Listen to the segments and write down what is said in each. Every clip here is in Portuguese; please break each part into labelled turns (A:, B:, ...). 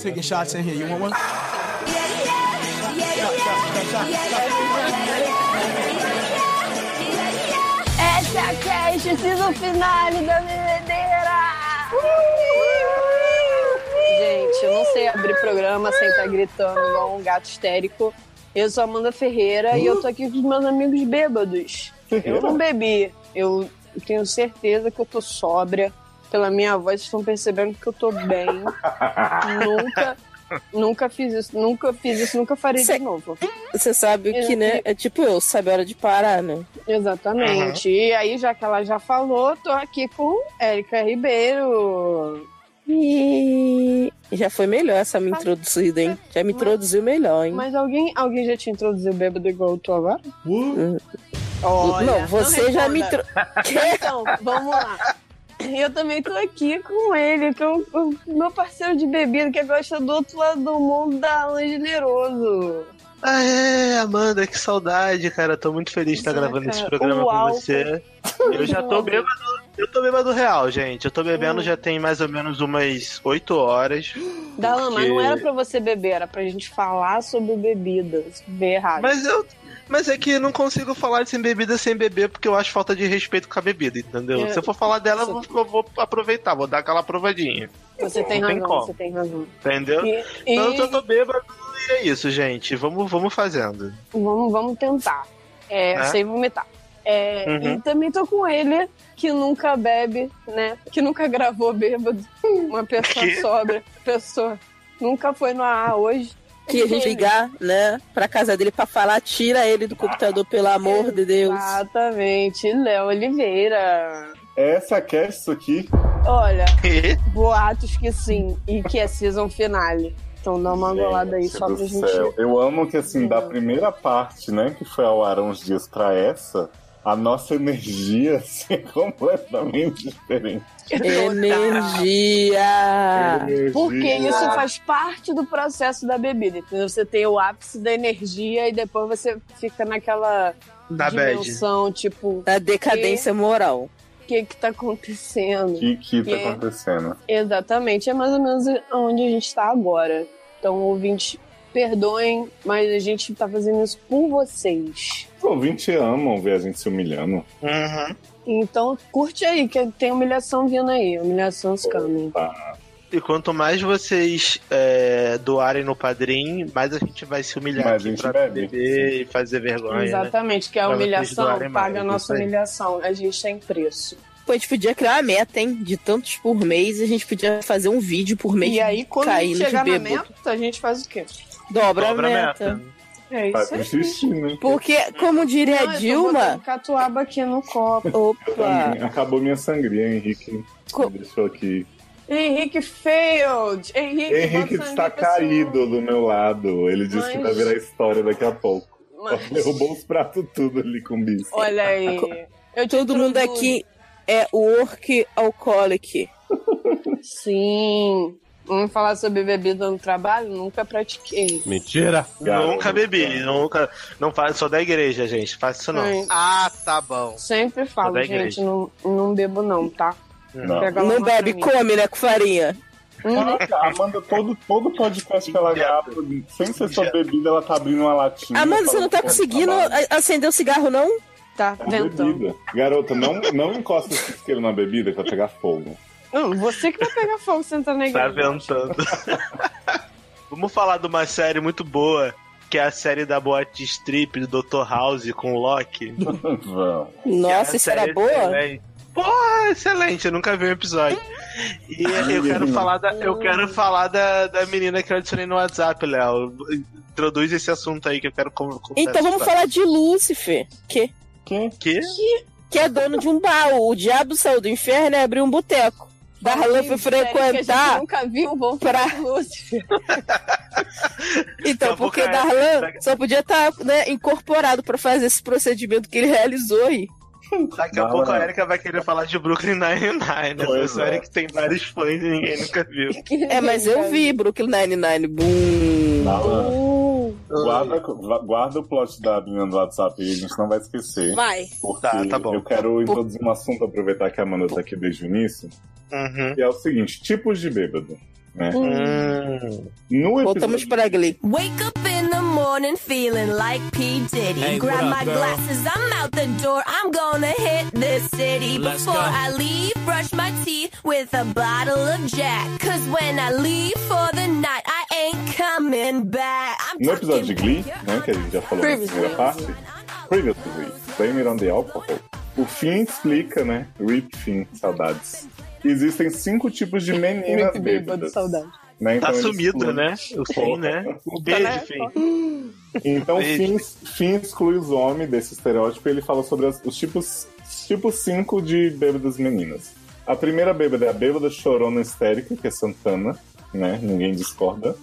A: Taking shots in here. You want one?
B: Essa é a cast, season finale da bebedeira! Gente, eu não sei abrir programa sem estar gritando igual um gato histérico. Eu sou Amanda Ferreira e eu tô aqui com os meus amigos bêbados. Eu não bebi. Eu tenho certeza que eu tô sóbria. Pela minha voz, vocês estão percebendo que eu tô bem. nunca, nunca fiz isso, nunca fiz isso, nunca farei
C: Cê-
B: de novo.
C: Você sabe
B: Eu-
C: que, né? É tipo eu, sabe a hora de parar, né?
B: Exatamente. E aí, já que ela já falou, tô aqui com Érica Ribeiro.
C: E já foi melhor essa minha introduzida, hein? Já me
B: Mas-
C: introduziu melhor, hein?
B: Mas alguém, alguém já te introduziu bêbado igual tu agora?
C: não, você já me
B: responda.
C: introduziu.
B: Então, vamos lá. Eu também tô aqui com ele, com o um meu parceiro de bebida que gosta do outro lado do mundo, da Alan Generoso.
D: Ah, é, Amanda, que saudade, cara. Tô muito feliz de estar
B: Pois é,
D: gravando
B: cara.
D: esse programa
B: O
D: com
B: álcool.
D: você. Eu já tô bêbado. Eu tô bêbado real, gente. Eu tô bebendo já tem mais ou menos umas 8 horas.
B: Dalan, mas
D: Porque-
B: não era pra você beber, era pra gente falar sobre bebidas. Bem errado.
D: Mas eu. Mas é que eu não consigo falar de sem bebida sem beber, porque eu acho falta de respeito com a bebida, entendeu?
B: É.
D: Se eu for falar dela, eu vou, eu vou aproveitar, vou dar aquela aprovadinha.
B: você tem
D: não tem
B: razão,
D: como.
B: você tem razão.
D: Entendeu?
B: E,
D: Então
B: e-
D: eu tô bêbado e é isso, gente. Vamos, vamos fazendo.
B: Vamos, vamos tentar. É,
D: Né?
B: Sem vomitar. É,
D: Uhum.
B: E também tô com ele, que nunca bebe, né? Que nunca gravou bêbado. Uma pessoa
D: Que?
B: sobra. Pessoa. Nunca foi no AA hoje.
C: Que a gente ligar, né? Pra casa dele pra falar, tira ele do computador, pelo amor de Deus.
B: Exatamente. Léo Oliveira.
E: Essa cast isso aqui.
B: Olha,
D: E
B: boatos que sim. E que é season finale. Então dá uma golada aí
E: Gente
B: só
E: do
B: pra gente.
E: céu. Eu amo que assim, da
B: Hum.
E: primeira parte, né, que foi ao ar uns dias pra essa, a nossa energia assim, é completamente diferente.
C: É Energia!
B: Porque Ah,
E: Energia.
B: isso faz parte do processo da bebida. Entendeu? Você tem o ápice da energia e depois você fica naquela
D: tá bad.
B: dimensão, tipo, o
C: Da decadência moral.
B: que que tá acontecendo?
E: Que que tá
B: Yeah.
E: acontecendo?
B: Exatamente, é mais ou menos onde a gente tá agora. Então, ouvintes, perdoem, mas a gente tá fazendo isso por vocês.
E: Os ouvintes amam ver a gente se humilhando.
D: Uhum.
B: Então, curte aí, que tem humilhação vindo aí. Humilhação coming.
D: E quanto mais vocês é, doarem no padrinho, mais a gente vai se humilhar
E: Mais
D: aqui
E: a gente
D: pra
E: bebe.
D: beber e fazer vergonha. né?
B: Exatamente, que é a
D: Pra vocês
B: humilhação,
D: doarem mais,
B: paga a
D: é isso
B: nossa
D: aí.
B: humilhação. A gente tem preço.
C: Pô, a gente podia criar uma meta, hein? De tantos por mês, a gente podia fazer um vídeo por mês.
B: E aí, quando a gente
C: caindo de
B: chegar na
C: bêbado.
B: meta, a gente faz o quê?
C: Dobra,
D: Dobra
C: a
D: a
C: meta.
D: meta.
B: É
E: Faz
B: isso
E: um
B: aí.
E: xixi, né?
C: Porque, como diria
B: Não, eu
C: a
B: tô
C: É Dilma.
B: botando Catuaba aqui no copo.
E: Eu
C: Opa!
E: também. Acabou minha sangria, Henrique.
C: Co-
E: Me deixou aqui.
B: Henrique failed. Henrique,
E: Henrique
B: bota
E: está
B: sangue, pessoal.
E: caído do meu lado. Ele disse que
B: Mas-
E: vai virar história daqui a pouco.
B: Mas-
E: Derrubou os pratos tudo ali com o bicho.
B: Olha aí. Eu te
C: Todo mundo
B: introduzo.
C: aqui é work alcoholic.
B: Sim. Vamos falar sobre bebida no trabalho? Nunca pratiquei.
F: Mentira!
E: Garoto.
D: nunca bebi, nunca. Não faço, sou da igreja, gente. Faço isso não.
B: Ai,
G: Ah, tá bom.
B: Sempre falo,
D: da
B: gente,
D: igreja.
B: não, não bebo não, tá?
E: Não.
B: Pega lá
C: Não
B: uma
C: bebe,
B: pra mim.
C: come, né, com farinha.
B: Uhum.
E: Caraca, É, a Amanda, todo, todo podcast que ela grava, sem ser sua bebida, ela tá abrindo uma latinha.
C: Amanda, você
E: falando
C: não tá
E: que
C: conseguindo
E: tá mal.
C: a- acender o cigarro, não?
B: Tá,
E: Tá
B: ventão.
E: Bebida. Garota, não, não encosta esse isqueiro na bebida que vai pegar fogo.
B: Não, você que vai pegar fogo sentando na
D: Tá
B: igreja.
D: ventando. Vamos falar de uma série muito boa, que é a série da boate strip do Dr. House com o Loki.
E: Vamos.
C: Nossa,
D: É
C: isso era
D: série
C: boa?
D: excelente. Porra, excelente, eu nunca vi um episódio. E
E: Ah,
D: eu quero falar da, eu quero falar da, da menina que eu adicionei no WhatsApp, Léo. Introduz esse assunto aí que eu quero con- contar.
C: Então vamos falar de Lúcifer, que,
E: Que?
D: Que?
C: que é dono de um baú. O diabo saiu do inferno e abriu um boteco. Darlan foi
B: Série que a gente
C: frequentar.
B: nunca viu, vamos
C: pra-
B: pra Lúcifer.
C: Então,
D: Daqui a pouco
C: porque
D: é-
C: Darlan
D: daqui-
C: só podia estar incorporado pra fazer esse procedimento que ele realizou aí.
D: Daqui a
E: Não,
D: pouco
E: não.
D: a Erika vai querer falar de Brooklyn Nine-Nine. né? Essa
E: Pois é.
D: série que tem vários fãs e ninguém nunca viu.
C: É, mas eu vi Brooklyn Nine-Nine. Bum.
E: Nala,
B: Uh,
E: Guarda, guarda o plot da menina do WhatsApp aí, a gente não vai esquecer.
C: Vai.
E: Porque
D: Tá, tá bom.
E: eu quero introduzir um assunto, aproveitar que a Amanda tá aqui desde o início.
D: Uhum.
E: E é o seguinte, tipos de bêbado. né?
D: Hum.
E: No
C: Voltamos para Glee.
F: Wake up in the morning feeling like P. Diddy.
G: Hey,
F: Grab
G: what up,
F: my
G: girl?
F: glasses, I'm out the door. I'm gonna hit this city.
G: Let's
F: Before
G: go.
F: I leave, brush my teeth with a bottle of Jack. Cause when I leave for the night, I ain't coming back. I'm
E: No episódio de
F: talking
E: Glee,
F: back.
E: né, que a gente já falou na
B: Previously.
E: primeira parte, Previously, Blame It on the Alcohol, o Finn explica, né, Rip Finn, saudades. Existem cinco tipos de meninas
B: Muito bêbado,
E: bêbadas.
B: saudade.
E: Né,
D: Tá
E: então ele
D: sumido,
E: exclui-
D: né? O fim, né? Um beijo, fim.
E: Então, Finn,
D: Beijo.
E: Finn exclui os homens desse estereótipo e ele fala sobre as- os tipos 5 cinco de bêbadas meninas. A primeira bêbada é a bêbada chorona histérica, que é Santana, né? Ninguém discorda.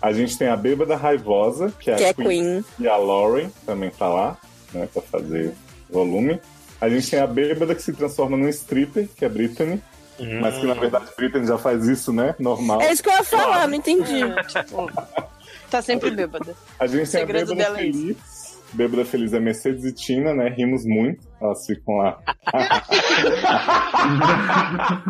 E: A gente tem a bêbada raivosa, que é a
C: Que é
E: Queen,
C: Queen.
E: e a Lauren também tá lá, né? Pra fazer volume. A gente tem a bêbada que se transforma num stripper, que é a Britney. Mas que na verdade Britney já faz isso, né? Normal.
C: É isso que eu ia falar, não entendi.
B: Tá sempre bêbada.
E: A gente tem a
B: segredo
E: Bêbada
B: dela é isso.
E: Feliz. Bêbada Feliz é Mercedes e Tina, né? Rimos muito. Elas ficam lá.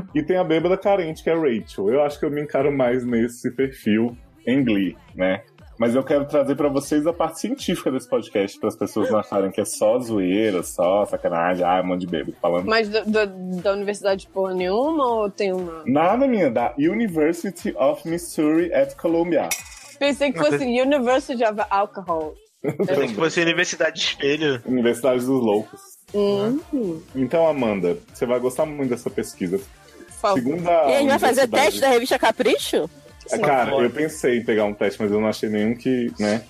E: e tem a Bêbada Carente, que é a Rachel. Eu acho que eu me encaro mais nesse perfil em Glee, né? Mas eu quero trazer pra vocês a parte científica desse podcast, para as pessoas não acharem que é só zoeira, só sacanagem, ah, um monte de bêbado falando.
B: Mas do- do- da universidade porra nenhuma ou tem uma?
E: Nada, minha, da University of Missouri at Columbia.
B: Pensei que fosse University of Alcohol.
D: Tem que você é Universidade de Espelho.
E: Universidade dos Loucos.
B: Hum,
D: Né?
E: Então, Amanda, você vai gostar muito dessa pesquisa.
B: fal-
E: Segunda.
C: E a gente vai fazer
E: universidade-
C: teste da revista Capricho?
E: Ah, Cara, eu pensei em pegar um teste, mas eu não achei nenhum que, né,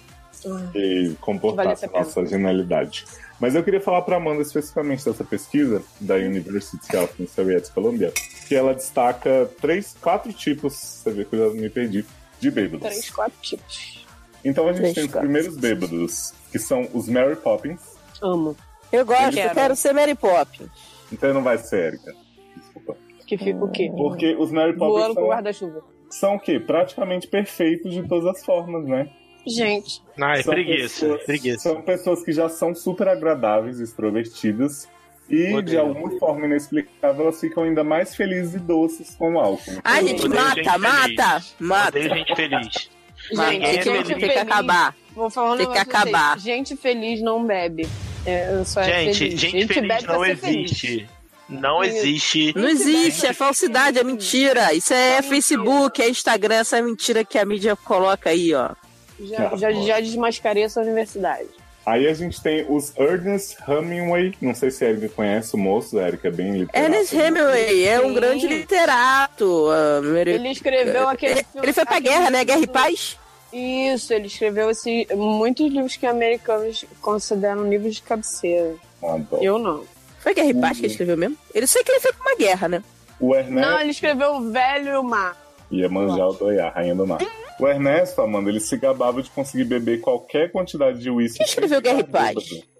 E: que comportasse
B: valesse a pena.
E: nossa genialidade. Mas eu queria falar pra Amanda especificamente dessa pesquisa da University of Missouri at Columbia, que ela destaca três, quatro tipos, você vê que eu já me perdi, de bêbados.
B: Três, quatro tipos.
E: Então a gente
C: Três,
E: tem os
C: quatro.
E: primeiros bêbados, que são os Mary Poppins.
B: Amo.
C: Eu gosto, eu
B: Quero.
C: quero ser Mary Poppins.
E: Então não vai ser Erika. Desculpa.
B: Que fica o
C: Hum.
B: quê?
E: Porque os Mary Poppins
B: Voando com
E: são,
B: guarda-chuva.
E: são o quê? Praticamente perfeitos de todas as formas, né?
B: Gente,
D: Ai,
E: São
D: preguiça.
E: pessoas-
D: Preguiça.
E: São pessoas que já são super agradáveis, extrovertidas. E
D: Odeio.
E: de alguma forma inexplicável, elas ficam ainda mais felizes e doces com o álcool.
C: Ai, gente,
D: Odeio
C: mata,
D: gente
C: mata, mata.
D: Odeio gente feliz.
C: Mata,
D: Ninguém é
B: gente,
C: tem,
B: gente
C: que- tem
B: feliz.
C: que acabar.
B: Vou falar um
C: Tem
B: negócio
C: que
B: pra vocês.
C: acabar.
B: Gente feliz não bebe. É, eu só é
D: Gente,
B: feliz.
D: gente, feliz
B: bebe pra
D: não
B: ser feliz.
D: existe. Não
B: Isso.
D: existe.
C: Não existe, é falsidade, é mentira. Isso é Facebook, é Instagram, essa mentira que a mídia coloca aí, ó.
D: Ah,
B: Já, já, já desmascarei essa universidade.
E: Aí a gente tem os Ernest Hemingway. Não sei se a Erika conhece o moço, a Erika é bem literal.
C: Ernest Hemingway é um
B: Sim.
C: grande literato. ah, Mary-
B: Ele é um escreveu aquele
C: Ele- É, Ele foi pra guerra, né? Guerra e paz.
B: Isso, ele escreveu esse, muitos livros que americanos consideram livros de cabeceira.
E: Adoro.
B: Eu não.
C: Foi guerra e paz que ele escreveu mesmo? Ele sei que ele foi pra uma guerra, né?
E: O
B: Não,
E: Ernesto
B: ele escreveu O Velho e o Mar.
E: ia manjar o Doiá, rainha do mar. O Ernesto, Amanda, ele se gabava de conseguir beber qualquer quantidade de uísque.
C: Quem escreveu Guerra e Paz?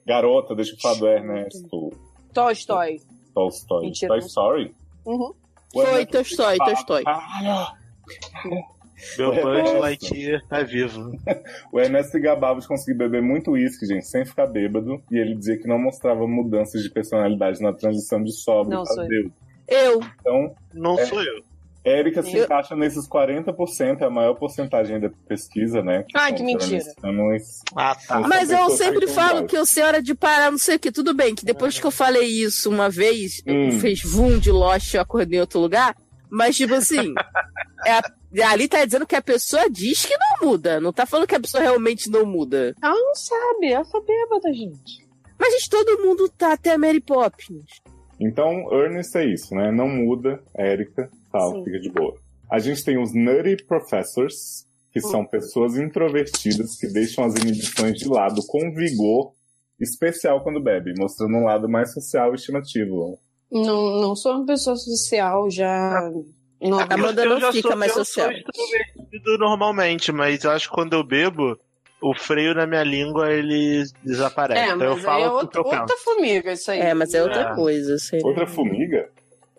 E: Garota, deixa eu falar do Ernesto
B: Tolstói.
E: Tolstói.
B: Mentira.
E: Toy Story?
B: Uhum.
E: O
C: Foi
E: Ernesto-
C: Tolstói, Tolstói.
E: Caralho!
D: Meu
E: É.
D: Bud Lightyear tá vivo.
E: O Ernesto se gabava de conseguir beber muito uísque, gente, sem ficar bêbado. E ele dizia que não mostrava mudanças de personalidade na transição de sóbrio
B: Não,
E: para
B: sou eu.
E: bêbado.
C: Eu.
E: Então,
D: Não
E: É.
D: sou eu.
E: Érica se
C: Eu-
E: encaixa nesses 40%, é a maior porcentagem da pesquisa, né?
B: Ai,
E: são
B: que mentira.
E: os anões.
D: Ah, tá.
E: Não
C: Mas
E: são
C: eu
E: pessoas
C: sempre
E: que
C: falo
E: são
C: que eu sei a hora de parar, não sei o que. Tudo bem, que depois que eu falei isso uma vez,
E: Hum.
C: eu fez vum de Lost, eu acordei em outro lugar. Mas, tipo assim, é a- ali tá dizendo que a pessoa diz que não muda. Não tá falando que a pessoa realmente não muda.
B: Ela não sabe, ela só bêbada, gente.
C: Mas, gente, todo mundo tá até a Mary Poppins.
E: Então, Ernest é isso, né? Não muda, Érica, tal,
B: Sim.
E: fica de boa. A gente tem os Nutty Professors, que
B: Hum.
E: são pessoas introvertidas que deixam as inibições de lado com vigor, especial quando bebe, mostrando um lado mais social e estimativo.
B: Não, não sou uma pessoa social, já. Não,
C: A Amanda
D: Eu
C: não
D: já
C: fica
D: sou-
C: mais
D: eu sou
C: social.
D: extrovertido normalmente, mas eu acho que quando eu bebo, o freio na minha língua ele desaparece.
B: é,
D: então eu
B: mas aí
D: falo
B: é
D: o que
B: outra,
D: eu penso.
B: outra formiga isso aí.
C: É, mas é outra
D: É.
C: coisa, assim.
B: Hum.
E: Outra formiga?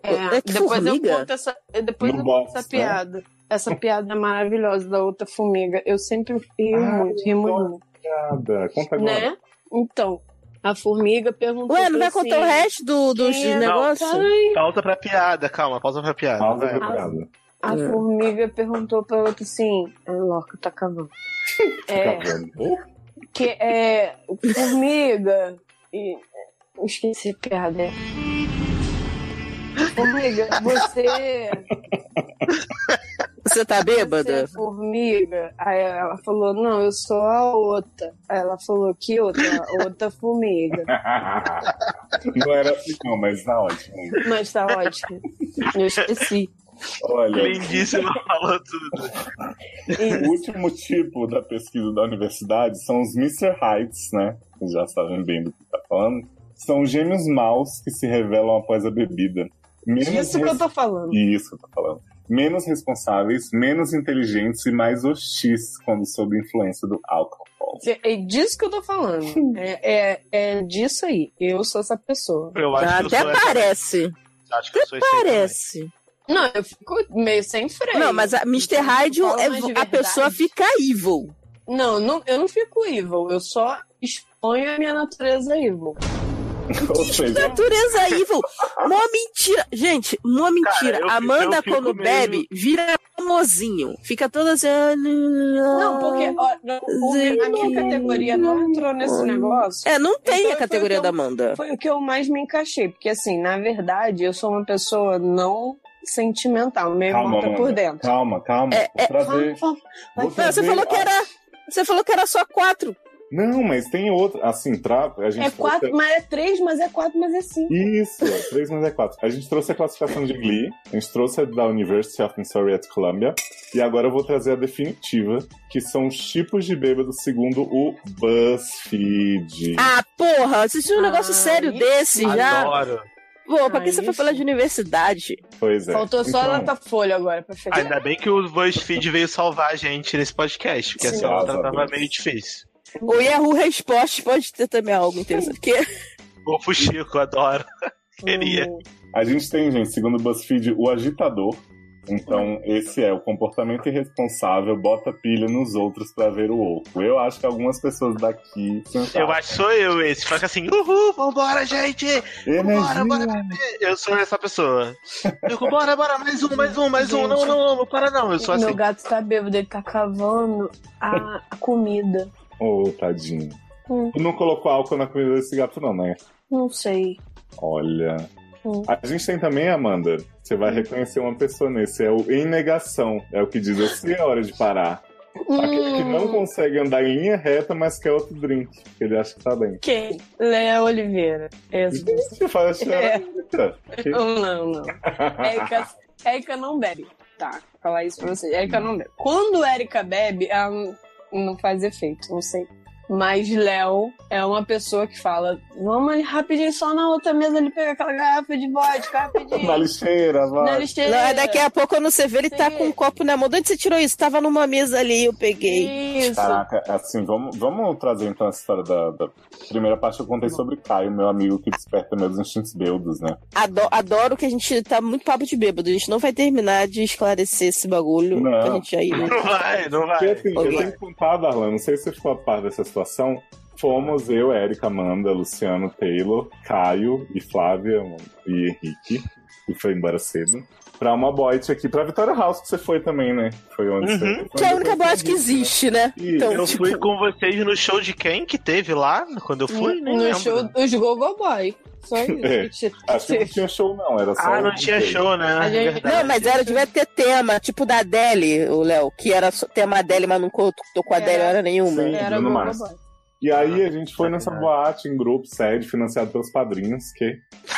B: É,
C: É que
B: depois
C: formiga?
B: eu conto essa, eu- depois
E: No
B: eu
E: box,
B: conto essa
E: né?
B: piada. Essa piada maravilhosa da outra formiga. Eu sempre rio
E: Ah,
B: muito, rio
E: boa.
B: muito.
E: Nada. Conta agora.
B: Né? Então, a formiga perguntou.
C: Ué, não vai
B: assim,
C: contar o resto do, do
B: quem é
C: negócio?
B: Ai,
D: Pausa pra piada, calma, pausa pra piada.
E: Pausa
D: vai.
E: pra piada.
B: A formiga perguntou pra outra assim. É louco, tá cavando. É,
E: Cavando.
B: que é. Formiga. E, eu esqueci a piada. é. Formiga, você.
C: Você tá
B: Você
C: bêbada?
B: é formiga? Aí ela falou, não, eu sou a outra. Aí ela falou, que outra? A Outra formiga.
E: Não era assim, não, mas tá ótimo.
B: Mas tá ótimo. Eu esqueci.
E: Olha,
D: Lindíssima falou tudo.
E: o último tipo da pesquisa da universidade são os Mr. Heights, né? Vocês já sabem bem do que tá falando. São gêmeos maus que se revelam após a bebida. Menos
B: Isso que eu tô falando.
E: Isso que eu tô falando. Menos responsáveis, menos inteligentes e mais hostis quando sob influência do álcool.
B: É é disso que eu tô falando. É, é, é disso aí. Eu sou essa pessoa.
D: Eu acho que eu
C: Até
D: sou essa-
C: parece.
D: Acho que eu sou esse aí
C: Parece.
B: Não, eu fico meio sem freio.
C: Não, mas a Mr. Hyde,
B: É Fala
C: é-
B: mais de
C: a
B: verdade.
C: pessoa fica evil.
B: Não, não, eu não fico evil. Eu só exponho a minha natureza evil.
E: Ou
D: é.
E: seja,
C: Natureza evil. Mó mentira. Gente, mó mentira.
D: eu-
C: Amanda,
D: eu fico
C: quando
D: meio-
C: bebe, vira mozinho. Fica toda assim. "Ah,
B: Não, porque ó, não, o- a minha categoria não entrou nesse negócio.
C: É, não tem
B: Então,
C: a
B: foi
C: categoria
B: o
C: da
B: que eu-
C: Amanda.
B: Foi o que eu mais me encaixei, porque assim, na verdade, eu sou uma pessoa não sentimental, meio
E: calma,
B: morta por
E: mano.
B: dentro.
E: Calma, calma.
C: É,
E: Vou trazer.
B: Fala,
E: vou
C: Não, você
E: trazer-
C: falou que era. Você falou que era só quatro.
E: Não, mas tem outro. Assim, tra... a gente
B: É
E: trouxe-
B: quatro, mas é três, mas é quatro, mas é cinco.
E: Isso, 3 mais é 4. A gente trouxe a classificação de Glee, a gente trouxe a da University of Missouri at Columbia, e agora eu vou trazer a definitiva, que são os tipos de bêbado segundo o BuzzFeed.
C: Ah, porra, assisti um negócio
B: Ah,
C: sério
B: isso.
C: desse já.
D: Adoro.
C: Pô, pra
B: Ah,
C: que você foi
B: isso.
C: falar de universidade?
E: pois é.
B: Faltou só tá-
E: Então,
B: a nota folha agora pra fechar.
D: Ainda bem que o BuzzFeed veio salvar a gente nesse podcast, porque
E: Sim.
D: essa outra
E: Graças a
D: tava
E: Deus.
D: meio difícil.
C: O Yahoo Resposta pode ter também algo interessante. Porque
D: O Fuxico, adoro.
B: Tá.
D: Queria.
B: Hum.
E: A gente tem, gente, segundo o BuzzFeed, o agitador. Então, esse é o comportamento irresponsável, bota pilha nos outros pra ver o oco. Eu acho que algumas pessoas daqui.
D: Eu acho que sou eu esse. Fala assim, uhul, vambora, gente! Bora, bora
E: Energia!
D: beber! Eu sou essa pessoa. Eu fico, bora, bora, mais um, mais um, mais um. Não,
B: Gente.
D: não, não, não para não. Eu sou
B: Meu
D: assim.
B: gato tá bêbado, ele tá cavando a a comida.
E: Ô, tadinho.
B: Hum.
E: Tu não colocou álcool na comida desse gato, não, né?
B: Não sei.
E: Olha.
B: Hum.
E: A gente tem também, Amanda. Você vai reconhecer uma pessoa nesse. É o em negação. É o que diz assim: é hora de parar. Aquele que não
B: Hum,
E: consegue andar em linha reta, mas quer outro drink. que Ele acha que tá bem.
B: quem? Léa Oliveira. Essa.
E: Você faz
B: É.
E: chorada.
B: Não, não,
E: Ah,
B: não. Érica, Érica não bebe. Tá, falar isso pra vocês. Érica não bebe. Quando Érica bebe, ela não- não faz efeito, não sei. Mas Léo é uma pessoa que fala: vamos ali rapidinho só na outra mesa ali pegar aquela garrafa de vodka,
E: Na
B: rapidinho.
E: lixeira,
B: na
E: vai.
B: lixeira.
C: não, é daqui a pouco quando você vê ele tá
B: Sim.
C: com um copo na mão. De onde você tirou isso? Tava numa mesa ali, eu peguei.
B: Isso.
E: Caraca, assim, vamos, vamos trazer então essa história da, da primeira parte. Eu contei sobre Caio, meu amigo que desperta meus instintos beudos, né?
C: Ado- Adoro que a gente tá muito papo de bêbado. A gente não vai terminar de esclarecer esse bagulho.
E: Não.
C: que A gente aí.
D: Não vai, não
E: Porque
D: vai.
E: assim, eu
C: Olá.
E: tenho que contar, Darlan, não sei se você ficou a par dessa situação. Fomos eu, Érica, Amanda, Luciano, Taylor, Caio e Flávia um, e Henrique, que foi embora cedo, pra uma boite aqui, pra Vitória House, que você foi também, né? Foi onde
D: Uhum.
E: você foi.
C: Que é a única
E: Depois
C: boate que
E: você-
C: existe, né?
E: Isso.
C: Então,
D: Eu
C: tipo,
D: fui com vocês no show de quem que teve lá, quando eu fui, nem
B: no
D: lembro.
B: é
D: É,
B: show dos Gogo Boy. Só isso. tipo,
E: Acho que não tinha show, não, era só.
D: Ah, não
E: o
D: tinha
E: DJ.
D: show, né?
B: A
D: É
B: gente-
E: Tá.
D: verdade.
C: Não, mas era, devia ter tema, tipo da Adele, o Léo, que era só tema Adele, mas não tô com a Adele,
B: É.
C: hora
D: um
C: nenhuma.
E: Sim.
B: Era
E: Bruno
B: Gogo
E: Mars.
B: Boy.
E: E aí a gente foi nessa
D: Ah.
E: boate em grupo, sério, financiado pelos padrinhos, que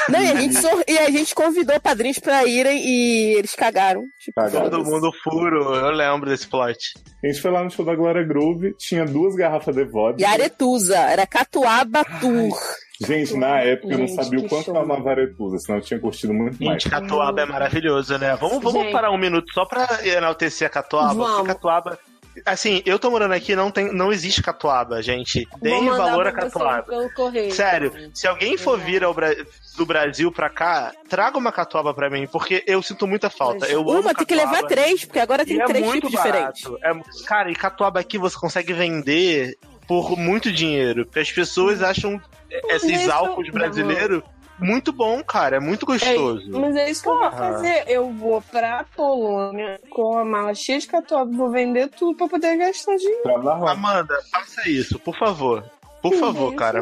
C: Não, e a gente, sor- e a gente convidou padrinhos pra irem e eles cagaram. Tipo,
E: Cagaram.
D: Todo mundo furo, eu lembro desse plot.
E: a gente foi lá no show da Glória Groove, tinha duas garrafas de vodka.
C: E Aretusa, era Catuaba Tour.
E: Gente, na época eu não
B: Gente,
E: sabia o
B: que
E: quanto
B: show.
E: eu amava Aretusa, senão eu tinha curtido muito mais.
D: Gente, Catuaba é maravilhoso, né? Vamos, vamos
B: Gente.
D: parar um minuto só pra enaltecer a Catuaba. porque
B: Vamos.
D: Catuaba. Assim, eu tô morando aqui, não, tem, não existe Catuaba, gente.
B: Vou
D: Deem
B: mandar
D: valor a
B: pra vocês
D: Catuaba.
B: pelo correio.
D: Sério, se alguém for vir ao Bra- do Brasil pra cá, traga uma catuaba pra mim, porque eu sinto muita falta. Eu amo
C: Uma, tem que
D: catuaba.
C: levar três, porque agora tem
D: E é
C: três
D: muito
C: tipos
D: barato.
C: diferentes.
D: É mu- cara, e catuaba aqui você consegue vender por muito dinheiro. Porque as pessoas acham
B: Por
D: esses
B: isso-
D: álcools brasileiros muito bom, cara. É muito
B: É,
D: gostoso.
B: mas é isso que eu vou
D: Porra.
B: fazer. Eu vou pra Polônia com a mala cheia de catuaba, vou vender tudo pra poder gastar dinheiro.
E: Pra narrar.
D: Amanda, faça isso, por favor. Por favor, cara.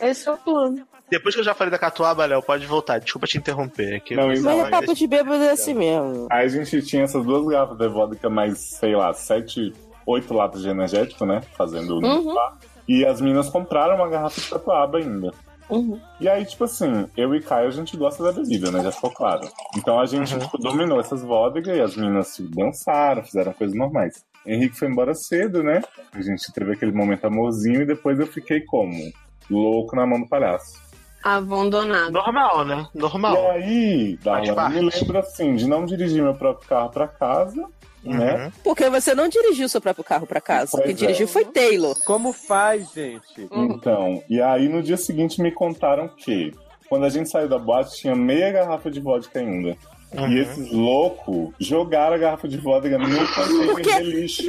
B: Esse é o plano.
D: Depois que eu já falei da Catuaba, Léo, pode voltar. Desculpa te interromper. É que
E: Não,
D: eu
E: isso
D: precisava
C: Mas é papo
D: desse-
C: de bêbado é assim mesmo.
E: Aí a gente tinha essas duas garrafas de vodka, mais, sei lá, sete, oito latas de energético, né? Fazendo o
B: Uhum.
E: número lá. E as meninas compraram uma garrafa de catuaba ainda.
B: Uhum.
E: E aí, tipo assim, eu e Caio, a gente gosta da bebida, né? Já ficou claro. Então a gente,
B: Uhum.
E: tipo, dominou essas vodka e as meninas tipo, dançaram, fizeram coisas normais. Henrique foi embora cedo, né? A gente teve aquele momento amorzinho e depois eu fiquei como? Louco na mão do palhaço.
B: Abandonado.
D: Normal, né? Normal.
E: E aí,
D: Faz
E: Darlan,
D: parte.
E: me lembro assim, de não dirigir meu próprio carro pra casa, né?
D: Uhum.
C: Porque você não dirigiu seu próprio carro pra casa.
E: Pois
C: Quem
E: é.
C: dirigiu foi Taylor.
G: Como faz, gente?
B: Uhum.
E: Então, e aí no dia seguinte me contaram que quando a gente saiu da boate tinha meia garrafa de vodka ainda.
D: Uhum.
E: E esses loucos jogaram a garrafa de vodka no container
C: quê?
E: de lixo.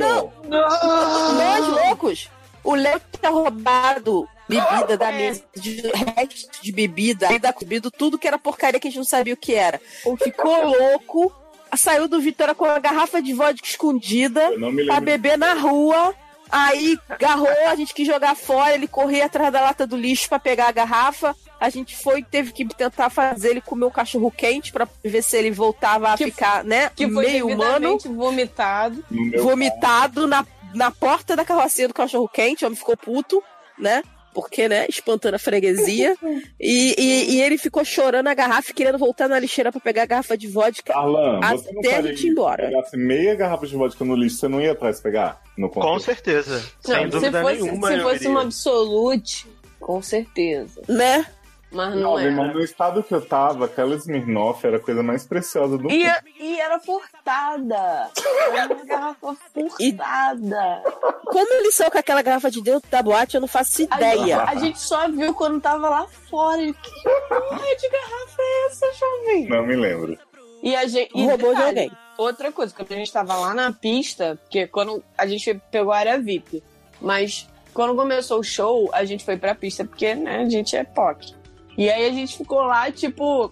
C: Nós loucos. O Léo tinha roubado bebida da mesa, de, resto de bebida, aí da comida, tudo que era porcaria que a gente não sabia o que era. Ficou louco, saiu do Vitória com a garrafa de vodka escondida
E: Eu não me
C: pra
E: lembro.
C: beber Tá na rua. Aí agarrou, a gente quis jogar fora, ele corria atrás da lata do lixo pra pegar a garrafa. A gente foi, teve que tentar fazer ele comer um cachorro quente pra ver se ele voltava a
B: Que-
C: ficar, né,
B: Que foi
C: meio humano
B: devidamente vomitado.
E: No meu
C: vomitado na, na porta da carrocinha do cachorro quente, o homem ficou puto, né? Porque, né? Espantando a freguesia. e, e, e ele ficou chorando a garrafa, e querendo voltar na lixeira pra pegar a garrafa de vodka.
E: Arlan, você não
C: Até a
E: faria
C: gente
E: isso?
C: ir embora.
E: pegasse meia garrafa de vodka no lixo, você não ia atrás pegar? No
D: Com certeza. Sem
B: Não, se
D: dúvida
B: fosse,
D: nenhuma.
B: se
D: eu
B: fosse
D: iria.
B: uma absolute, com certeza.
C: Né?
B: Mas não, é.
E: Não,
B: era.
E: mas no estado que eu tava, aquela Smirnoff era a coisa mais preciosa do
B: E,
E: mundo.
B: e era furtada. Era uma garrafa furtada.
C: Como ele saiu com aquela garrafa de dentro da boate, eu não faço
B: A gente,
C: ideia.
B: a gente só viu quando tava lá fora. E Que porra de garrafa é essa, jovem?
E: Não me lembro.
B: E a gente. e
C: Roubou de
B: detalhe,
C: alguém.
B: Outra coisa, quando a gente tava lá na pista, porque quando a gente pegou a área VIP, mas quando começou o show, a gente foi pra pista, porque, né, a gente é POC. E aí a gente ficou lá, tipo,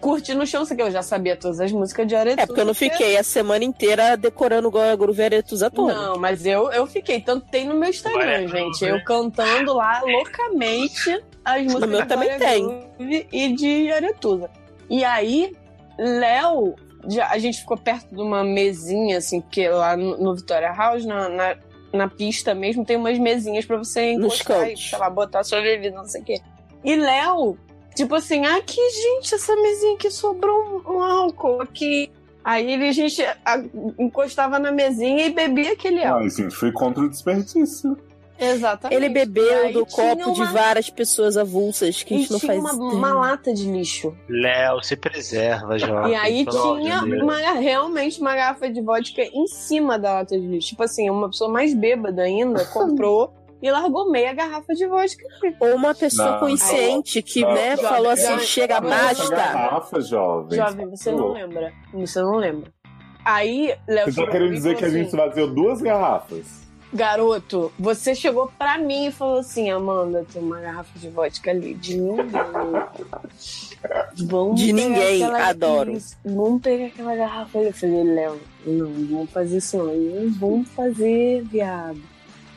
B: curtindo o show, sei que eu já sabia todas as músicas de Aretuza.
C: É porque eu não fiquei a semana inteira decorando o Groove Aretuza todo.
B: Não, mas eu, eu fiquei. Tanto tem no meu Instagram,
D: Glória
B: gente.
D: Groove.
B: Eu cantando lá loucamente as músicas
C: meu
B: de
C: também
B: Glória
C: tem.
B: Groove e de Aretuza. E aí, Léo, já- a gente ficou perto de uma mesinha, assim, que lá no, no Victoria House, na, na, na pista mesmo, tem umas mesinhas pra você
C: Nos
B: encostar e,
C: cantos.
B: sei lá, botar sua bebida, não sei o quê. E Léo, tipo assim, ah, que gente, essa mesinha aqui sobrou um, um álcool aqui. Aí ele- a gente a- encostava na mesinha e bebia aquele álcool.
E: Não, gente, Ah, fui contra o desperdício.
B: Exatamente.
C: Ele
B: E
C: bebeu
B: aí
C: do
B: tinha
C: copo de
B: uma-
C: várias pessoas avulsas que a
B: E
C: gente não
B: tinha
C: faz
B: uma,
C: ideia.
B: uma lata de lixo.
D: Léo, se preserva,
E: Ah,
D: jovem.
B: e aí
E: é
D: pelo amor de
B: tinha
E: né?
D: Deus.
B: uma, realmente uma garrafa de vodka em cima da lata de lixo. Tipo assim, uma pessoa mais bêbada ainda comprou e largou meia garrafa de vodka.
C: Ou uma pessoa
E: Não.
C: consciente que,
E: Não.
C: né,
B: Jovem,
C: falou assim,
B: jovem,
C: chega,
B: jovem,
E: Essa
C: basta.
E: garrafa, jovem.
B: Jovem, você não lembra. Você não lembra. Aí, Léo.
E: Vocês estão
B: chegou
E: tá querendo
B: pra mim e
E: dizer que a
B: falou
E: gente
B: assim,
E: vaziou duas garrafas?
B: Garoto, você chegou pra mim e falou assim: Amanda, tem uma garrafa de vodka ali de ninguém. Vamos
C: De
B: pegar
C: ninguém,
B: aquela-
C: adoro.
B: Isso, Vamos pegar aquela garrafa ali. Eu falei: Léo, não, vamos fazer isso não. Não vamos fazer, viado.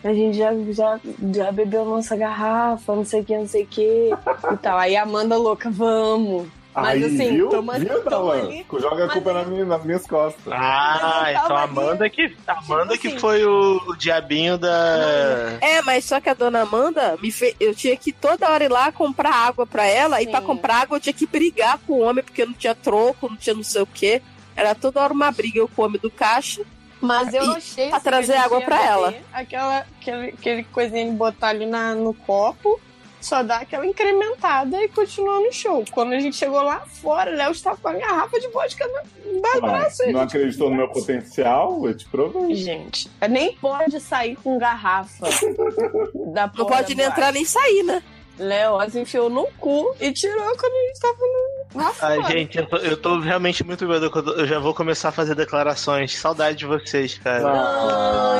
B: A gente já, já, já bebeu nossa garrafa, não sei o que, não sei o que e tal. Aí a Amanda louca, vamos. Mas
E: Aí,
B: assim,
E: viu?
B: toma-
E: viu,
B: toma
E: Dalan?
B: ali,
E: Joga a
B: mas- assim-
E: culpa na minha, nas minhas costas.
D: Ah,
B: Mas eu
D: então
B: tava
D: a Amanda que. A Amanda
B: tipo
D: que
B: assim.
D: foi o, o diabinho da.
C: É, mas só que a dona Amanda me fez. Eu tinha que toda hora ir lá comprar água pra ela. E
B: Sim.
C: pra comprar água eu tinha que brigar com o homem, porque não tinha troco, não tinha não sei o quê. Era toda hora uma briga eu com o homem do caixa.
B: Mas eu
C: E
B: achei.
C: pra
B: assim,
C: trazer
B: que a gente
C: água
B: ia
C: pra
B: beber
C: ela.
B: Aquela, aquele, aquele coisinha de botar ali na, no copo, só dá aquela incrementada e continua no show. Quando a gente chegou lá fora, o Léo estava com a garrafa de vodka no
E: Ah,
B: braço.
E: não acreditou no meu potencial? Eu te provei.
B: Gente, É, nem pode sair com garrafa. da
C: Não
B: porra
C: pode
B: da
C: nem entrar nem sair, né?
B: boate. Léo as enfiou no cu e tirou quando a gente tava no Nossa,
D: Ai,
B: mano.
D: gente, eu tô, eu tô realmente muito bêbado. que eu tô- Eu já vou começar a fazer declarações. Saudade de vocês, cara.
B: Ai,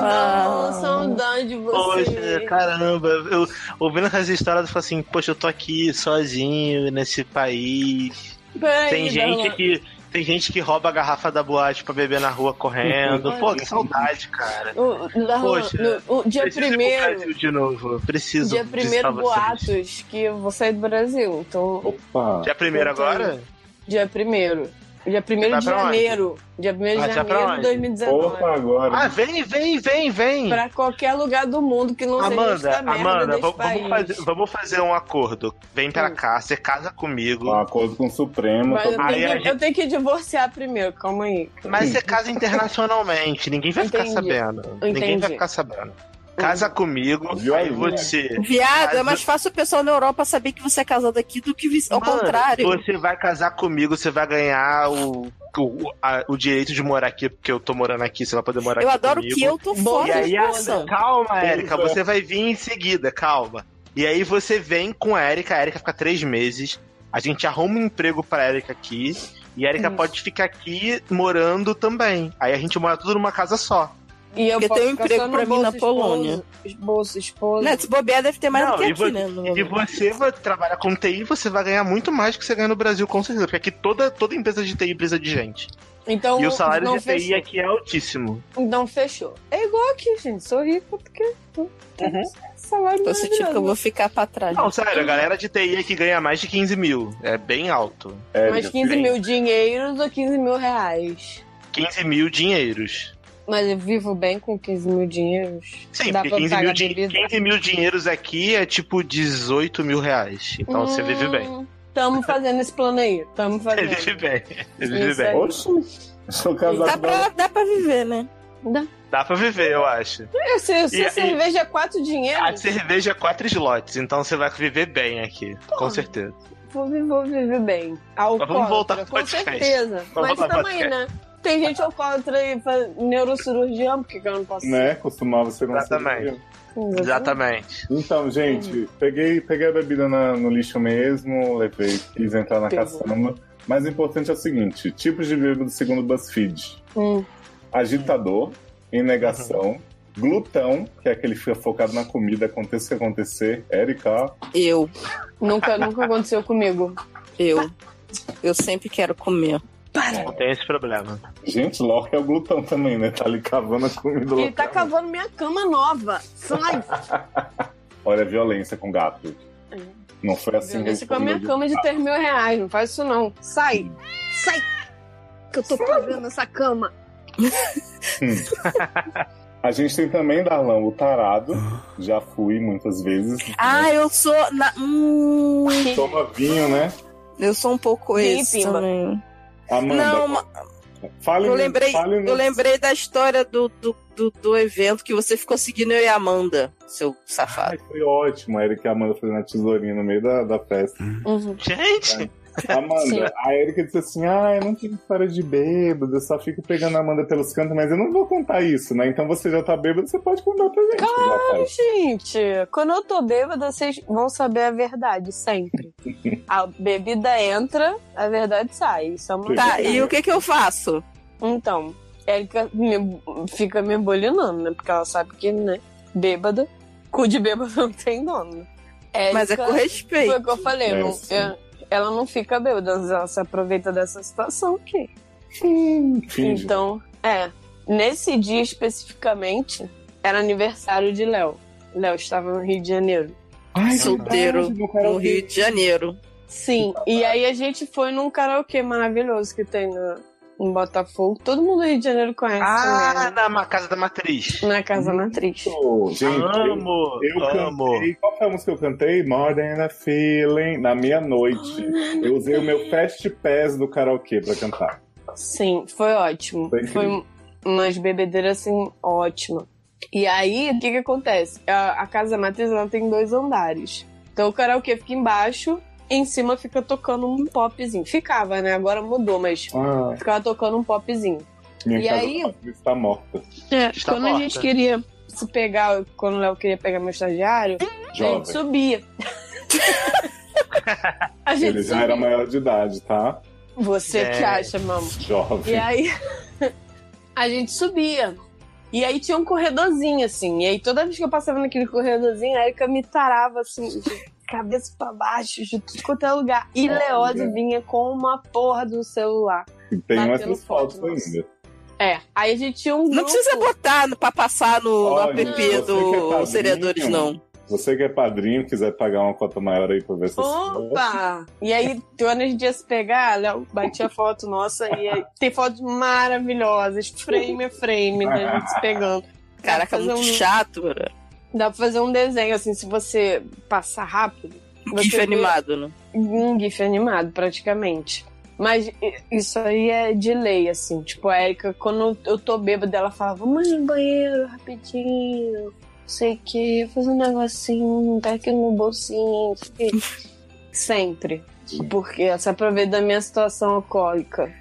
C: Ah.
B: não, saudade de você.
D: Poxa, caramba. Eu, ouvindo essas histórias, eu falo assim, poxa, eu tô aqui sozinho nesse país.
B: Peraí,
D: Tem gente
B: Darlan.
D: que... Tem gente que rouba a garrafa da boate pra beber na rua correndo. Pô, que saudade, cara.
B: O, Darlan,
D: Poxa,
B: Ah, no- o dia
D: Preciso ir pro
B: primeiro,
D: Brasil de novo. Preciso
B: dia
D: visitar
B: primeiro
D: vocês.
B: boatos que eu vou sair do Brasil. Então,
E: Opa!
D: Dia primeiro
B: Então,
D: agora?
B: dia primeiro. Dia primeiro
D: Vai
B: de
D: pra onde?
B: janeiro. Dia primeiro de
D: Ah, você vai pra
B: janeiro
D: onde?
B: de 2019.
E: Opa, agora!
D: Ah, vem, vem, vem, vem.
B: Pra qualquer lugar do mundo que não seja
D: Amanda,
B: esta merda
D: Amanda,
B: desse
D: vamos, vamos
B: país. Hum.
D: fazer, vamos fazer um acordo. Vem pra cá, você casa comigo.
E: Um acordo com o Supremo.
B: Mas eu,
E: todo-
D: Aí
B: tenho
D: a
B: que, eu tenho que divorciar primeiro, calma aí.
D: Mas você casa internacionalmente, ninguém vai ficar
B: Entendi.
D: sabendo. Ninguém vai
B: Entendi.
D: ficar sabendo. Casa comigo,
E: Viu
D: aí
E: aí,
D: você.
C: Viado, é
D: Mas-
C: mais fácil o pessoal na Europa saber que você é casado aqui do que vice- ao
D: Mano,
C: contrário.
D: Você vai casar comigo, você vai ganhar o, o, a- o direito de morar aqui, porque eu tô morando aqui, você vai poder morar
C: Eu
D: aqui.
C: adoro
D: tá comigo.
C: que eu tô
B: Bom,
D: E
C: fora
D: aí,
C: de
D: a-
C: força.
D: calma, Érica, você vai vir em seguida, calma. E aí você vem com a Érica, a Érica fica três meses, a gente arruma um emprego pra Érica aqui, e a Érica pode ficar aqui morando também. Aí a gente mora tudo numa casa só.
B: E eu
C: Porque
B: posso
C: tem um
B: ficar
C: emprego
B: só no
C: pra mim na
B: bolsa
C: Polônia.
B: esposa- Bolsa, esposa.
C: Né, se bobear deve ter mais
D: Não,
C: do que
D: e
C: aqui,
D: vo-
C: né? no-
D: E você vai trabalhar com TI, você vai ganhar muito mais do que você ganha no Brasil, com certeza. Porque aqui toda, toda empresa de TI precisa de gente.
B: Então,
D: e o salário
B: não
D: de TI
B: fechou.
D: aqui é altíssimo.
B: Então fechou. É igual aqui, gente. Sou rica porque tô- tem
D: Uhum.
B: salário
C: Tô sentindo que Então, assim, tipo, eu vou ficar pra trás.
D: Não, sério, a galera de TI aqui ganha mais de 15 mil. É bem alto.
E: É,
B: Mais
E: gente,
B: 15 mil dinheiros ou 15 mil reais.
D: 15 mil dinheiros.
B: Mas eu vivo bem com 15 mil dinheiros.
D: Sim,
B: Dá
D: porque
B: pra
D: 15
B: pagar
D: mil, din-
B: bebida?
D: 15 mil dinheiros aqui é tipo 18 mil reais. Então você vive bem.
B: Hum, Tamo fazendo esse plano aí. Tamo
D: Você
B: fazendo.
D: vive bem. Você vive
B: Isso é-
D: bem.
B: aí.
E: Oxe! Sou
C: Dá
B: Tá
E: casado
C: pra, dá pra viver, né?
D: Dá pra viver, eu acho.
B: É, se se
D: E-
B: a
D: e-
B: cerveja é 4 dinheiros,
D: A cerveja é 4 slots, então você vai viver bem aqui.
B: Tá.
D: Com certeza.
B: vou, vi- vou viver bem.
D: Ah, vamos
B: Alcoólatra,
D: voltar pro
B: com
D: podcast.
B: certeza.
D: Vamos
B: Mas
D: voltar pro
B: também, né? Tem gente alcoólatra aí, fa- neurocirurgião, porque eu não posso Hum,
E: Né? Costumava ser um
D: Exatamente.
E: cirurgião.
B: ser.
D: tá. Exatamente.
E: Então,
B: Hum.
E: gente, peguei, peguei a bebida na- no lixo mesmo, levei, quis entrar na
B: Pegou.
E: caçamba. Mas o importante é o seguinte: tipos de bêbado segundo o BuzzFeed:
B: Hum.
E: agitador, em negação, glutão, que é aquele que fica focado na comida, aconteça o que acontecer, Erika,
C: Eu,
B: Nunca, nunca aconteceu comigo.
C: eu. Eu sempre quero comer.
D: Não tem esse problema.
E: Gente, Lorca é o glutão também, né? Tá ali cavando a comida
B: Ele tá
E: local.
B: cavando minha cama nova. Sai!
E: Olha, violência com gato. Não foi assim
B: É. Violência
E: que
B: com a
E: ele
B: minha
E: respondeu
B: cama de 3 mil reais. Não faz isso, não. Sai! Sai! Que eu tô pagando essa cama.
E: A gente tem também, Darlan, o tarado. Já fui muitas vezes.
C: Ah, eu sou. Na... Hum,
E: Toma vinho, né?
C: eu sou um pouco
B: Ih,
C: esse
B: pimba.
C: também.
E: Amanda,
C: Não, ma-
E: fale
C: eu lembrei,
E: fale
C: eu lembrei da história do, do, do, do evento que você ficou seguindo eu e a Amanda, seu safado.
E: Ai, foi ótimo, a Erika e a Amanda fazendo a tesourinha no meio da, da festa.
B: Uhum.
D: Gente!
B: Sim.
E: Amanda, a Erika disse assim: Ah, eu não tenho história de bêbado, eu só fico pegando a Amanda pelos cantos, mas eu não vou contar isso, né? Então você já tá bêbado, você pode contar pra gente. já faz.
B: Gente, quando eu tô bêbada, vocês vão saber a verdade, sempre. A bebida entra, a verdade sai. Isso é uma
E: Tá,
C: Tá,
B: verdade.
C: e o que que eu faço?
B: Então, Érica me- fica me bolinando, né? Porque ela sabe que, né? Bêbada. Cu de bêbado não tem dono. Érica,
C: Mas é com
B: Foi
C: respeito.
B: o que eu falei.
E: É,
B: não-
E: sim.
B: é- ela não fica bêbada, ela se aproveita dessa situação aqui.
E: Finge.
B: Então, é. Nesse dia especificamente, era aniversário de Léo. Léo estava no Rio de Janeiro.
E: Ai,
C: Solteiro
E: verdade, meu
C: No
E: karaokê.
C: Rio de Janeiro.
B: Sim, e aí a gente foi num karaokê maravilhoso que tem na- em Botafogo. Todo mundo do Rio de Janeiro conhece
D: Ah,
B: né?
D: na ma- casa da matriz.
B: na Casa Matriz.
E: Gente, eu,
D: amo!
E: eu
D: amo!
E: cantei. Qual foi a música que eu cantei? More Than a Feeling, na meia-noite. Eu usei o meu Fast Pass do karaokê pra cantar.
B: Sim, foi ótimo.
E: Foi
B: Foi,
E: incrível.
B: umas bebedeiras assim, ótima. E aí, o que que acontece? A, a Casa Matriz ela tem dois andares. Então o karaokê fica embaixo, e em cima fica tocando um popzinho. Ficava, né? Agora mudou, mas
E: Ah,
B: ficava tocando um popzinho.
E: minha
B: E
E: casa
B: aí?
E: está morta.
B: É,
D: Está
B: quando a gente
D: morta.
B: queria se
C: É,
B: É, pegar, quando o Léo queria pegar meu estagiário, a gente
E: Jovem.
B: subia. A gente
E: Ele já era
B: subiu.
E: maior de idade, tá?
B: Você que
D: É.
B: acha, mamo. E
E: Jovem.
B: aí a gente subia. E aí tinha um corredorzinho, assim. E aí toda vez que eu passava naquele corredorzinho, a Erika me tarava, assim, de cabeça pra baixo, de tudo quanto é lugar. E
E: Olha.
B: Leose vinha com uma porra do celular.
E: Tem
B: batendo
E: essas fotos
B: tá foto, nossa.
E: ainda.
B: É, aí a gente tinha um grupo.
C: Não precisa botar no, pra passar no, no
E: Olha, você
C: app
E: que é
C: do
E: padrinho.
C: Seriadores, não.
E: Você que é padrinho, quiser pagar uma cota maior aí pra ver essas fotos.
B: Opa! E aí, quando a gente ia se pegar, Léo batia foto nossa e aí, tem fotos maravilhosas, frame a frame, da gente se pegando.
C: Caraca, é
B: Fazer
C: muito
B: um-
C: chato, mano.
B: Dá pra fazer um desenho, assim, se você passar rápido. você
C: GIF
B: vê
C: animado, né?
B: Um GIF animado, praticamente. Mas i- isso aí é de lei, assim. Tipo, a Erika, quando eu tô bêbada, ela fala: vamos no banheiro rapidinho. não Sei que, fazer um negocinho, tá aqui no bolsinho. não sei o quê." Sempre. Porque se aproveita da minha situação alcoólica.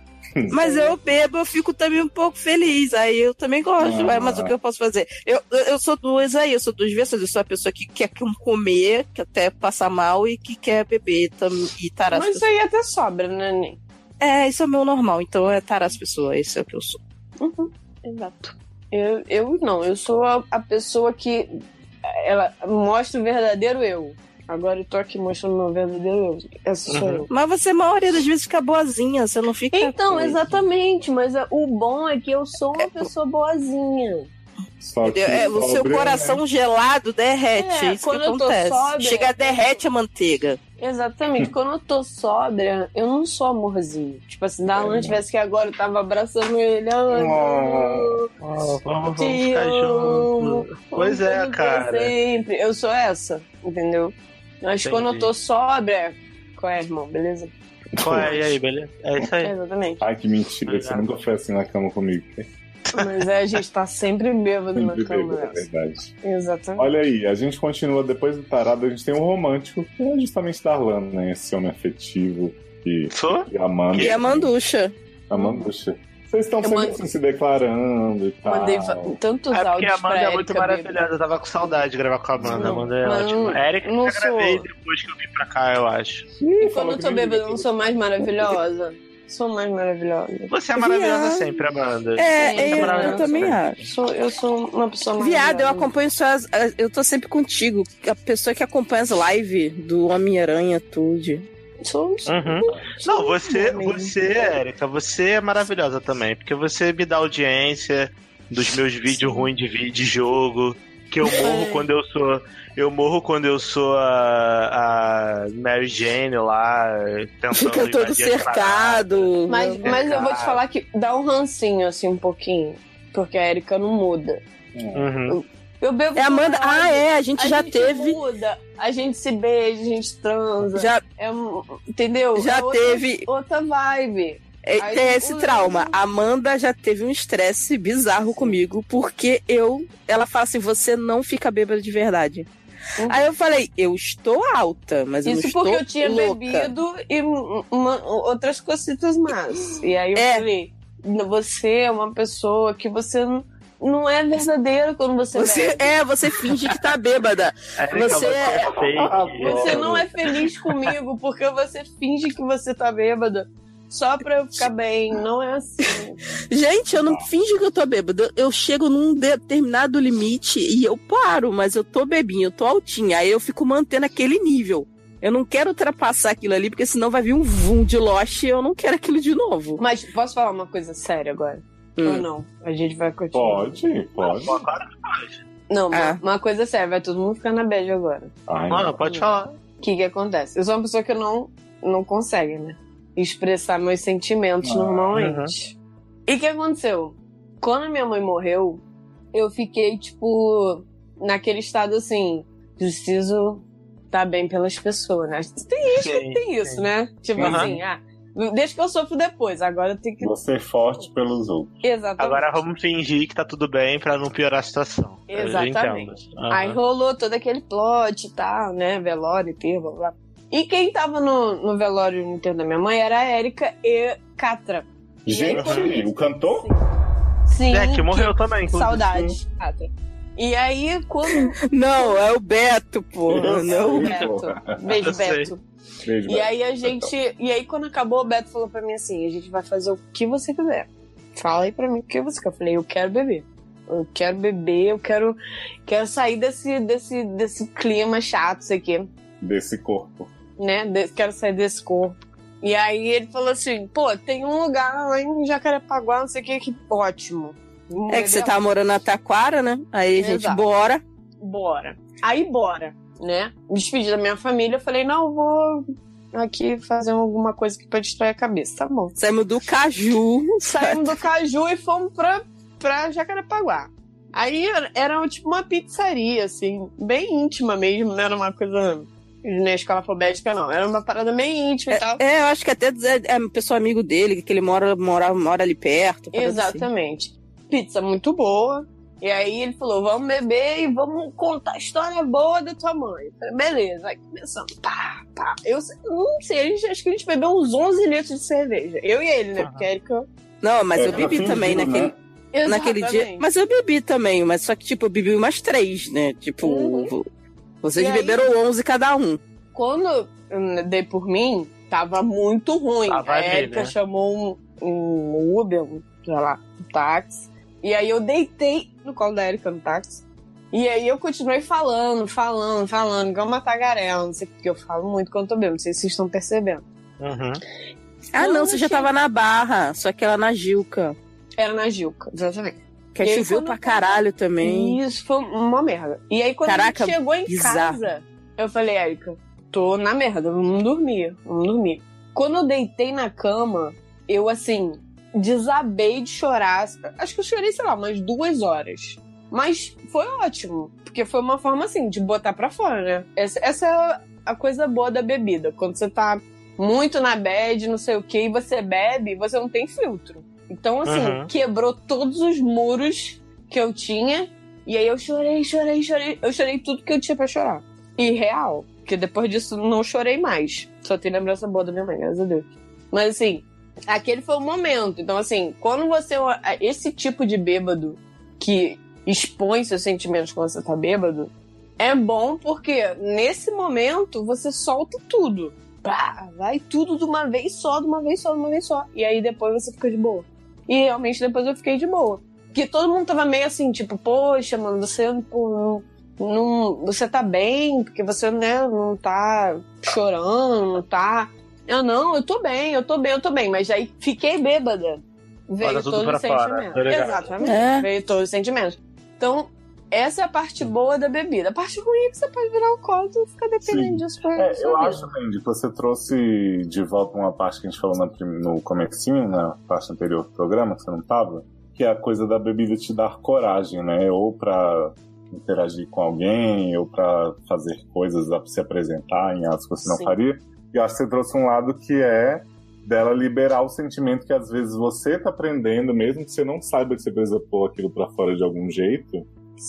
C: Mas eu bebo, eu fico também um pouco feliz. Aí eu também gosto.
E: Ah.
C: vai, mas o que eu posso fazer? Eu, eu- eu sou duas aí, eu sou duas versões. Eu sou a pessoa que quer com- comer, que até passar mal e que quer beber tam, e tarar
B: Mas
C: as
B: isso aí até sobra, né, Nen?
C: pessoas. É, isso é o meu normal. Então é tarar as pessoas, isso é o que eu sou.
B: Exato. Eu, eu não, eu sou a, a pessoa que ela mostra o verdadeiro eu. Agora eu tô aqui mostrando o meu verdadeiro eu. Essa sou
D: Uhum.
B: eu.
C: Mas você, a maioria das vezes, fica boazinha. Você não fica.
B: Então,
C: coisa.
B: exatamente, mas a- o bom é que eu sou uma pessoa boazinha.
E: Só que
C: Entendeu? É, o seu
E: pobre, né?
C: coração gelado derrete.
B: É,
C: É, isso
B: quando
C: que
B: eu tô
C: acontece.
B: sóbria,
C: Chega, derrete a manteiga.
B: Exatamente. Quando eu tô sóbria, eu não sou amorzinho. Tipo assim, da
E: É,
B: Alan
E: né?
B: tivesse que agora eu tava abraçando ele. ai,
E: Ah.
D: Vamos, vamos
B: Te
D: ficar
B: amo.
D: junto. Pois é,
B: Tudo pra
D: cara.
B: Sempre. Eu sou essa, entendeu? Mas
D: Entendi.
B: quando eu tô sóbria. Qual é, irmão? Beleza?
D: Qual é? E aí, beleza? É isso aí.
B: Exatamente.
E: Ai, que mentira, você nunca foi assim na cama comigo.
B: Mas é, a gente tá sempre bêbado na
E: Sempre bebo,
B: cama.
E: é
B: né?
E: verdade.
B: Exatamente.
E: Olha aí, a gente continua depois do tarado, a gente tem um romântico, que é justamente Darlan, né? Esse homem afetivo que é
D: Sou? É
E: que amando.
C: E
B: é
C: a manducha.
E: Amanducha. Vocês estão
B: Eu
E: sempre
B: mandei-
E: assim, se declarando e tal.
B: É Mandei va- tantos
D: É porque
B: áudios
D: a Amanda
B: pra
D: é muito
B: Érica, bêbada.
D: maravilhosa. Eu tava com saudade de gravar com a Amanda. A Amanda é
B: Não,
D: ótima. A Erika
B: não
D: eu gravei
B: sou.
D: depois que eu vim pra cá, eu acho.
E: Ih,
B: E quando
E: falou
B: eu
E: que
B: tô
E: nem
B: bêbada,
E: liga.
B: eu não sou mais maravilhosa? Sou mais maravilhosa.
D: Você é maravilhosa
C: Viado.
D: sempre, Amanda.
C: É,
B: Sim,
C: eu,
B: maravilhoso,
C: eu também
D: né?
C: acho.
B: Sou, eu sou uma pessoa maravilhosa.
C: Viado, eu acompanho suas. as- Eu tô sempre contigo. A pessoa que acompanha as lives do Homem-Aranha, tudo.
B: Sou, sou,
E: Hum.
D: Uhum.
B: sou
D: Não, você,
B: mesmo.
D: você, Érica, você é maravilhosa também, porque você me dá audiência dos meus vídeos ruins de, vi- de jogo, que eu morro quando eu sou, eu morro quando eu sou a, a Mary Jane lá, tentando
C: Fica todo
D: invadir as paradas.
C: cercado.
B: Mas,
C: né?
B: mas eu vou te falar que dá um rancinho, assim, um pouquinho. Porque a Erika não muda.
E: Hum.
D: Uhum.
B: Eu bebo...
C: É a Amanda.
B: caralho,
C: Ah, é, a gente
B: a
C: já
B: gente
C: teve.
B: muda, a gente se beija, a gente transa.
C: Já,
B: É um- entendeu?
C: já
B: É outra-
C: teve.
B: Outra vibe.
C: é,
B: Aí
C: tem
B: eu-
C: esse trauma. A Amanda já teve um estresse bizarro comigo, porque eu. Ela fala assim: você não fica bêbada de verdade.
B: Uhum.
C: Aí eu falei, eu estou alta, mas eu não
B: Isso
C: estou
B: porque eu tinha
C: louca.
B: bebido e um- uma- outras cositas más. E aí eu
C: É.
B: falei: "Não, você é uma pessoa que você n- não é verdadeiro quando você,
C: Você,
B: bebe.
C: é, você finge que tá bêbada.
D: Érica,
C: Você-
D: é fake.
B: Você não é feliz comigo porque você finge que você tá bêbada só pra eu ficar bem. Não é assim.
C: Gente, eu não
E: Tá.
C: finge que eu tô bêbada. Eu chego num determinado limite e eu paro, mas eu tô bebinha, eu tô altinha. Aí eu fico mantendo aquele nível. Eu não quero ultrapassar aquilo ali, porque senão vai vir um vum de loche e eu não quero aquilo de novo.
B: Mas posso falar uma coisa séria agora?
C: Hum.
B: Ou não? A gente vai continuar.
E: Pode, pode.
D: Pô, Agora,
B: Não,
C: Ah.
B: uma, uma coisa séria, vai todo mundo ficar na beijo agora.
E: Ai,
D: mano, pode falar.
B: O que que acontece? Eu sou uma pessoa que não, não consegue, né? Expressar meus sentimentos
E: Ah,
B: normalmente. E o que aconteceu? Quando minha mãe morreu, eu fiquei, tipo, naquele estado assim, preciso estar bem pelas pessoas, né? Tem isso,
D: Sim,
B: tem isso, né? Tipo
D: Aham. Uhum.
B: assim, ah, deixa que eu sofro depois, agora eu tenho que...
E: Você é forte pelos outros.
B: Exatamente.
D: Agora vamos fingir que tá tudo bem pra não piorar a situação. Eu
B: Exatamente.
D: entendo. Aham.
B: Aí rolou todo aquele plot e tal, né? Velório, enterro, blá blá. E quem tava no, no velório no enterro da minha mãe era a Érica e Catra. E aí,
E: Gente,
B: quando-
E: o cantor?
B: Sim.
D: É, que morreu também, inclusive.
B: Saudade. Catra. E aí, quando.
C: Não, é o Beto, porra.
E: Eu
C: Não.
E: sei.
B: Beto. Beijo,
D: Eu sei.
B: Beto.
E: Beijo,
B: E
E: Beto.
B: aí a gente. E aí quando acabou, o Beto falou pra mim assim: a gente vai fazer o que você quiser. Fala aí pra mim o que você quer. Eu falei, eu quero beber. Eu quero beber, eu quero, quero sair desse, desse, desse clima chato isso aqui,
E: Desse corpo.
B: né? De- quero sair desse corpo. E aí ele falou assim, pô, tem um lugar lá em Jacarepaguá, não sei o que, que ótimo. Vamos
C: É que você
B: beber
C: tá morando na Taquara, né? Aí, gente,
B: Exato.
C: bora.
B: bora. Aí bora, né? Me Despedi da minha família, eu falei, não, eu vou aqui fazer alguma coisa aqui pra distrair a cabeça, tá bom.
C: Saímos do Caju.
B: Saímos do Caju e fomos pra, pra Jacarepaguá. Aí era tipo uma pizzaria, assim, bem íntima mesmo, não era uma coisa nem escalafobética, não. Era uma parada bem íntima e tal.
C: É, eu acho que até dizer, é um pessoal amigo dele, que ele mora, mora, mora ali perto. assim. parece
B: Exatamente. Pizza muito boa. E aí ele falou: vamos beber e vamos contar a história boa da tua mãe. Eu falei, Beleza, aí começamos. Pá, pá. Eu sei- não sei, a gente, acho que a gente bebeu uns 11 litros de cerveja. Eu e ele, né? Porque a Erika.
C: assim. Não, mas
E: É,
C: eu bebi
E: tá
C: também
E: fingindo,
C: naquele,
E: né?
C: naquele dia.
B: Exatamente.
C: Mas eu bebi também, mas só que, tipo, eu bebi umas três, né? Tipo,
B: Uhum.
C: vocês
B: E aí?
C: beberam 11 cada um.
B: Quando hum, dei por mim, tava muito ruim.
D: Ah, vai
B: a
D: ver,
B: Erika
D: né?
B: chamou um, um Uber, um, sei lá, um táxi. E aí eu deitei no colo da Erika no táxi. E aí eu continuei falando, falando, falando, igual uma tagarela. Não sei porque eu falo muito quando tô bêbada, não sei se vocês estão percebendo.
D: Uhum.
C: Ah,
B: Não,
C: não, você já
B: achei.
C: tava na Barra, só que ela na Gilca.
B: Era na Gilca, exatamente.
C: Que é
B: E aí
C: choveu
B: quando
C: pra
B: eu tava-
C: caralho também.
B: Isso foi uma merda. E aí quando
C: Caraca,
B: a gente chegou em
C: bizarro.
B: casa, eu falei, Erika, tô na merda, vamos dormir, vamos dormir. Quando eu deitei na cama, eu assim, desabei de chorar. Acho que eu chorei, sei lá, umas duas horas. Mas foi ótimo, porque foi uma forma assim de botar pra fora, né? Essa, essa é a coisa boa da bebida. Quando você tá muito na bad, não sei o que, e você bebe, você não tem filtro. Então, assim,
D: Uhum.
B: quebrou todos os muros que eu tinha. E aí eu chorei, chorei, chorei. Eu chorei tudo que eu tinha pra chorar. E real. Porque depois disso não chorei mais. Só tenho lembrança boa da minha mãe, graças a Deus. Mas assim, aquele foi o momento. Então, assim, quando você. é uma- Esse tipo de bêbado que expõe seus sentimentos quando você tá bêbado, é bom porque nesse momento você solta tudo. Pá, vai tudo de uma vez só, de uma vez só, de uma vez só. E aí depois você fica de boa. E realmente depois eu fiquei de boa. Porque todo mundo tava meio assim, tipo, poxa, mano, você não. não- você tá bem, porque você né, não tá chorando, não tá. Eu não, eu tô bem, eu tô bem, eu tô bem. Mas aí fiquei bêbada. Veio
D: Bota tudo
B: todo
D: pra
B: o
D: fora,
B: sentimento.
D: tô ligado.
B: Exatamente.
C: É.
B: Veio todos os sentimentos. Então, essa é a parte boa da bebida. A parte ruim é que você pode virar alcoólatra e ficar dependendo
E: Sim.
B: disso pra
E: É, eu
B: sua vida.
E: acho, Mandy, que você trouxe de volta uma parte que a gente falou na prim- no comecinho, na parte anterior do programa, que você não tava, que é a coisa da bebida te dar coragem, né? Ou pra interagir com alguém, ou pra fazer coisas, pra se apresentar em atos que você não
B: Sim.
E: faria. E eu acho que você trouxe um lado que é dela liberar o sentimento que às vezes você tá aprendendo, mesmo que você não saiba que você precisa pôr aquilo pra fora de algum jeito.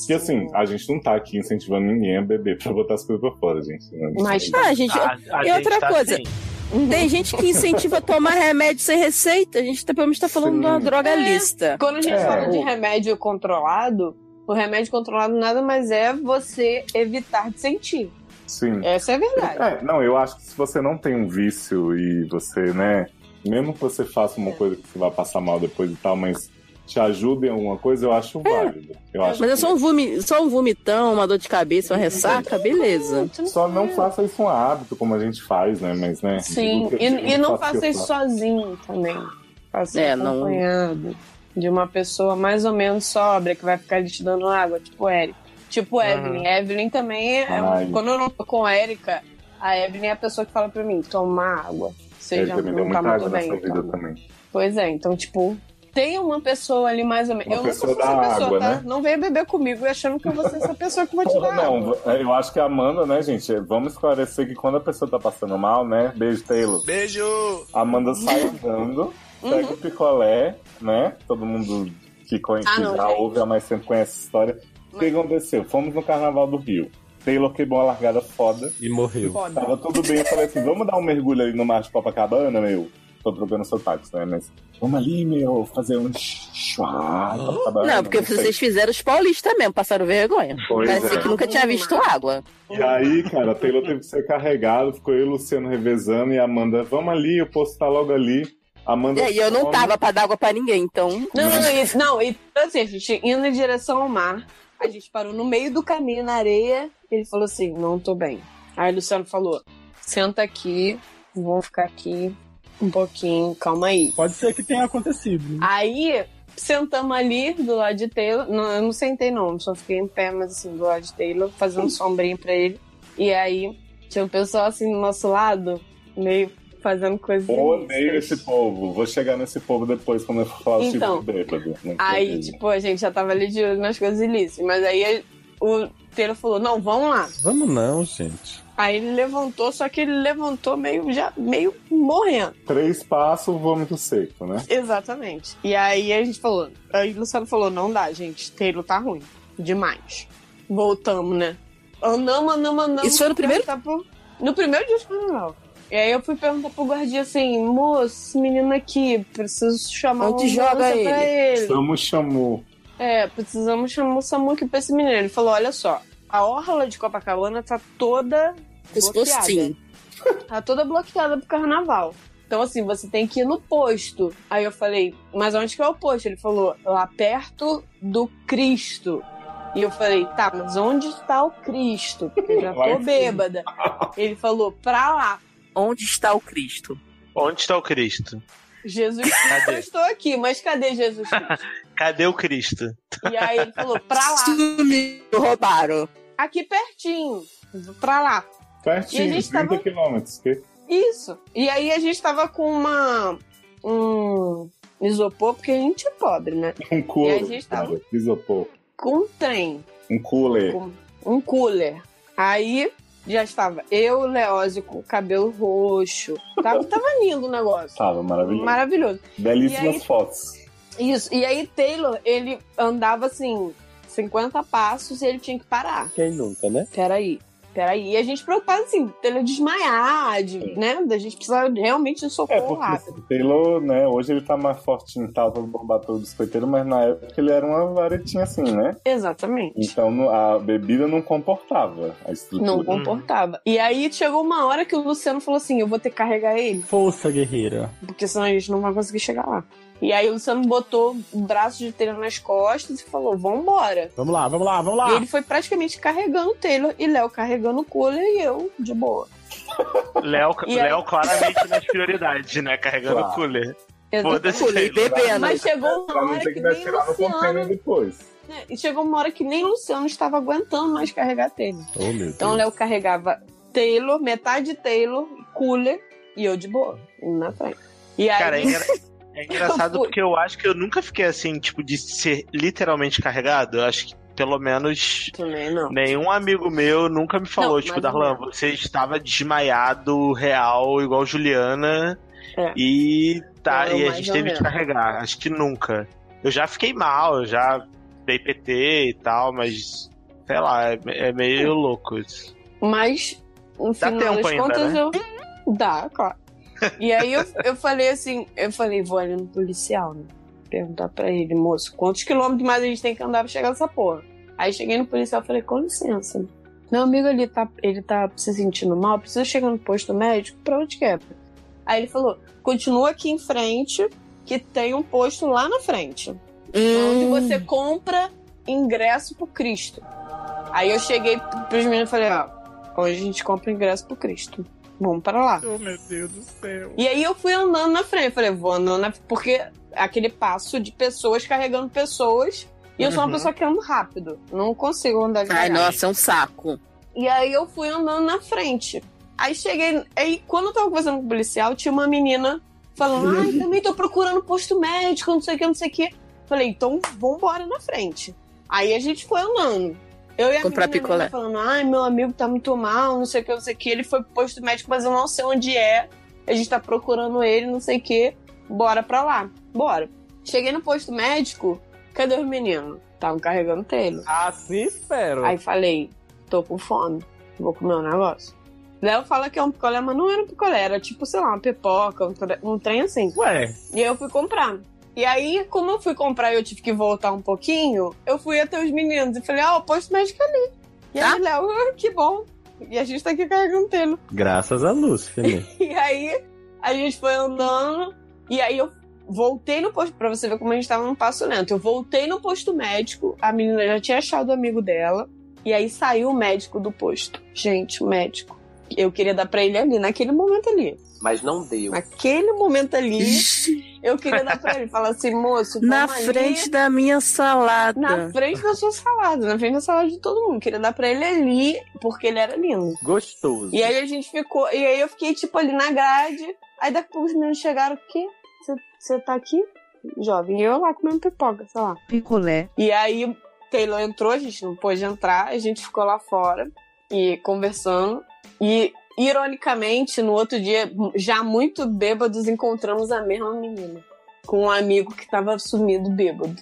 E: E assim, a gente não tá aqui incentivando ninguém a beber pra botar as coisas pra fora, gente. né?
B: Mas
C: Ah, gente,
D: A- a
C: e
D: gente
C: outra
D: tá
C: coisa,
D: assim.
C: tem gente que incentiva a tomar remédio sem receita. A gente tá, pelo menos tá falando
E: Sim.
C: de uma droga
B: É.
C: lista.
B: Quando a gente
E: É,
B: fala de
E: o-
B: remédio controlado, o remédio controlado nada mais é você evitar de sentir.
E: Sim.
B: Essa é a verdade.
E: É, não, eu acho que se você não tem um vício e você, né, mesmo que você faça uma
B: É.
E: coisa que você vai passar mal depois e tal, mas te ajuda em alguma coisa, eu
B: É.
E: acho válido. Eu acho
C: Mas é
E: que-
C: só um, vomi- só um vomitão, uma dor de cabeça, uma ressaca, beleza.
B: Você não-
E: Só não faça isso um hábito, como a gente faz, né? Mas, né?
B: É. Sim,
E: digo que- digo
B: e, e
E: que
B: não
E: eu faço
B: faça isso sozinho também. Faça
C: É,
B: isso
C: não-
B: acompanhado de uma pessoa mais ou menos sóbria que vai ficar ali te dando água, tipo Eric. Tipo Evelyn. Evelyn também é.
E: Ah. Ai.
B: Quando eu não tô com a Erika, a Evelyn é a pessoa que fala pra mim: tomar água. Você
E: Ele
B: já
E: também deu
B: não
E: muita
B: tá
E: água
B: muito bem.
E: nessa vida
B: então.
E: também.
B: Pois é, então, tipo, tem uma pessoa ali mais ou menos.
E: Uma
B: Eu nunca
E: pessoa
B: fui essa
E: da
B: pessoa,
E: água,
B: tá?
E: né?
B: Não venha beber comigo achando que eu vou ser essa pessoa que vai te dar água.
E: Não, é, eu acho que a Amanda, né, gente? Vamos esclarecer que quando a pessoa tá passando mal, né? Beijo, Taylor.
A: Beijo!
E: A Amanda sai andando, pega
B: Uhum.
E: o picolé, né? Todo mundo que, conhe-
B: Ah,
E: que
B: não,
E: já
B: gente.
E: ouve há mais tempo conhece essa história. O que aconteceu? Fomos no Carnaval do Rio. Taylor queimou a largada foda.
G: E morreu.
B: Foda.
E: Tava tudo bem. Eu falei assim, vamos dar um mergulho ali no mar de Copacabana, meu? tô trocando sotaques, né? Mas vamos ali, meu, fazer um chua.
C: Não, porque vocês fizeram os paulistas mesmo, passaram vergonha.
E: Pois
C: Parecia
E: é.
C: que nunca tinha visto água.
E: E aí, cara, Taylor teve que ser carregado, ficou eu e o Luciano revezando e a Amanda, vamos ali, eu posso estar logo ali. Amanda.
C: E aí eu não
E: some.
C: tava pra dar água pra ninguém, então.
B: Não, não, e, não, e assim, a gente indo em direção ao mar, a gente parou no meio do caminho, na areia, e ele falou assim, não tô bem. Aí o Luciano falou, senta aqui, vou ficar aqui um pouquinho, calma aí.
A: Pode ser que tenha acontecido.
B: Aí, sentamos ali do lado de Taylor, não, eu não sentei não, só fiquei em pé, mas assim, do lado de Taylor, fazendo sombrinho pra ele. E aí, tinha um pessoal assim do nosso lado, meio fazendo assim. coisas
E: Eu odeio
B: ilícitas.
E: esse povo. Vou chegar nesse povo depois quando eu falar
B: Então,
E: o tipo de bêbado. Não
B: Aí,
E: acredito.
B: tipo, a gente já tava ali de olho nas coisas ilícitas. Mas aí ele- o Teiro falou, não, vamos lá.
G: Vamos não, gente.
B: Aí ele levantou, só que ele levantou meio já, meio morrendo.
E: Três passos, vômito seco, né?
B: Exatamente. E aí a gente falou, aí o Luciano falou, não dá, gente, Teiro tá ruim. Demais. Voltamos, né? Andamos, andamos, andamos.
C: Isso foi no primeiro?
B: Tá pro- No primeiro dia de carnaval. E aí eu fui perguntar pro guardia assim, moço, esse menino aqui, preciso chamar
C: Onde
B: uma
C: joga
B: ambulância pra ele.
E: Chamo, chamou.
B: É, precisamos chamar o Samu aqui pra esse menino. Ele falou: olha só, a orla de Copacabana tá toda
C: Os
B: bloqueada.
C: postinhos.
B: Tá toda bloqueada pro carnaval. Então, assim, você tem que ir no posto. Aí eu falei, mas onde que é o posto? Ele falou, lá perto do Cristo. E eu falei, tá, mas onde está o Cristo? Porque eu já
E: Vai
B: tô
E: sim.
B: bêbada. Ele falou, pra lá.
C: Onde está o Cristo?
D: Onde está o Cristo?
B: Jesus Cristo, eu estou aqui, mas cadê Jesus Cristo?
D: Cadê o Cristo?
B: E aí ele falou, pra lá.
C: Sumiu, roubaram.
B: Aqui pertinho. Pra lá. E a
E: Pertinho,
B: gente
E: 30
B: tava-
E: quilômetros. Que...
B: Isso. E aí a gente tava com uma. Um isopor, porque a gente é pobre, né?
E: Um
B: E a
E: couro,
B: gente
E: cara.
B: tava-
E: Isopor.
B: Com um trem,
E: Um cooler.
B: Com- um cooler. Aí já estava eu, Leózio, com o cabelo roxo. Tava, tava lindo o negócio.
E: Tava maravilhoso.
B: Maravilhoso.
E: Belíssimas
B: E aí-
E: fotos.
B: Isso. E aí Taylor, ele andava assim, 50 passos e ele tinha que parar.
G: Quem nunca, né?
B: peraí, peraí. E a gente preocupado assim, dele desmaiar, de, né? Da gente precisar realmente de
E: É,
B: socorro
E: porque
B: rápido.
E: o Taylor, né, hoje ele tá mais fortinho e tal, pra bombar todo o biscoiteiro, mas na época ele era uma varetinha assim, né?
B: Exatamente.
E: Então no- a bebida não comportava a estrutura.
D: Uhum.
B: Não comportava. E aí chegou uma hora que o Luciano falou assim: eu vou ter que carregar ele,
A: Força, guerreira.
B: porque senão a gente não vai conseguir chegar lá. E aí o Luciano botou o braço de Taylor nas costas e falou: vambora.
A: Vamos lá, vamos lá, vamos
D: Ah.
A: lá.
B: E ele foi praticamente carregando o Taylor e Léo carregando o cooler e eu de boa.
D: Léo,
B: E aí-
D: Léo claramente nas prioridades, né? Carregando
E: Claro.
D: o cooler.
B: Exatamente.
D: Foda-se.
C: Pulei
D: Taylor.
C: bebendo.
B: Mas chegou
E: Pra
B: uma
E: não
B: hora
E: ter
B: que um
E: que
B: nem
E: descer lá no container
B: Luciano.
E: depois.
B: né, E chegou uma hora que nem Luciano estava aguentando mais carregar Taylor.
G: Oh, meu
B: Então,
G: Deus.
B: Léo carregava Taylor, metade Taylor, cooler e eu de boa, indo na frente. E aí,
D: Cara, é, engra- é engraçado
B: Eu fui.
D: porque eu acho que eu nunca fiquei assim, tipo, de ser literalmente carregado. Eu acho que pelo menos
B: também né, não.
D: nenhum amigo meu nunca me falou,
B: Não, é.
D: tipo,
B: mas
D: Darlan,
B: não.
D: você estava desmaiado, real, igual Juliana.
B: É.
D: E tá,
B: Não,
D: e a
B: mais
D: gente
B: ou
D: teve que
B: menos.
D: carregar. Acho que nunca. Eu já fiquei mal, eu já dei PT e tal, mas. Sei lá, é, é meio
B: Hum.
D: louco isso.
B: Mas, no
D: Dá
B: final
D: tempo
B: das
D: ainda,
B: contas,
D: né?
B: eu. Dá, claro. E aí eu, eu falei assim, eu falei, vou ali no policial, né? Perguntar pra ele, moço, quantos quilômetros mais a gente tem que andar pra chegar nessa porra? Aí cheguei no policial e falei, com licença. Meu amigo ali tá, ele tá se sentindo mal, precisa chegar no posto médico, pra onde que é? Aí ele falou, continua aqui em frente, que tem um posto lá na frente
C: Hum.
B: onde você compra ingresso pro Cristo. Aí eu cheguei pros meninos e falei, ó, hoje a gente compra ingresso pro Cristo. Vamos para lá.
A: Oh, meu Deus do céu.
B: E aí eu fui andando na frente, falei, vou andando na porque aquele passo de pessoas carregando pessoas, e eu sou uma
D: Uhum.
B: pessoa que ando rápido, não consigo andar
C: Ai,
B: devagar.
C: nossa, é um saco.
B: E aí eu fui andando na frente. Aí cheguei. Aí quando eu tava conversando com o policial, tinha uma menina falando:
C: Uhum.
B: Ai, também tô procurando posto médico, não sei o que, não sei o que. Falei, então vambora na frente. Aí a gente foi andando. Eu e a
C: Comprar
B: menina
C: picolé.
B: falando: Ai, meu amigo tá muito mal, não sei o que, não sei o que. Ele foi pro posto médico, mas eu não sei onde é. A gente tá procurando ele, não sei o que. Bora pra lá. Bora. Cheguei no posto médico, cadê os meninos? Estavam carregando telha.
G: Assim espero.
B: Aí falei, tô com fome, vou comer um negócio. Léo fala que é um picolé, mas não era um picolé, era tipo, sei lá, uma pipoca, um tre- um trem assim.
A: Ué,
B: E eu fui comprar. E aí, como eu fui comprar e eu tive que voltar um pouquinho, eu fui até os meninos e falei, ó, o posto médico é ali. E aí, Léo, ah, que bom. E a gente tá aqui carregando telho.
A: graças a luz, Felipe.
B: E aí, a gente foi andando. E aí, eu voltei no posto, pra você ver como a gente tava num passo lento. Eu voltei no posto médico, a menina já tinha achado o amigo dela. E aí, saiu o médico do posto. Gente, o médico. Eu queria dar pra ele ali, naquele momento ali.
H: Mas não deu.
B: Naquele momento ali, eu queria dar pra ele. Falar assim, moço,
I: Na
B: toma aí.
I: frente da minha salada.
B: Na frente da sua salada, na frente da salada de todo mundo. Queria dar pra ele ali, porque ele era lindo.
H: Gostoso.
B: E aí a gente ficou, e aí eu fiquei, tipo, ali na grade. Aí daqui a pouco os meninos chegaram, o quê? Você tá aqui? Jovem, e eu lá comendo pipoca, sei lá.
I: Picolé.
B: E aí Taylor entrou, a gente não pôde entrar, a gente ficou lá fora e conversando. E ironicamente, no outro dia, já muito bêbados, encontramos a mesma menina com um amigo que tava sumido bêbado.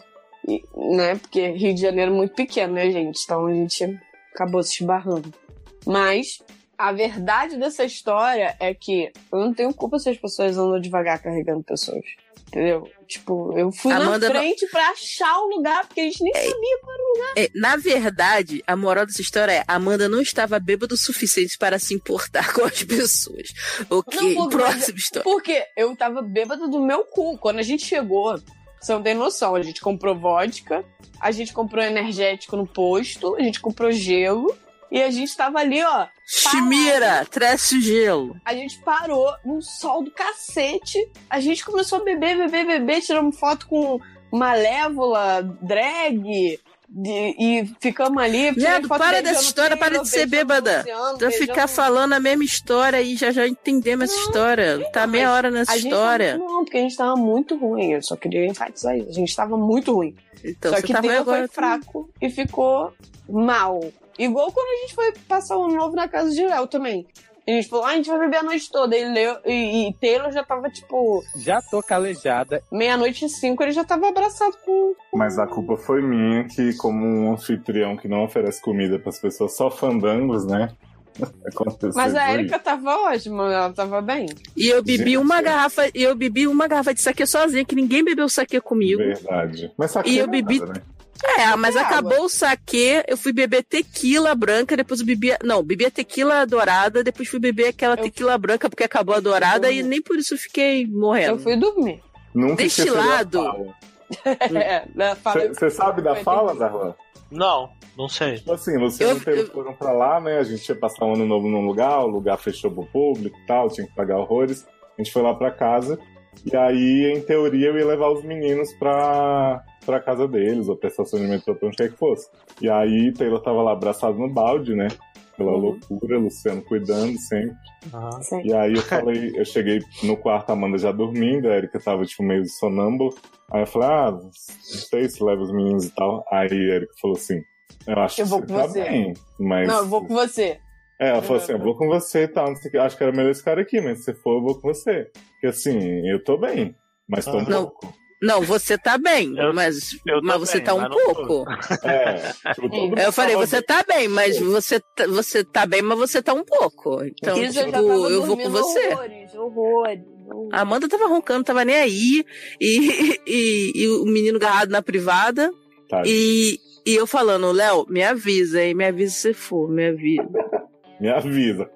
B: E, né? Porque Rio de Janeiro é muito pequeno, né, gente? Então a gente acabou se esbarrando. Mas a verdade dessa história é que eu não tenho culpa se as pessoas andam devagar carregando pessoas. Entendeu? Tipo, eu fui
C: Amanda
B: na
C: não-
B: frente pra achar o lugar, porque a gente nem sabia.
C: É, na verdade, a moral dessa história é: Amanda não estava bêbada o suficiente para se importar com as pessoas. Ok,
B: Não, porque-
C: próxima história.
B: Porque eu tava bêbada do meu cu quando a gente chegou. Você não tem noção. A gente comprou vodka, a gente comprou energético no posto, a gente comprou gelo. E a gente tava ali, ó.
C: Chimira, traz o gelo.
B: A gente parou num sol do cacete. A gente começou a beber, beber, beber. Tiramos foto com malévola, drag. de- e ficamos ali. tirei
C: Viado,
B: foto
C: para
B: beijando
C: dessa história,
B: Taylor,
C: para de ser
B: beijando
C: bêbada.
B: Luciano,
C: Pra
B: beijando-
C: ficar falando a mesma história e já já entendemos essa história. Tá meia hora nessa
B: A gente tava-
C: história.
B: não, porque a gente tava muito ruim. Eu só queria enfatizar isso. A gente tava muito ruim.
C: Então,
B: Só
C: você
B: que
C: tá ruim
B: Taylor
C: agora.
B: foi fraco e ficou mal. Igual quando a gente foi passar o ano novo na casa de Léo também. A gente falou, ah, a gente vai beber a noite toda. E, Leo, e, e Taylor já tava, tipo,
G: Já tô calejada.
B: meia-noite e cinco, ele já tava abraçado com.
E: Mas a culpa foi minha que, como um anfitrião que não oferece comida pras pessoas, só fandangos, né? Aconteceu.
B: Mas a
E: isso aí.
B: Erika tava ótima, ela tava bem.
C: E eu bebi
E: Gente.
C: uma garrafa, e eu bebi uma garrafa de saque sozinha, que ninguém bebeu saque comigo.
E: Verdade. Mas só que
C: E eu
E: nada,
C: bebi-
E: né?
C: É, mas
B: água.
C: acabou o saque, eu fui beber tequila branca, depois eu bebi. a- Não, bebi a tequila dourada, depois fui beber aquela
B: Eu-
C: tequila branca porque acabou a dourada e
B: dormi.
C: nem por isso eu fiquei
B: Eu
C: morrendo.
B: fui dormir.
E: Nunca
C: Deste
E: esquecerei a
C: lado.
E: fala.
B: É, né, falei-
E: Você sabe da
B: Foi,
E: fala,
B: tem-
E: Zarlan?
D: Não, não sei.
E: Tipo assim, vocês
C: Eu-
E: não teve-
C: eu-
E: foram pra lá, né? A gente ia passar um ano novo num lugar, o lugar fechou pro público e tal, tinha que pagar horrores. A gente foi lá pra casa. E aí, em teoria, eu ia levar os meninos pra, pra casa deles, ou pra estação de metrô, pra onde quer que fosse. E aí, Taylor tava lá abraçado no balde, né? Pela
C: Uhum.
E: loucura, Luciano cuidando sempre. E aí eu falei, eu cheguei no quarto, a Amanda já dormindo, a Erika tava tipo meio sonâmbula. Aí eu falei, ah, não sei se leva os meninos e tal. Aí a Erika falou assim, eu acho
B: Eu vou
E: que
B: com
E: tá
B: você.
E: bem, mas...
B: Não, eu vou com você.
E: É, ela falou assim, eu vou com você e tal, não sei o que. acho que era melhor esse cara aqui, mas se você for, eu vou com você. Porque assim, eu tô bem, mas tô um
C: Não.
E: pouco.
C: Não, você tá bem,
D: Eu-
C: mas,
D: eu tô
C: mas você
D: bem,
C: tá um
D: mas não tô.
C: pouco.
E: É, tipo, todo mundo
C: Eu falei,
E: tava
C: você tá bem, mas você, tá- você tá bem, mas você tá um pouco. Então,
B: Isso eu
C: tipo,
B: já tava
C: eu,
B: dormindo
C: vou com você.
B: horrores, horrores.
C: A Amanda tava roncando, tava nem aí. E, e, e o menino garrado na privada.
E: Tá.
C: E, e eu falando, Léo, me avisa, hein? Me avisa se for, me avisa.
E: Me avisa.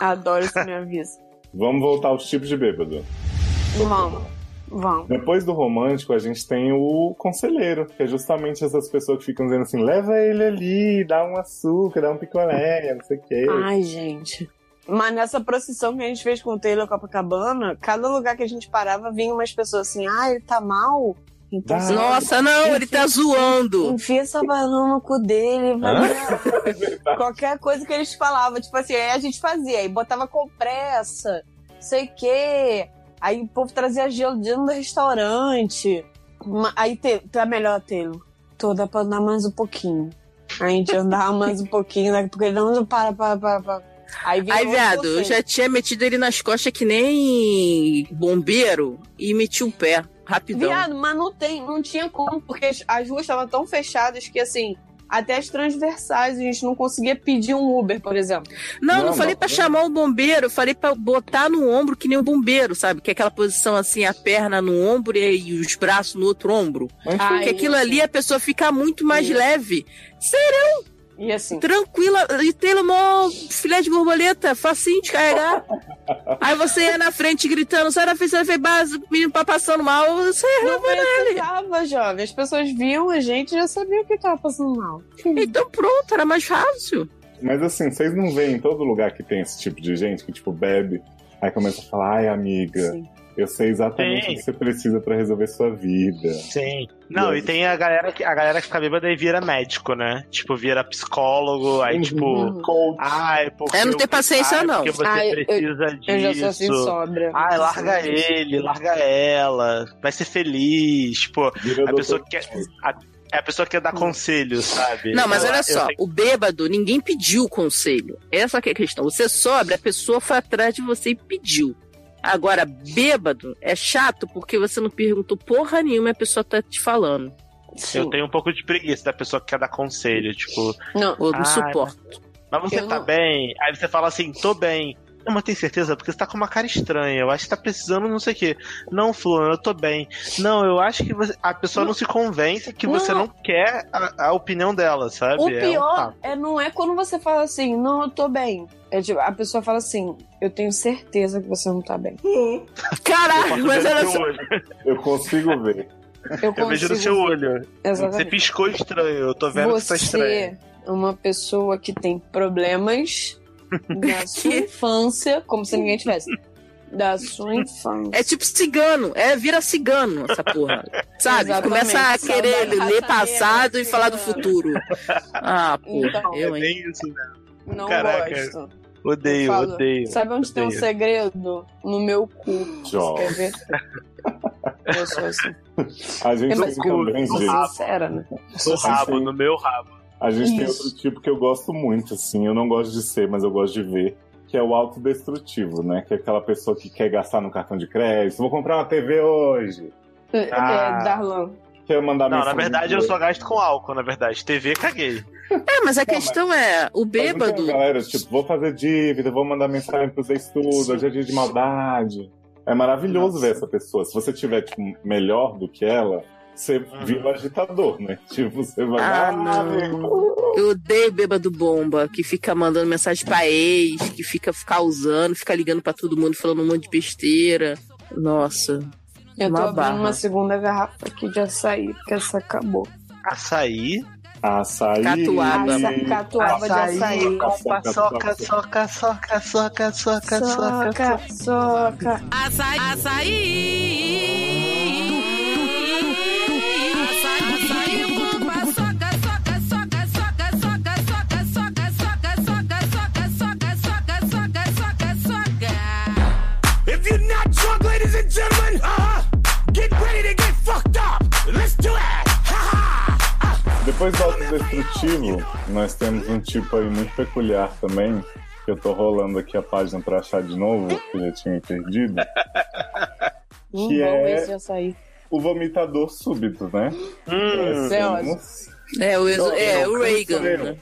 B: Adoro esse meu aviso.
E: Vamos voltar aos tipos de bêbado.
B: Vamos, vamos.
E: Depois do romântico, a gente tem o conselheiro, que é justamente essas pessoas que ficam dizendo assim: leva ele ali, dá um açúcar, dá um picolé, não sei o quê.
B: Ai, gente. Mas nessa procissão que a gente fez com o Taylor Copacabana, cada lugar que a gente parava vinha umas pessoas assim: ah, ele tá mal? Então,
E: Ah.
B: você
C: Nossa, não, ele tá zoando.
B: enfia essa banana no cu dele. vai- Qualquer coisa que eles falavam, tipo assim, aí a gente fazia, aí botava compressa, sei o quê. Aí o povo trazia gelo dentro do restaurante. Ma- Aí te- tá melhor, Taylor. Tô, dá pra andar mais um pouquinho. Aí a gente andava mais um pouquinho, daqui a pouco ele não para, para, para, para. Aí, vinha
C: Aí,
B: outro
C: viado, eu
B: docente.
C: já tinha metido ele nas costas que nem bombeiro e meti o pé, rapidão.
B: Viado, mas não, tem, não tinha como, porque as- as ruas estavam tão fechadas que, assim, até as transversais. A gente não conseguia pedir um Uber, por exemplo.
C: Não, não,
E: Não,
C: falei
E: não,
C: pra
E: não.
C: chamar o bombeiro, eu falei pra botar no ombro que nem o bombeiro, sabe? Que é aquela posição assim, a perna no ombro e, e os braços no outro ombro.
E: Mas
B: Ah,
C: Porque aquilo ali a pessoa fica muito mais
B: Isso.
C: leve.
B: E assim.
C: tranquila e tem uma filé de borboleta, facinho de carregar. Aí você ia na frente gritando, sai da frente, sai da frente, base, o menino tá passando mal, você
B: Não precisava, jovem. As pessoas viam a gente e já sabiam que tava passando mal.
C: Então pronto, era mais fácil.
E: Mas assim, vocês não veem em todo lugar que tem esse tipo de gente que, tipo, bebe, aí começa a falar, ai, amiga,
B: Sim.
E: eu sei exatamente
D: Sim.
E: o que você precisa pra resolver sua vida.
D: Sim. Não, e tem a galera que a galera que fica bêbada e vira médico, né? Tipo, vira psicólogo, aí tipo.
E: Coach.
D: Ai, porque.
C: É, não tem
D: eu-
C: paciência,
D: ai,
C: não.
D: Porque você
B: Ai, eu-
D: precisa disso.
B: Eu já sou assim sobra.
D: Ai, Ah, é larga ele, larga ela, vai ser feliz. Pô,
E: Vira
D: a
E: doutor-
D: pessoa quer. A, é a pessoa que quer
B: Hum.
D: dar conselho, sabe?
C: Não, mas
D: Ela-
C: olha
D: eu
C: só,
D: sei-
C: o bêbado, ninguém pediu o conselho. Essa que é a questão. Você sobra, a pessoa foi atrás de você e pediu. Agora, bêbado é chato porque você não perguntou porra nenhuma e a pessoa tá te falando.
D: Eu tenho um pouco de preguiça da pessoa que quer dar conselho, tipo,
B: Não,
C: Ou não
D: Ah,
C: suporta.
D: mas você
B: Eu
D: tá
B: não-
D: bem? Aí você fala assim, tô bem. Não, mas tem certeza? Porque você tá com uma cara estranha. Eu acho que tá precisando não sei o quê. Não, fulano, eu tô bem. Não, eu acho que você- a pessoa não, se convence que você não quer a, a opinião dela, sabe?
B: O
D: É um
B: pior
D: papo.
B: é, não é quando você fala assim, não, eu tô bem. É tipo, a pessoa fala assim, eu tenho certeza que você não tá bem.
D: Eu posso
C: Caralho,
D: ver
C: mas
D: no
C: olha
D: seu
C: só.
D: olho.
E: Eu consigo ver.
B: Eu,
D: Eu vejo
B: consigo...
D: no seu olho. Você
B: Exatamente.
D: piscou estranho. Eu tô vendo que você tá estranho.
B: Você é uma pessoa que tem problemas da sua infância, como se ninguém tivesse. Da sua infância.
C: É tipo cigano, é vira cigano essa porra. Sabe?
B: Exatamente.
C: Começa a querer
B: Saudade
C: ler
B: raça
I: né?
C: passado
B: negra,
C: e falar do
B: cigano.
C: futuro. Ah, porra,
B: Então.
C: eu,
D: É
C: hein?
D: bem isso, né?
B: Não
D: Caraca.
B: gosto.
D: Odeio,
B: Eu falo,
D: odeio.
B: Sabe onde tem um
D: odeio.
B: segredo? No meu cu.
E: Jó.
B: Quer ver? Eu sou assim.
E: A gente
B: Mas-
E: tem também,
B: Sou
E: gente.
B: sincera, né?
D: No rabo,
E: Sim.
D: no meu rabo.
E: A gente tem
B: Isso.
E: outro tipo que eu gosto muito, assim. Eu não gosto de ser, mas eu gosto de ver. Que é o autodestrutivo, né? Que é aquela pessoa que quer gastar no cartão de crédito. Vou comprar uma TV hoje.
D: Ah.
B: É, Darlan.
E: Quer mandar
D: Não, na
E: mensagem
D: verdade
E: pro-
D: eu só gasto com álcool, na verdade. TV, caguei.
C: É, mas a questão é, o
E: Mas não tem
C: bêbado.
E: uma Galera, tipo, vou fazer dívida, vou mandar mensagem pros estudos, hoje é dia de maldade. É maravilhoso ver essa pessoa. Se você tiver, tipo, melhor do que ela, você
D: Uhum.
E: vira agitador, né? Tipo, você vai.
C: Ah,
E: meu-
C: não. Eu odeio bêbado bomba, que fica mandando mensagem pra ex, que fica causando, fica ligando pra todo mundo, falando um monte de besteira. Nossa.
B: Eu tô
C: Uma
B: abrindo
C: barra.
B: uma segunda garrafa aqui de açaí, porque essa acabou.
D: Açaí.
E: Açaí. Ah,
C: Catuaba.
B: Aça- Catuaba de açaí.
E: Soca, soca,
D: soca, soca, soca, soca,
B: Soca, soca.
J: Açaí.
K: If you're not drunk, ladies and gentlemen, uh-huh, get ready to get fucked up. Let's do it. Ha ha.
E: Depois do autodestrutivo, nós temos um tipo aí muito peculiar também, que eu tô rolando aqui a página pra achar de novo, que eu já tinha perdido.
B: Hum,
E: Que
B: bom
E: é-
B: esse de açaí.
E: O vomitador súbito, né?
D: Hum,
E: Nós
B: Celso.
E: temos-
C: É, o, exo-
E: Não,
C: é,
E: não,
C: o Reagan,
E: canso eu.
C: né?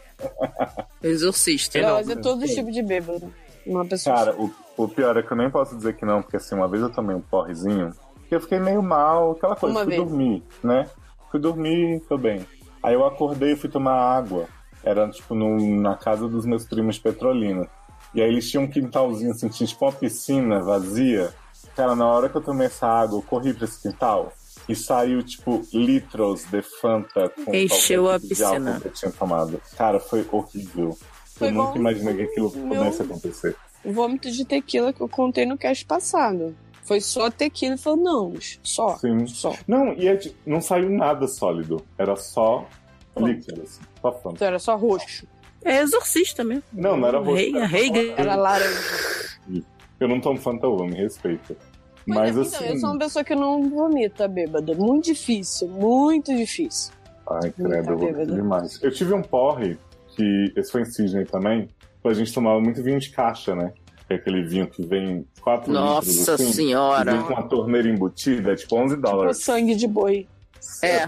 C: O exorcista.
B: Não, mas é todo tipo de bêbado. Uma pessoa.
E: Cara, o, o pior é que eu nem posso dizer que não, porque assim, uma vez eu tomei um porrezinho e eu fiquei meio mal, aquela coisa,
B: Uma
E: fui
B: vez.
E: dormir, né? Fui dormir, tô bem. Aí eu acordei e fui tomar água. Era, tipo, num- na casa dos meus primos de Petrolina. E aí eles tinham um quintalzinho, assim, tinha tipo uma piscina vazia. Cara, na hora que eu tomei essa água, eu corri pra esse quintal e saiu, tipo, litros de Fanta com
C: Encheu
E: qualquer
C: a
E: tipo de álcool
C: piscina.
E: que eu tinha tomado. Cara, foi horrível.
B: Foi
E: eu nunca
B: bom.
E: imaginei que aquilo
B: Meu
E: pudesse acontecer.
B: O vômito de tequila que eu contei no cast passado. Foi só tequila e falou, não, só.
E: Sim.
B: Só.
E: Não, e é de- não saiu nada sólido. Era só líquido, assim. Só fanta.
B: Então era só roxo.
C: É exorcista mesmo.
E: Não, não era roxo.
C: Reagan.
E: era
C: Reagan.
B: Era laranja.
E: Eu não tomo fanta uva, me respeita.
B: é,
E: Mas
B: então,
E: assim.
B: eu sou uma pessoa que não vomita bêbada. Muito difícil, muito difícil.
E: Ai,
B: Não tá
E: credo, eu vou
B: bêbada.
E: demais. Eu tive um porre, que esse foi em Sydney também, que a gente tomava muito vinho de caixa, né? Que é aquele vinho que vem 4 litros.
C: Nossa
E: assim, que
C: senhora.
E: Vem com uma torneira embutida, é tipo 11
B: Tipo
E: dólares.
B: sangue de boi.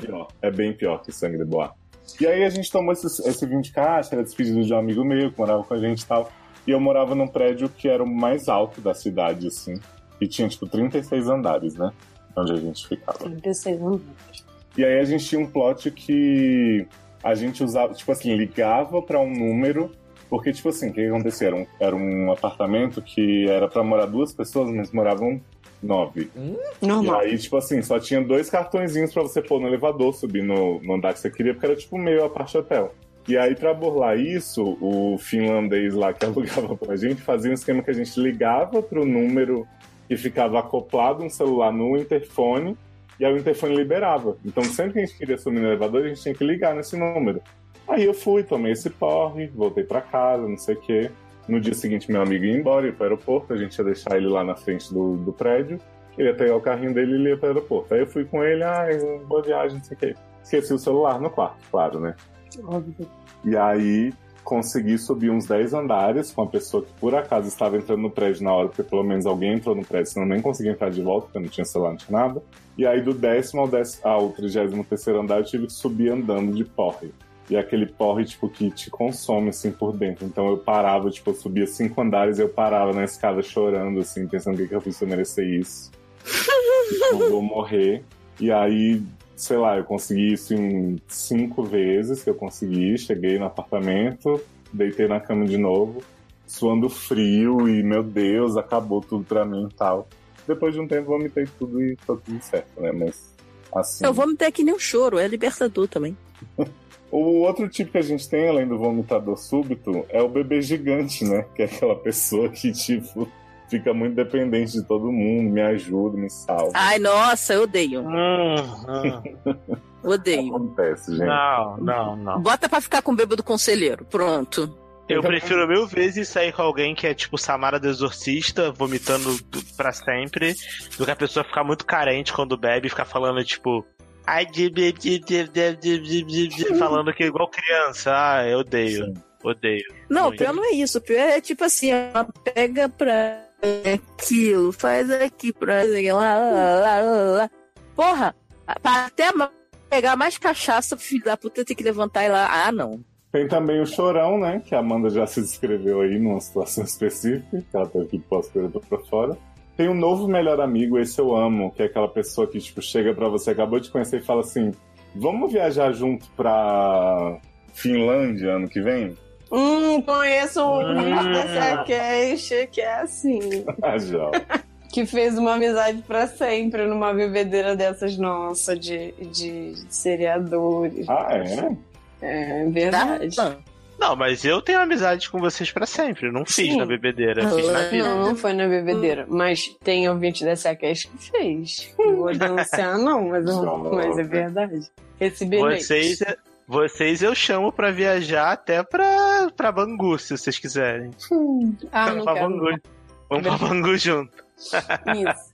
E: pior. É bem pior é que sangue de boa. E aí a gente tomou esse, esse vinho de caixa, era despedido de um amigo meu que morava com a gente e tal. E eu morava num prédio que era o mais alto da cidade, assim. E tinha, tipo, 36 andares, né? Onde a gente ficava.
B: 36 anos.
E: E aí a gente tinha um plot que a gente usava, tipo assim, ligava pra um número, porque, tipo assim, o que acontecia? Era um, era um apartamento que era pra morar duas pessoas, mas moravam nove. E
B: Normal.
E: aí, tipo assim, só tinha dois cartõezinhos pra você pôr no elevador, subir no, no andar que você queria, porque era tipo meio a parte hotel. E aí, pra burlar isso, o finlandês lá que alugava pra gente fazia um esquema que a gente ligava pro número que ficava acoplado um celular no interfone, e aí o interfone liberava. Então, sempre que a gente queria subir no elevador, a gente tinha que ligar nesse número. Aí eu fui, tomei esse porre, voltei pra casa, não sei o quê. No dia seguinte, meu amigo ia embora, ia pro aeroporto, a gente ia deixar ele lá na frente do, do prédio. Ele ia pegar o carrinho dele e ele ia pro aeroporto. Aí eu fui com ele, ah, boa viagem, não sei o quê. Esqueci o celular no quarto, claro, né? E aí consegui subir uns 10 andares com a pessoa que por acaso estava entrando no prédio na hora, porque pelo menos alguém entrou no prédio, senão eu nem consegui entrar de volta, porque eu não tinha celular, não tinha nada. E aí do décimo ao, décimo, ao 33 andar eu tive que subir andando de porre. E aquele porre, tipo, que te consome, assim, por dentro. Então eu parava, tipo, eu subia cinco andares e eu parava na escada chorando, assim, pensando o que, que eu fiz pra merecer isso. Tipo, eu vou morrer. E aí, sei lá, eu consegui isso em cinco vezes que eu consegui. Cheguei no apartamento, deitei na cama de novo, suando frio e, meu Deus, acabou tudo pra mim e tal. Depois de um tempo, vomitei tudo e tá tudo certo, né? Mas, assim...
I: Eu vou me ter que nem um choro, é libertador também.
E: O outro tipo que a gente tem, além do vomitador súbito, é o bebê gigante, né? Que é aquela pessoa que, tipo, fica muito dependente de todo mundo, me ajuda, me salva.
I: Ai, nossa, eu odeio.
D: Hum, hum.
I: Odeio.
E: Acontece, gente.
D: Não, não, não.
I: Bota pra ficar com o bêbado conselheiro. Pronto.
D: Eu prefiro mil vezes sair com alguém que é tipo Samara do Exorcista, vomitando do- pra sempre, do que a pessoa ficar muito carente quando bebe e ficar falando, tipo. Ai, de- de- de- de- de- de- de- de- de", falando que é igual criança. Ah, eu odeio. Odeio.
C: Não, o
D: Muito.
C: pior não é isso. O pior é tipo assim, ela pega pra
I: Aquilo, faz aqui, pra lá, lá, lá, lá, lá. Porra, pra até ma- pegar mais cachaça, filho da puta, tem que levantar e lá. Ah, não.
E: Tem também o chorão, né? Que a Amanda já se descreveu aí numa situação específica, que ela teve que pôr as coisas pra fora. Tem o novo melhor amigo, esse eu amo, que é aquela pessoa que, tipo, chega pra você, acabou de conhecer e fala assim: vamos viajar junto pra Finlândia ano que vem?
B: Hum, conheço um
D: Hum.
B: dessa queixa que é assim.
E: Ah, já.
B: Que fez uma amizade pra sempre numa bebedeira dessas nossa de, de seriadores.
E: Ah, é?
B: É
I: Tá?
B: verdade.
D: Não, mas eu tenho amizade com vocês pra sempre. Eu Não fiz
B: Sim.
D: na bebedeira, fiz na vida.
B: Não, não foi na bebedeira. Mas tem ouvinte da Sequest que fez. Não vou denunciar, não, mas, mas é verdade. Esse bilhete.
D: Vocês, é, vocês eu chamo pra viajar até pra, pra Bangu, se vocês quiserem.
B: Ah, não
D: pra
B: quero.
D: Bangu. Vamos pra Bangu junto.
B: Isso.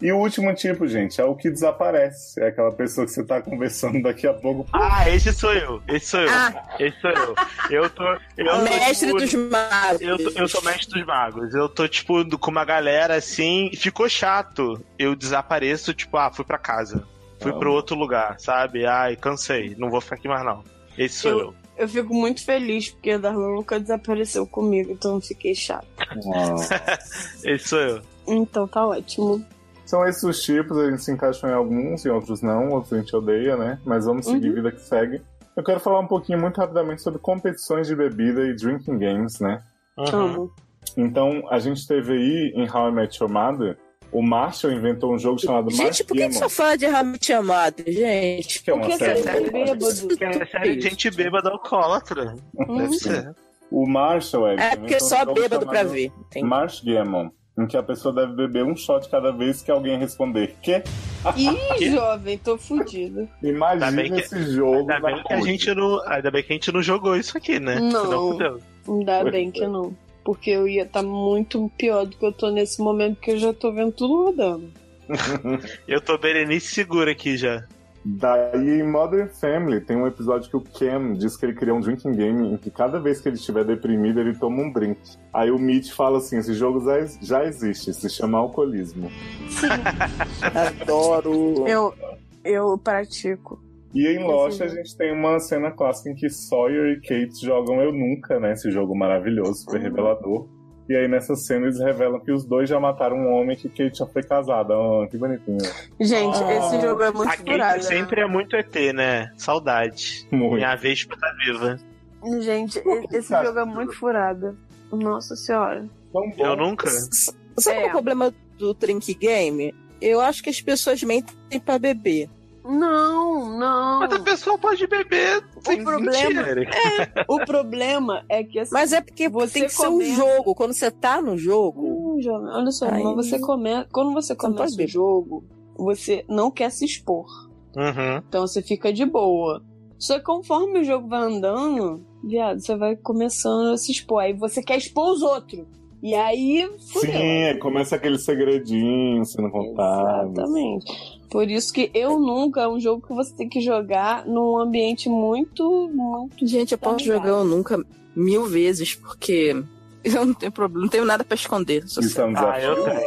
E: E o último tipo, gente, é o que desaparece. É aquela pessoa que você tá conversando daqui a pouco.
D: Ah, esse sou eu. Esse sou eu.
I: Ah.
D: Esse sou eu. Eu tô. Eu tô,
I: Mestre
D: tipo,
I: dos magos.
D: eu, tô- eu sou mestre dos magos. Eu tô, tipo, do- com uma galera assim. e Ficou chato. Eu desapareço, tipo, ah, fui pra casa. Fui
E: Ah.
D: pro outro lugar, sabe? Ai, cansei. Não vou ficar aqui mais, não. Esse sou eu.
B: Eu fico muito feliz porque a Darlan nunca desapareceu comigo, então eu fiquei chata.
D: Esse sou eu.
B: Então tá ótimo.
E: São esses os tipos, a gente se encaixou em alguns, em outros não, outros a gente odeia, né? Mas vamos
C: Uhum.
E: seguir vida que segue. Eu quero falar um pouquinho muito rapidamente sobre competições de bebida e drinking games, né?
B: Amo.
E: Então, a gente teve aí em How I Met Your Mother, o Marshall inventou um jogo chamado
C: Gente, por que que
E: Marshmallow,
C: sou fã de
I: é
C: Ramit Amado, gente?
E: que é
B: O
E: uma
B: que é
E: série.
B: ser bêbado?
D: Porque essa é gente bêbada alcoólatra.
I: Uhum.
B: Hum?
D: Deve ser.
E: O Marshall é.
C: É porque
D: Então,
C: só bêbado pra ver. Tem-
E: Marsh Gammon, em que a pessoa deve beber um shot cada vez que alguém responder. Que?
B: Ih, jovem, tô fudida.
E: Imagina
D: Ainda bem que-
E: esse jogo.
D: Ainda bem,
E: na
D: que a
E: Code.
D: gente não, ainda bem que a gente não jogou isso aqui, né?
B: Não.
D: Senão fudeu.
B: Ainda
E: Pois
B: bem
E: é.
B: que não. Porque eu ia estar muito pior do que eu tô nesse momento, porque eu já tô vendo tudo rodando.
D: Eu tô Berenice segura aqui já.
E: Daí em Modern Family tem um episódio que o Cam diz que ele criou um drinking game em que cada vez que ele estiver deprimido ele toma um drink. Aí o Mitch fala assim: esse jogo já, já existe, se chama alcoolismo.
C: Adoro.
B: Eu, eu pratico.
E: E em Lost a gente tem uma cena clássica em que Sawyer e Kate jogam Eu Nunca, né? Esse jogo maravilhoso, super revelador. E aí nessa cena eles revelam que os dois já mataram um homem que Kate já foi casada. Ah, que bonitinho.
L: Gente,
E: Ah.
L: esse jogo é muito
D: A
L: furado.
D: Kate sempre é muito ET, né? Saudade.
E: Muito.
D: Minha vez pra estar viva.
L: né? Gente, e- esse
E: cara?
L: jogo é muito furado. Nossa senhora.
E: Tão bom.
D: Eu nunca.
C: S- Sabe
L: É.
C: qual é o problema do Drink Game? Eu acho que as pessoas mentem pra beber.
B: Não, não.
D: Mas a pessoa pode beber sem
B: problema
D: problema.
B: O problema é que assim.
C: Mas é porque
B: Você
C: tem que ser um
B: começa-
C: jogo. Quando você tá no jogo,
B: Hum, Jovem, Olha só,
C: Ai.
B: mas você começa. Quando você
C: Então pode
B: começa o
C: beber.
B: jogo, você não quer se expor.
D: Uhum.
B: Então você fica de boa. Só que conforme o jogo vai andando, viado, você vai começando a se expor. Aí você quer expor os outros. E aí, fudeu.
E: Sim, é aí começa aquele segredinho sendo contado.
B: Exatamente. Por isso que eu nunca é um jogo que você tem que jogar num ambiente muito, muito.
I: Gente, eu
B: Tá
I: posso jogar eu nunca mil vezes, porque eu não tenho problema, não tenho nada pra esconder. Só
E: Isso é um
D: Ah,
E: desafio.
D: eu tenho.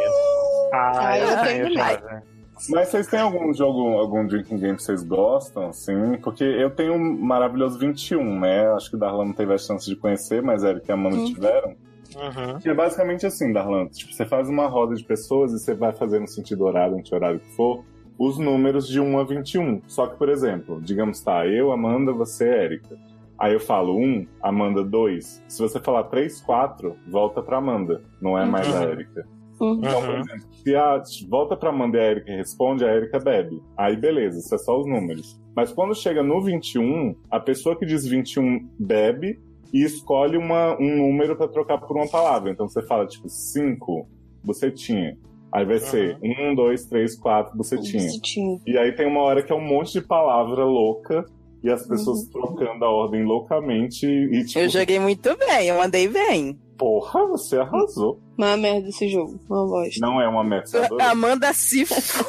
D: Ah,
B: Ah,
D: eu,
B: eu
D: tenho.
B: tenho
D: Jovem.
E: Mas vocês têm algum jogo, algum drinking game que vocês gostam, assim? Porque eu tenho um maravilhoso 21, né? Acho que o Darlan não teve a chance de conhecer, mas Eric e a Amanda tiveram.
D: Uhum.
E: Que é basicamente assim, Darlan. Tipo, você faz uma roda de pessoas e você vai fazer no sentido horário, anti-horário que for, os números de 1 a 21. Só que, por exemplo, digamos, tá, eu, Amanda, você, Érica. Aí eu falo 1, Amanda 2. Se você falar 3, 4, volta pra Amanda. Não é mais a
D: Uhum.
E: Érica.
B: Uhum.
E: Então, por
D: Uhum.
E: exemplo, se a volta pra Amanda e a Erika responde, a Erika bebe. Aí beleza, isso é só os números. Mas quando chega no 21, a pessoa que diz 21 bebe e escolhe uma, um número pra trocar por uma palavra. Então você fala, tipo, 5, bucetinha. Aí vai ser 1, 2, 3, 4, bucetinha.
B: Positivo.
E: E aí tem uma hora que é um monte de palavra louca e as pessoas trocando a ordem loucamente e tipo,
C: eu joguei muito bem, eu andei bem.
E: porra, você arrasou.
B: Mas é uma merda esse jogo. Uma voz.
E: Não é uma meta, eu adorei.
C: Amanda se f-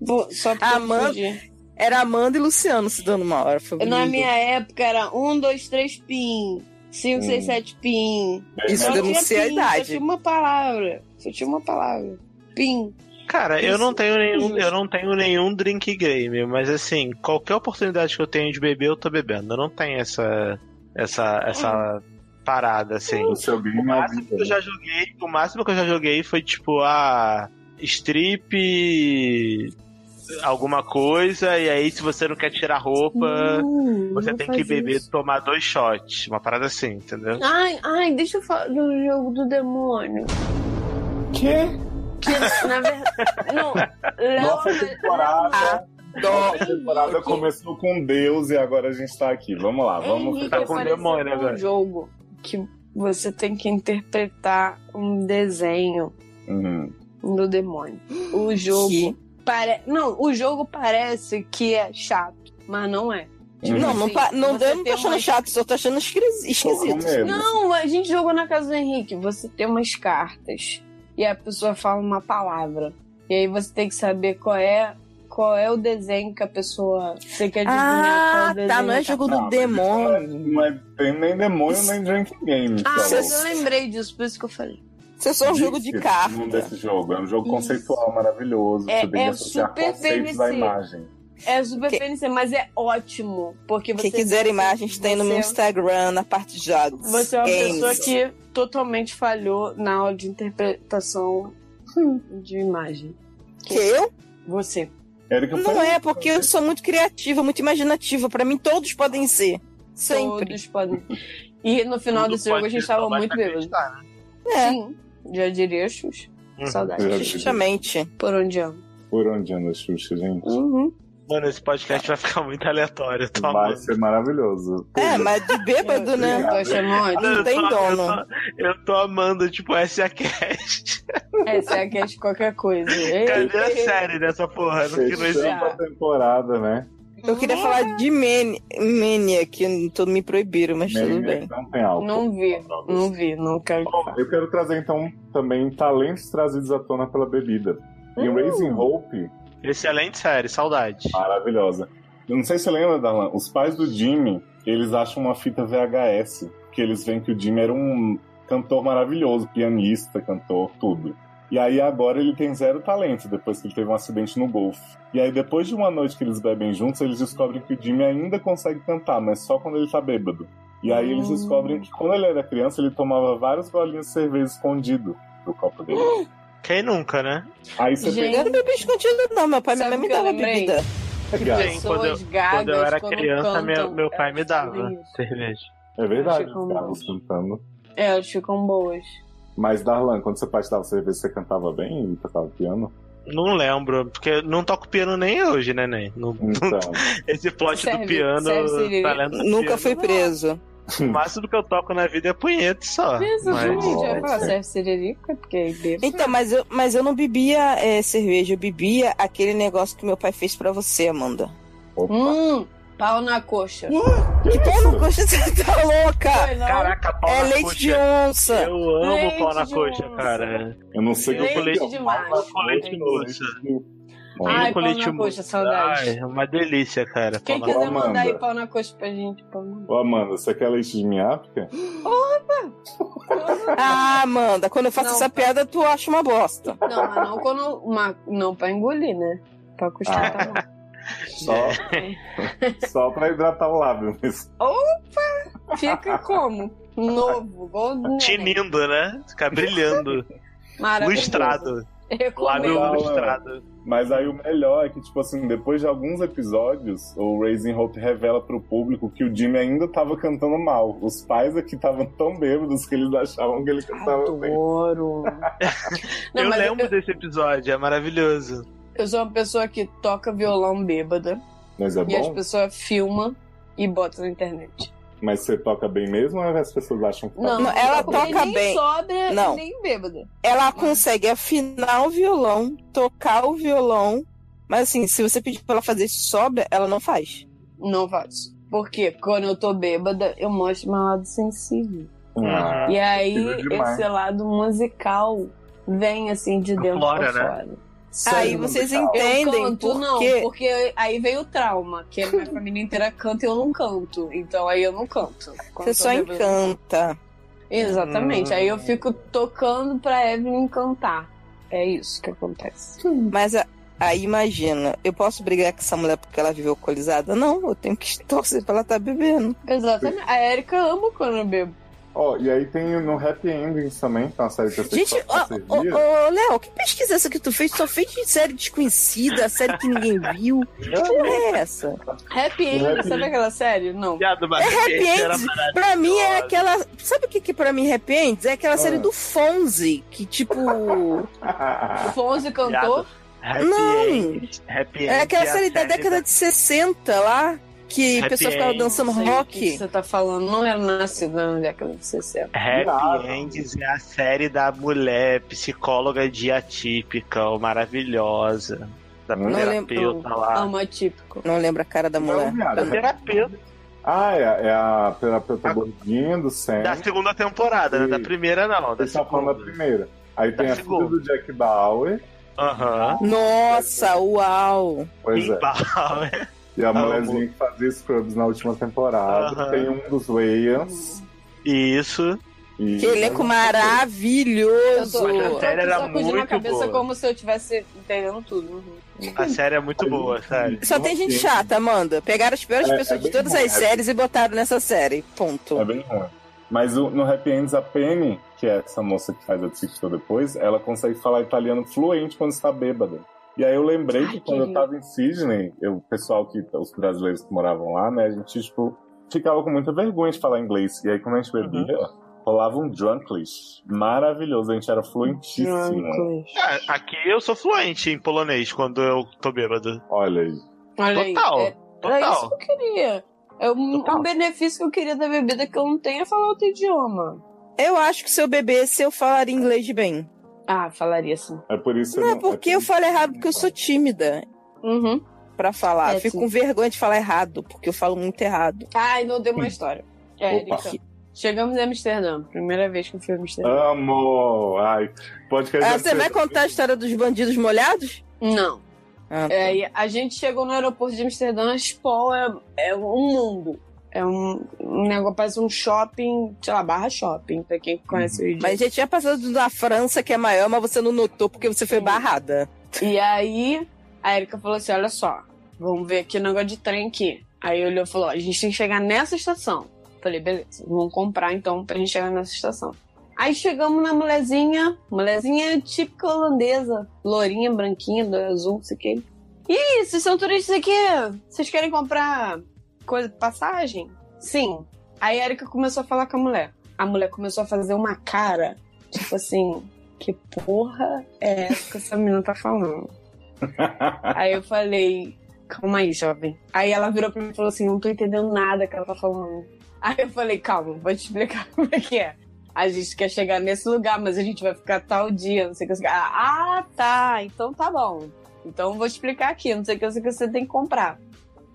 B: Vou- Só porque eu
C: Amanda-
B: podia.
C: Era Amanda e Luciano se dando uma hora. Foi
B: Na
C: lindo.
B: minha época era 1, 2, 3 PIN. 5,
E: Hum.
B: 6, 7 PIN.
C: Isso
B: Só tinha
C: denuncia a
B: PIN, Só
C: idade.
B: tinha uma palavra. Só tinha uma palavra. PIN.
D: Cara, eu não
B: Isso.
D: tenho nenhum, eu não tenho nenhum drink game, mas assim, qualquer oportunidade que eu tenho de beber, eu tô bebendo. Eu não tenho essa essa essa parada assim.
E: O seu game é
D: O máximo que
E: vida.
D: eu já joguei, o máximo que eu já joguei foi tipo a strip alguma coisa e aí se você não quer tirar a roupa,
B: Não,
D: você
B: Hum, não
D: tem
B: faz
D: que beber,
B: isso.
D: tomar dois shots, uma parada assim, entendeu?
B: Ai, ai, deixa eu falar do jogo do demônio.
E: Quê?
B: Que, na verdade. Não, Léo.
E: Nossa temporada.
C: Dó.
E: Nossa temporada começou com Deus e agora a gente tá aqui. Vamos lá,
C: É
E: vamos
B: Henrique,
E: ficar
D: com
E: com
B: apareceu
E: Deus.
D: demônio
B: um
D: agora.
B: jogo que você tem que interpretar um desenho
E: Uhum.
B: do demônio. O um jogo. Pare... Não, o jogo parece que é chato, mas não é.
C: Não, não,
B: Assim,
C: pa- não,
B: você
C: eu não tô
B: tem um
C: achando
B: uma-
C: chato, só tô achando esquisi-
E: Uhum. Tô com
C: esquisito.
E: medo.
B: Não, a gente jogou na casa do Henrique. Você tem umas cartas e a pessoa fala uma palavra. E aí você tem que saber qual é qual é o desenho que a pessoa. Você quer adivinhar qual é
C: Ah,
B: o desenho.
C: tá, não é
B: da-
C: jogo
E: Não,
C: do
E: mas
C: demônio.
E: Não é tem nem demônio nem drinking game.
B: Ah,
E: falou.
B: mas eu lembrei disso, por isso que eu falei.
C: Isso é só um jogo de
E: Difícil
C: carta.
E: nome desse jogo. É um jogo
B: Isso.
E: conceitual maravilhoso.
B: É-
E: você tem
B: é
E: que associar
B: super
E: conceitos à
B: PVC.
E: imagem.
B: É super
C: Que-
B: PNC, mas é ótimo. Porque você.
C: Quem quiser imagens tem no meu
B: você- é,
C: Instagram, na parte de jogos.
B: Você é uma
C: games.
B: pessoa que totalmente falhou na aula de interpretação hum, de imagem.
C: Que eu?
B: Você.
E: Érica,
C: Não é, porque eu sou muito criativa, muito imaginativa. Pra mim, todos podem ser. Sempre.
B: Todos podem. E no final
D: Tudo
B: desse jogo a
D: pode
B: gente
D: ser,
B: tava
D: só
B: muito
D: basta
B: bêbado.
C: É,
B: Sim. Já diria Xux.
D: Uhum.
E: Já
B: Saudades.
E: diria.
C: justamente.
B: Por onde amo.
E: Por onde anda a Xuxa, gente?
C: Hum.
B: Uhum.
D: Mano, esse podcast vai ficar muito aleatório, tá?
E: Vai ser maravilhoso.
C: É, mas de bêbado,
B: Eu
C: né?
B: Tô achando ótimo.
C: Não tem dono.
D: Eu tô, eu tô amando, tipo, essa cast.
B: Essa é a cast qualquer coisa.
D: Cadê a série dessa porra? Não, que não existe.
E: Fechando a temporada, né?
C: Eu queria falar de Mania, Mania que todo me proibiram, mas tudo
E: Maniac
C: bem.
E: Não tem álcool.
B: Não vi. Não vi, não quero.
E: Bom, eu quero trazer então também talentos trazidos à tona pela bebida. Em Raising Hope,
D: Excelente série, saudade.
E: maravilhosa. Eu não sei se você lembra, Darlan, os pais do Jimmy, eles acham uma fita VHS, que eles veem que o Jimmy era um cantor maravilhoso, pianista, cantor, tudo. E aí agora ele tem zero talento, depois que ele teve um acidente no golfe. E aí depois de uma noite que eles bebem juntos, eles descobrem que o Jimmy ainda consegue cantar, mas só quando ele tá bêbado. E aí eles descobrem que quando ele era criança, ele tomava vários golinhos de cerveja escondido do copo dele.
D: Quem nunca, né?
E: Aí você
C: Eu não
E: pensa,
C: bebia escondido, não. Meu pai e minha
B: Sabe
C: mãe me
B: o que eu
C: dava
B: lembrei?
C: bebida.
E: Obrigado.
D: Sim, quando eu,
B: Pessoas gagas,
D: quando eu era
B: quando
D: criança,
B: cantam,
D: meu, meu pai me
B: elas
D: dava
B: fazem isso.
D: cerveja.
E: é verdade,
B: Ficam
E: os carros cantando.
B: É, elas ficam boas.
E: Mas Darlan, quando seu pai te dava cerveja, você cantava bem e tocava piano?
D: Não lembro, porque não toco piano nem hoje, né, Nen? Não-
E: Então,
D: Esse plot
B: Serve-
D: do piano,
B: serve servir.
D: talento do
C: Nunca
D: piano.
C: fui preso.
D: O máximo que eu toco na vida é punheta só.
B: Isso,
D: Mas-
C: Hum.
B: gente, eu ia falar,
E: Nossa.
B: serve sererica, porque é aí bebo.
C: Então, mas eu, mas eu não bebia é, cerveja, eu bebia aquele negócio que meu pai fez pra você, Amanda.
E: opa.
B: Hum, pau na coxa.
E: que
C: Pô, não coxa, você tá louca!
B: Foi, não?
D: Ah, Caraca, pau
C: É
D: na
C: leite
D: coxa.
C: de onça!
D: Eu amo
B: Leite
D: pau na
B: de
D: coxa,
B: onça.
D: cara.
E: Eu não sei
D: Leite
E: o que eu
B: de
E: falei.
B: macho.
D: Leite de moça.
B: Ai,
D: E
B: pau
D: leite
B: na
D: moço.
B: coxa, saudade.
D: Ai, é uma delícia, cara.
B: Quem
D: pau na
B: quiser
D: coxa.
E: Amanda.
B: mandar aí pau na coxa pra gente, pô.
E: Ô Amanda, você quer leite de minhápica?
C: Ah, Amanda, quando eu faço
B: Não,
C: essa
B: tá.
C: piada, tu acha uma bosta.
B: Não, mas não quando. Uma, não pra engolir, né? Pra custar
E: Ah.
B: tá bom.
E: Só, só pra hidratar o lábio mesmo.
D: Ah.
B: Fica como? Novo, igual o neném.
D: Tinindo, né? Ficar brilhando.
B: Maravilhoso.
D: lustrado. Lábio
B: Recomendo.
E: Legal,
D: lustrado.
E: Mas aí o melhor é que, tipo assim, depois de alguns episódios, o Raising Hope revela pro público que o Jimmy ainda tava cantando mal. Os pais aqui estavam tão bêbados que eles achavam que ele cantava bem.
B: Adoro. Não,
D: eu
B: mas
D: lembro
B: eu,
D: desse episódio, é maravilhoso.
B: eu sou uma pessoa que toca violão bêbada
E: Mas é
B: e as
E: bom?
B: pessoas filmam e botam na internet.
E: Mas você toca bem mesmo ou as pessoas acham que tá
B: Não,
C: Não, ela
B: toco bem,
C: toca
B: nem
C: bem.
B: Sobra,
C: Não.
B: nem bêbada.
C: Ela consegue afinar o violão, tocar o violão, mas assim, se você pedir pra ela fazer isso sobra, ela não faz.
B: Não faço. Porque quando eu tô bêbada, eu mostro meu lado sensível.
D: Uhum.
C: Hum.
E: Ah,
B: e aí,
E: sensível demais.
B: esse lado musical vem assim de dentro
D: Aflora,
B: pra
D: né?
B: fora.
C: Aí
E: não
C: vocês
E: dá. Eu
C: entendem
B: eu canto,
C: por
B: não,
C: quê.
B: porque aí veio o trauma, que a minha família inteira canta e eu não canto. Então aí eu não canto. Quando
C: Você só
B: eu bebo-
C: encanta.
B: Exatamente. Aí eu fico tocando pra Evelyn cantar. É isso que acontece.
C: Mas a- aí imagina, eu posso brigar com essa mulher porque ela viveu alcoolizada? Não, eu tenho que torcer pra ela estar bebendo.
B: Exatamente. A Erika ama quando eu bebo.
E: Ó, e aí tem no Happy Endings também, que é uma série que eu sei
C: Gente,
E: que
C: ô,
E: só você
C: ô,
E: via.
C: ô, Léo, que pesquisa é essa que tu fez? Só fez de série desconhecida, série que ninguém viu. Que porra é essa?
B: Happy End,
E: Happy
B: sabe aquela série? Não.
D: Piada
C: É
D: bastante.
C: Happy
D: era
C: Ends. Pra mim é aquela. Sabe o que, que pra mim é Happy Ends? É aquela
E: Ah.
C: série do Fonzi, que tipo.
B: O Fonzi cantou.
D: Happy
C: Não.
D: End. Happy End
C: é aquela
D: a
C: série da década de 60 lá, que
D: Happy
C: o pessoal ficava
D: Ends.
C: dançando
B: Não sei o que que
C: rock.
B: você tá falando? Não era nascido na década de 60.
D: Happy
E: Irado.
D: Ends é a série da mulher psicóloga de atípica, ó, maravilhosa. Da
E: Não
D: terapeuta lá.
B: Ama é típico.
C: Não lembra a cara da
E: Não,
C: mulher.
E: viado.
D: Da terapeuta.
E: Ah, é, é a terapeuta gordinha do Sam.
D: Da segunda temporada, né? Da
E: E-
D: primeira não. Da
E: Vocês estão
D: segunda.
E: falando da primeira. Aí
D: Da
E: tem a
D: segunda.
E: filha do Jack Bauer.
D: Aham.
C: Nossa, uau!
E: Pois é.
D: Pimbal, é.
E: E a
D: Tá
E: mulherzinha que fazia Scrubs na última temporada.
D: Aham.
E: Tem um dos Wayans.
D: Isso.
E: E...
C: Que elenco
B: Eu
C: maravilhoso!
B: tô, eu tô
D: A série
B: aqui
D: era
B: sacudindo a
D: muito
B: cabeça
D: boa.
B: como se eu tivesse entendendo tudo. Uhum.
D: A série é muito boa, sério.
C: Só tem gente chata, Amanda. Pegaram as piores
E: É, é
C: pessoas de
E: bem
C: todas as
E: bom, é.
C: séries e botaram nessa série. Ponto.
E: É bem ruim. Mas o- no Happy Ends, a Penny, que é essa moça que faz a psico depois, ela consegue falar italiano fluente quando está bêbada. E aí eu lembrei
B: Ai,
E: que quando eu
B: que
E: tava em Sydney, eu, o pessoal que, os brasileiros que moravam lá, né, a gente, tipo, ficava com muita vergonha de falar inglês. E aí quando a
C: Uhum.
E: gente bebia, rolava um drunklish maravilhoso, a gente era fluentíssimo.
D: Ah, aqui eu sou fluente em polonês quando eu tô bêbado.
E: Olha aí.
B: Olha aí.
D: Total.
B: É, Era isso
D: Total.
B: que eu queria. É um, um benefício que eu queria da bebida que eu não tenho é falar outro idioma.
E: É.
C: Eu acho que se eu bebesse, eu falaria inglês bem.
B: Ah, falaria assim.
E: É por isso que
C: Não,
E: eu
C: é porque
E: é
C: eu
E: por-
C: falo errado, porque eu sou tímida
B: Uhum.
C: pra falar.
B: É,
C: Eu Fico
B: sim.
C: com vergonha de falar errado, porque eu falo muito errado.
B: Ai, não deu uma história. É,
E: Opa.
B: Erika. Chegamos em Amsterdã. Primeira vez que eu fui a Amsterdã.
E: Amo! Ai, podcast.
C: Ah,
E: deve
C: você
E: ser-
C: vai contar a história dos bandidos molhados?
B: Não.
C: Ah, tá.
B: É, e a gente chegou no aeroporto de Amsterdã. Spol é, é um mundo. É um, um negócio, parece um shopping, sei lá, barra shopping, pra quem conhece o Rio de
C: Mas a gente tinha passado na França, que é maior, mas você não notou porque você foi barrada.
B: E aí, a Erika falou assim: olha só, vamos ver aqui o negócio de trem aqui. Aí olhou e falou: ó, a gente tem que chegar nessa estação. Falei, beleza, vamos comprar então pra gente chegar nessa estação. Aí chegamos na mulherzinha, mulherzinha típica holandesa, lourinha, branquinha, do azul, não sei o que. Ih, vocês são turistas aqui? Vocês querem comprar coisa, passagem? Sim. Aí a Erika começou a falar com a mulher. A mulher começou a fazer uma cara, tipo assim, que porra é essa que essa menina tá falando? Aí eu falei, calma aí, jovem. Aí ela virou pra mim e falou assim, não tô entendendo nada que ela tá falando. Aí eu falei, calma, vou te explicar como é que é. A gente quer chegar nesse lugar, mas a gente vai ficar tal dia, não sei o que. não sei o que. Ah, tá, então tá bom. Então eu vou te explicar aqui, não sei o que, não sei o que você tem que comprar.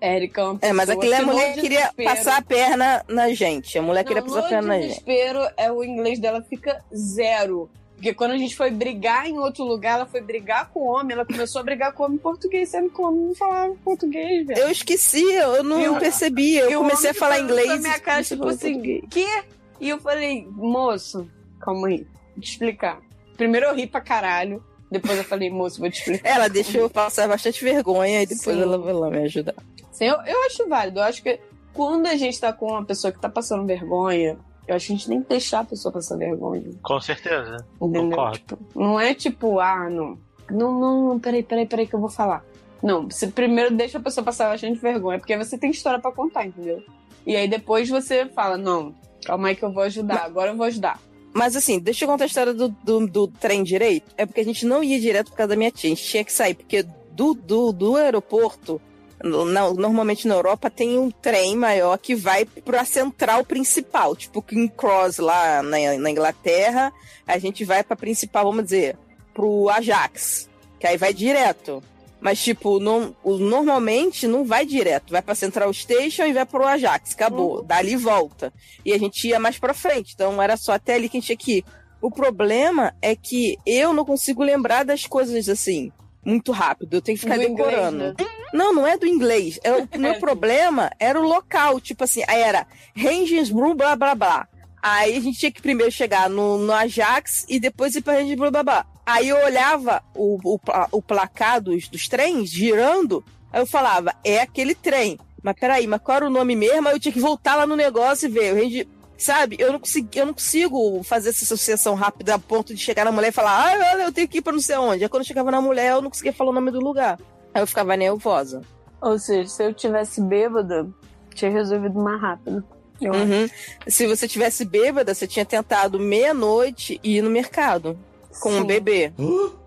B: Érica, é uma
C: É, mas
B: pessoa
C: aquela
B: que no
C: mulher queria
B: desespero-
C: passar a perna na gente. A mulher queria
B: não,
C: passar a perna Tá na
B: no
C: gente.
B: desespero, é, o inglês dela fica zero. Porque quando a gente foi brigar em outro lugar, ela foi brigar com o homem, ela começou a brigar com o homem em português, sendo que o homem não falava português, velho.
C: Eu esqueci, eu não
B: Eu-
C: percebi. Eu
B: E o
C: comecei a
B: homem
C: falar
B: falando
C: inglês.
B: Na minha cara, tipo
C: comecei a
B: assim,
C: falar português.
B: quê? E eu falei, moço, calma aí, vou te explicar. Primeiro eu ri pra caralho, depois eu falei, moço, vou te explicar.
C: Ela deixou eu passar bastante vergonha e depois
B: Sim.
C: ela vai lá me ajudar.
B: Sim, Assim, eu, eu acho válido. Eu acho que quando a gente tá com uma pessoa que tá passando vergonha, eu acho que a gente tem que deixar a pessoa passar vergonha.
D: Com certeza.
B: Entendeu?
D: Concordo.
B: Não é tipo, ah, não. Não, não, não, peraí, peraí, peraí que eu vou falar. Não, você primeiro deixa a pessoa passar bastante vergonha, porque aí você tem história pra contar, entendeu? E aí depois você fala, não, calma aí que eu vou ajudar, agora eu vou ajudar.
C: Mas assim, deixa eu contar a história do, do, do trem direito. É porque a gente não ia direto por causa da minha tia. A gente tinha que sair, porque do, do, do aeroporto, no- na- normalmente na Europa, tem um trem maior que vai pra central principal. Tipo King Cross lá na, na Inglaterra. A gente vai pra principal, vamos dizer, pro Ajax. Que aí vai direto. Mas, tipo, não, o- normalmente não vai direto. Vai pra Central Station e vai pro Ajax. Acabou.
B: Uhum.
C: Dali volta. E a gente ia mais pra frente. Então era só até ali que a gente tinha que ir. O problema é que eu não consigo lembrar das coisas assim, muito rápido. Eu tenho que ficar
B: Do inglês,
C: decorando.
B: né?
C: Não, não é do inglês. É o meu problema era o local. Tipo assim, aí era Rangensbrum, blá blá blá. Aí a gente tinha que primeiro chegar no, no Ajax e depois ir pra Rangensbrum, blá blá. Aí eu olhava o, o, pla- o placar dos, dos trens girando, aí eu falava, é aquele trem. Mas peraí, mas qual era o nome mesmo? Aí eu tinha que voltar lá no negócio e ver. O Range, sabe, eu não, consegui, eu não consigo fazer essa associação rápida a ponto de chegar na mulher e falar, ah, eu- eu tenho que ir pra não sei onde. Aí quando eu chegava na mulher, eu não conseguia falar o nome do lugar. Aí eu ficava nervosa.
B: Ou seja, se eu tivesse bêbada, tinha resolvido mais rápido. Eu
C: Uhum. Se você tivesse bêbada, você tinha tentado meia-noite ir no mercado com
B: Sim.
C: um bebê.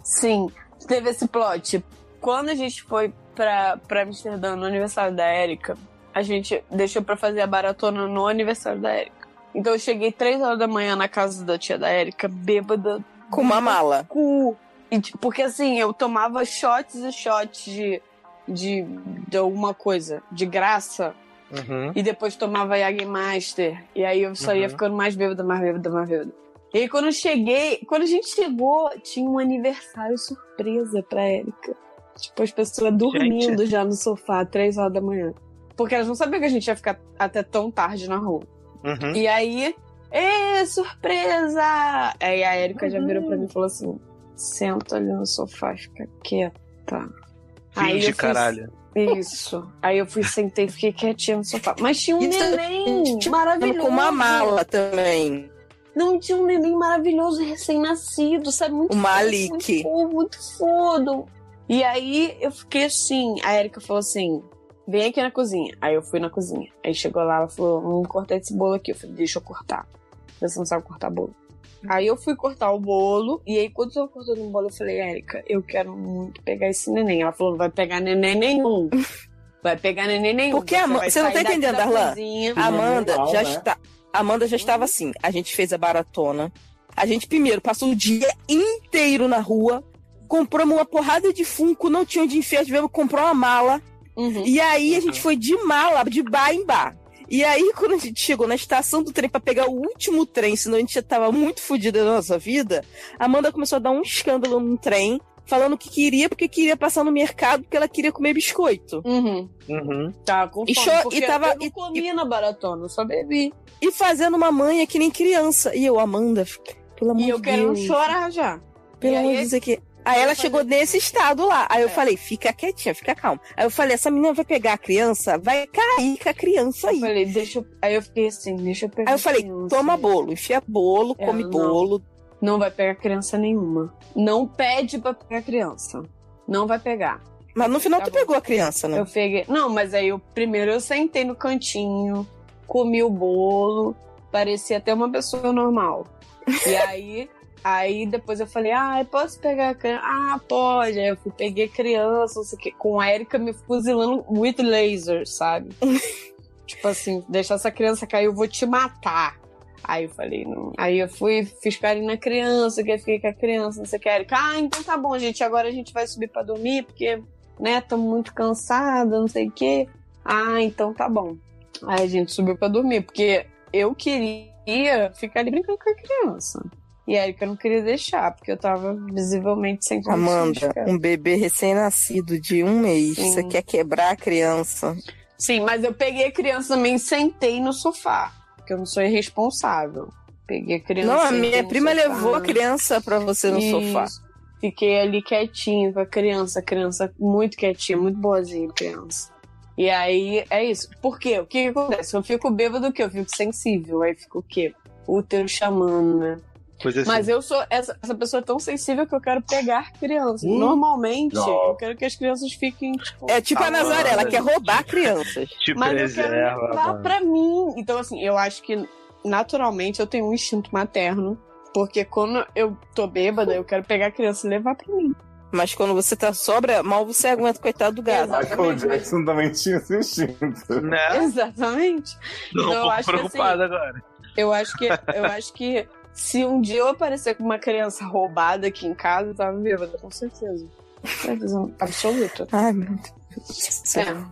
B: Sim, teve esse plot. Quando a gente foi pra, pra Amsterdã no aniversário da Érica, a gente deixou pra fazer a baratona no aniversário da Érica. Então eu cheguei três horas da manhã na casa da tia da Érica, bêbada.
C: Com
B: Uhum.
C: uma mala.
B: Cu. E, tipo, porque assim, eu tomava shots e shots de, de, de alguma coisa, de graça.
D: Uhum,
B: E depois tomava Jagen Master. E aí eu só ia
M: Uhum.
B: ficando mais bêbada, mais bêbada, mais bêbada. E aí quando eu cheguei, quando a gente chegou, tinha um aniversário surpresa pra Érica. Tipo, as pessoas dormindo já no sofá, três horas da manhã. Porque elas não sabiam que a gente ia ficar até tão tarde na rua.
D: uhum.
B: E aí, ê, surpresa! Aí a Erika já virou pra mim e falou assim: senta ali no sofá, e fica quieta. Aí
D: Finge,
B: eu fui-
D: caralho.
B: Isso. Aí eu fui, sentei, fiquei quietinha no sofá. Mas tinha um
C: E tá-
B: neném maravilhoso.
C: Com uma mala também.
B: Não, tinha um neném maravilhoso recém-nascido, sabe? Muito
C: O
B: fofo,
C: Malik.
B: Muito fofo, muito fodo. E aí eu fiquei assim, a Erika falou assim: vem aqui na cozinha. Aí eu fui na cozinha. Aí chegou lá, ela falou: vamos cortar esse bolo aqui. Eu falei: deixa eu cortar. Você não sabe cortar bolo. Aí eu fui cortar o bolo, e aí quando eu tava cortando o bolo, eu falei, Érica, eu quero muito pegar esse neném. Ela falou, não vai pegar neném nenhum. Vai pegar neném nenhum.
C: Porque a
B: vai
C: Amanda, você não tá
B: sair daqui
C: entendendo,
B: da
C: Darlan?
B: cozinha."
C: A Amanda já
B: né?
C: está. a Amanda já estava assim. A gente fez a baratona. A gente primeiro passou o dia inteiro na rua. Compramos uma porrada de funko, não tinha onde enfiar, tivemos que comprar uma mala.
B: Uhum.
C: E aí a gente foi de mala, de bar em bar. E aí, quando a gente chegou na estação do trem pra pegar o último trem, senão a gente já tava muito fodida na nossa vida, a Amanda começou a dar um escândalo no trem. falando que queria porque queria passar no mercado porque ela queria comer biscoito.
B: Uhum.
D: Uhum.
B: Tá, com
C: E
B: fome,
C: cho-
B: porque
C: e tava-
B: eu não comi na baratona, eu só bebi.
C: E fazendo uma manha que nem criança. E eu, Amanda, pelo amor
B: E eu
C: de
B: quero
C: Deus.
B: chorar já.
C: Pelo
B: E
C: amor de
B: aí- É.
C: Deus aqui. Aí ela chegou nesse estado lá. Aí eu falei, fica quietinha, fica calma. Aí eu falei, essa menina vai pegar a criança, vai cair com a criança aí.
B: Eu falei, deixa eu... Aí eu fiquei assim, deixa eu pegar
C: Aí eu falei,
B: criança.
C: toma bolo, enfia bolo,
B: É,
C: come
B: não.
C: bolo.
B: Não vai pegar criança nenhuma. Não pede pra pegar criança. Não vai pegar.
C: Mas no final
B: Tá
C: tu
B: bom.
C: pegou a criança, né?
B: Eu peguei. Não, mas aí eu primeiro eu sentei no cantinho, comi o bolo, parecia até uma pessoa normal. E aí, aí depois eu falei, ah, eu posso pegar a criança? Ah, pode. Aí eu fui, peguei criança, não sei o quê. Com a Erika me fuzilando with laser, sabe? tipo assim, deixar essa criança cair, eu vou te matar. Aí eu falei, não. Aí eu fui, fiz carinho na criança, que eu fiquei com a criança, não sei o que. A Erika, ah, então tá bom, gente. Agora a gente vai subir pra dormir, porque né, tô muito cansada, não sei o quê. Ah, então tá bom. Aí a gente subiu pra dormir, porque eu queria ficar ali brincando com a criança. E a Erika não queria deixar, porque eu tava visivelmente sem condições,
C: Amanda,
B: cara.
C: um bebê recém-nascido de um mês,
B: Sim.
C: você quer quebrar a criança?
B: Sim, mas eu peguei a criança também e sentei no sofá, porque eu não sou irresponsável. Peguei a criança.
C: não, a
B: sentei
C: minha
B: no
C: prima
B: sofá.
C: levou a criança pra você no sofá.
B: Isso. Fiquei ali quietinho com a criança, a criança muito quietinha, muito boazinha, a criança. E aí é isso. Por quê? O que, que acontece? Eu fico bêbado, o quê? Eu fico sensível. Aí fica o quê? Útero chamando, né?
D: Coisa assim.
B: Mas eu sou essa, essa pessoa é tão sensível que eu quero pegar crianças.
D: Hum.
B: Normalmente,
D: Ó.
B: eu quero que as crianças fiquem. tipo,
C: Uh, É tipo a
D: Amanda.
C: Nazaré, ela quer roubar crianças.
D: Te
B: mas eu quero
D: preserva,
B: levar
D: mano.
B: pra mim. Então, assim, eu acho que naturalmente eu tenho um instinto materno. Porque quando eu tô bêbada, eu quero pegar a criança e levar pra mim.
C: Mas quando você tá sobra, mal você aguenta, coitado do gato.
B: Exato.
E: Michael Jackson também tinha esse instinto.
C: É?
D: Né?
B: Exatamente.
D: Tô
B: Então, eu
D: um pouco
B: acho que,
D: preocupado agora.
B: Eu acho que. Eu acho que se um dia eu aparecer com uma criança roubada aqui em casa, eu tava bêbada, com certeza. Com certeza absoluta.
C: Ai, meu Deus. do céu.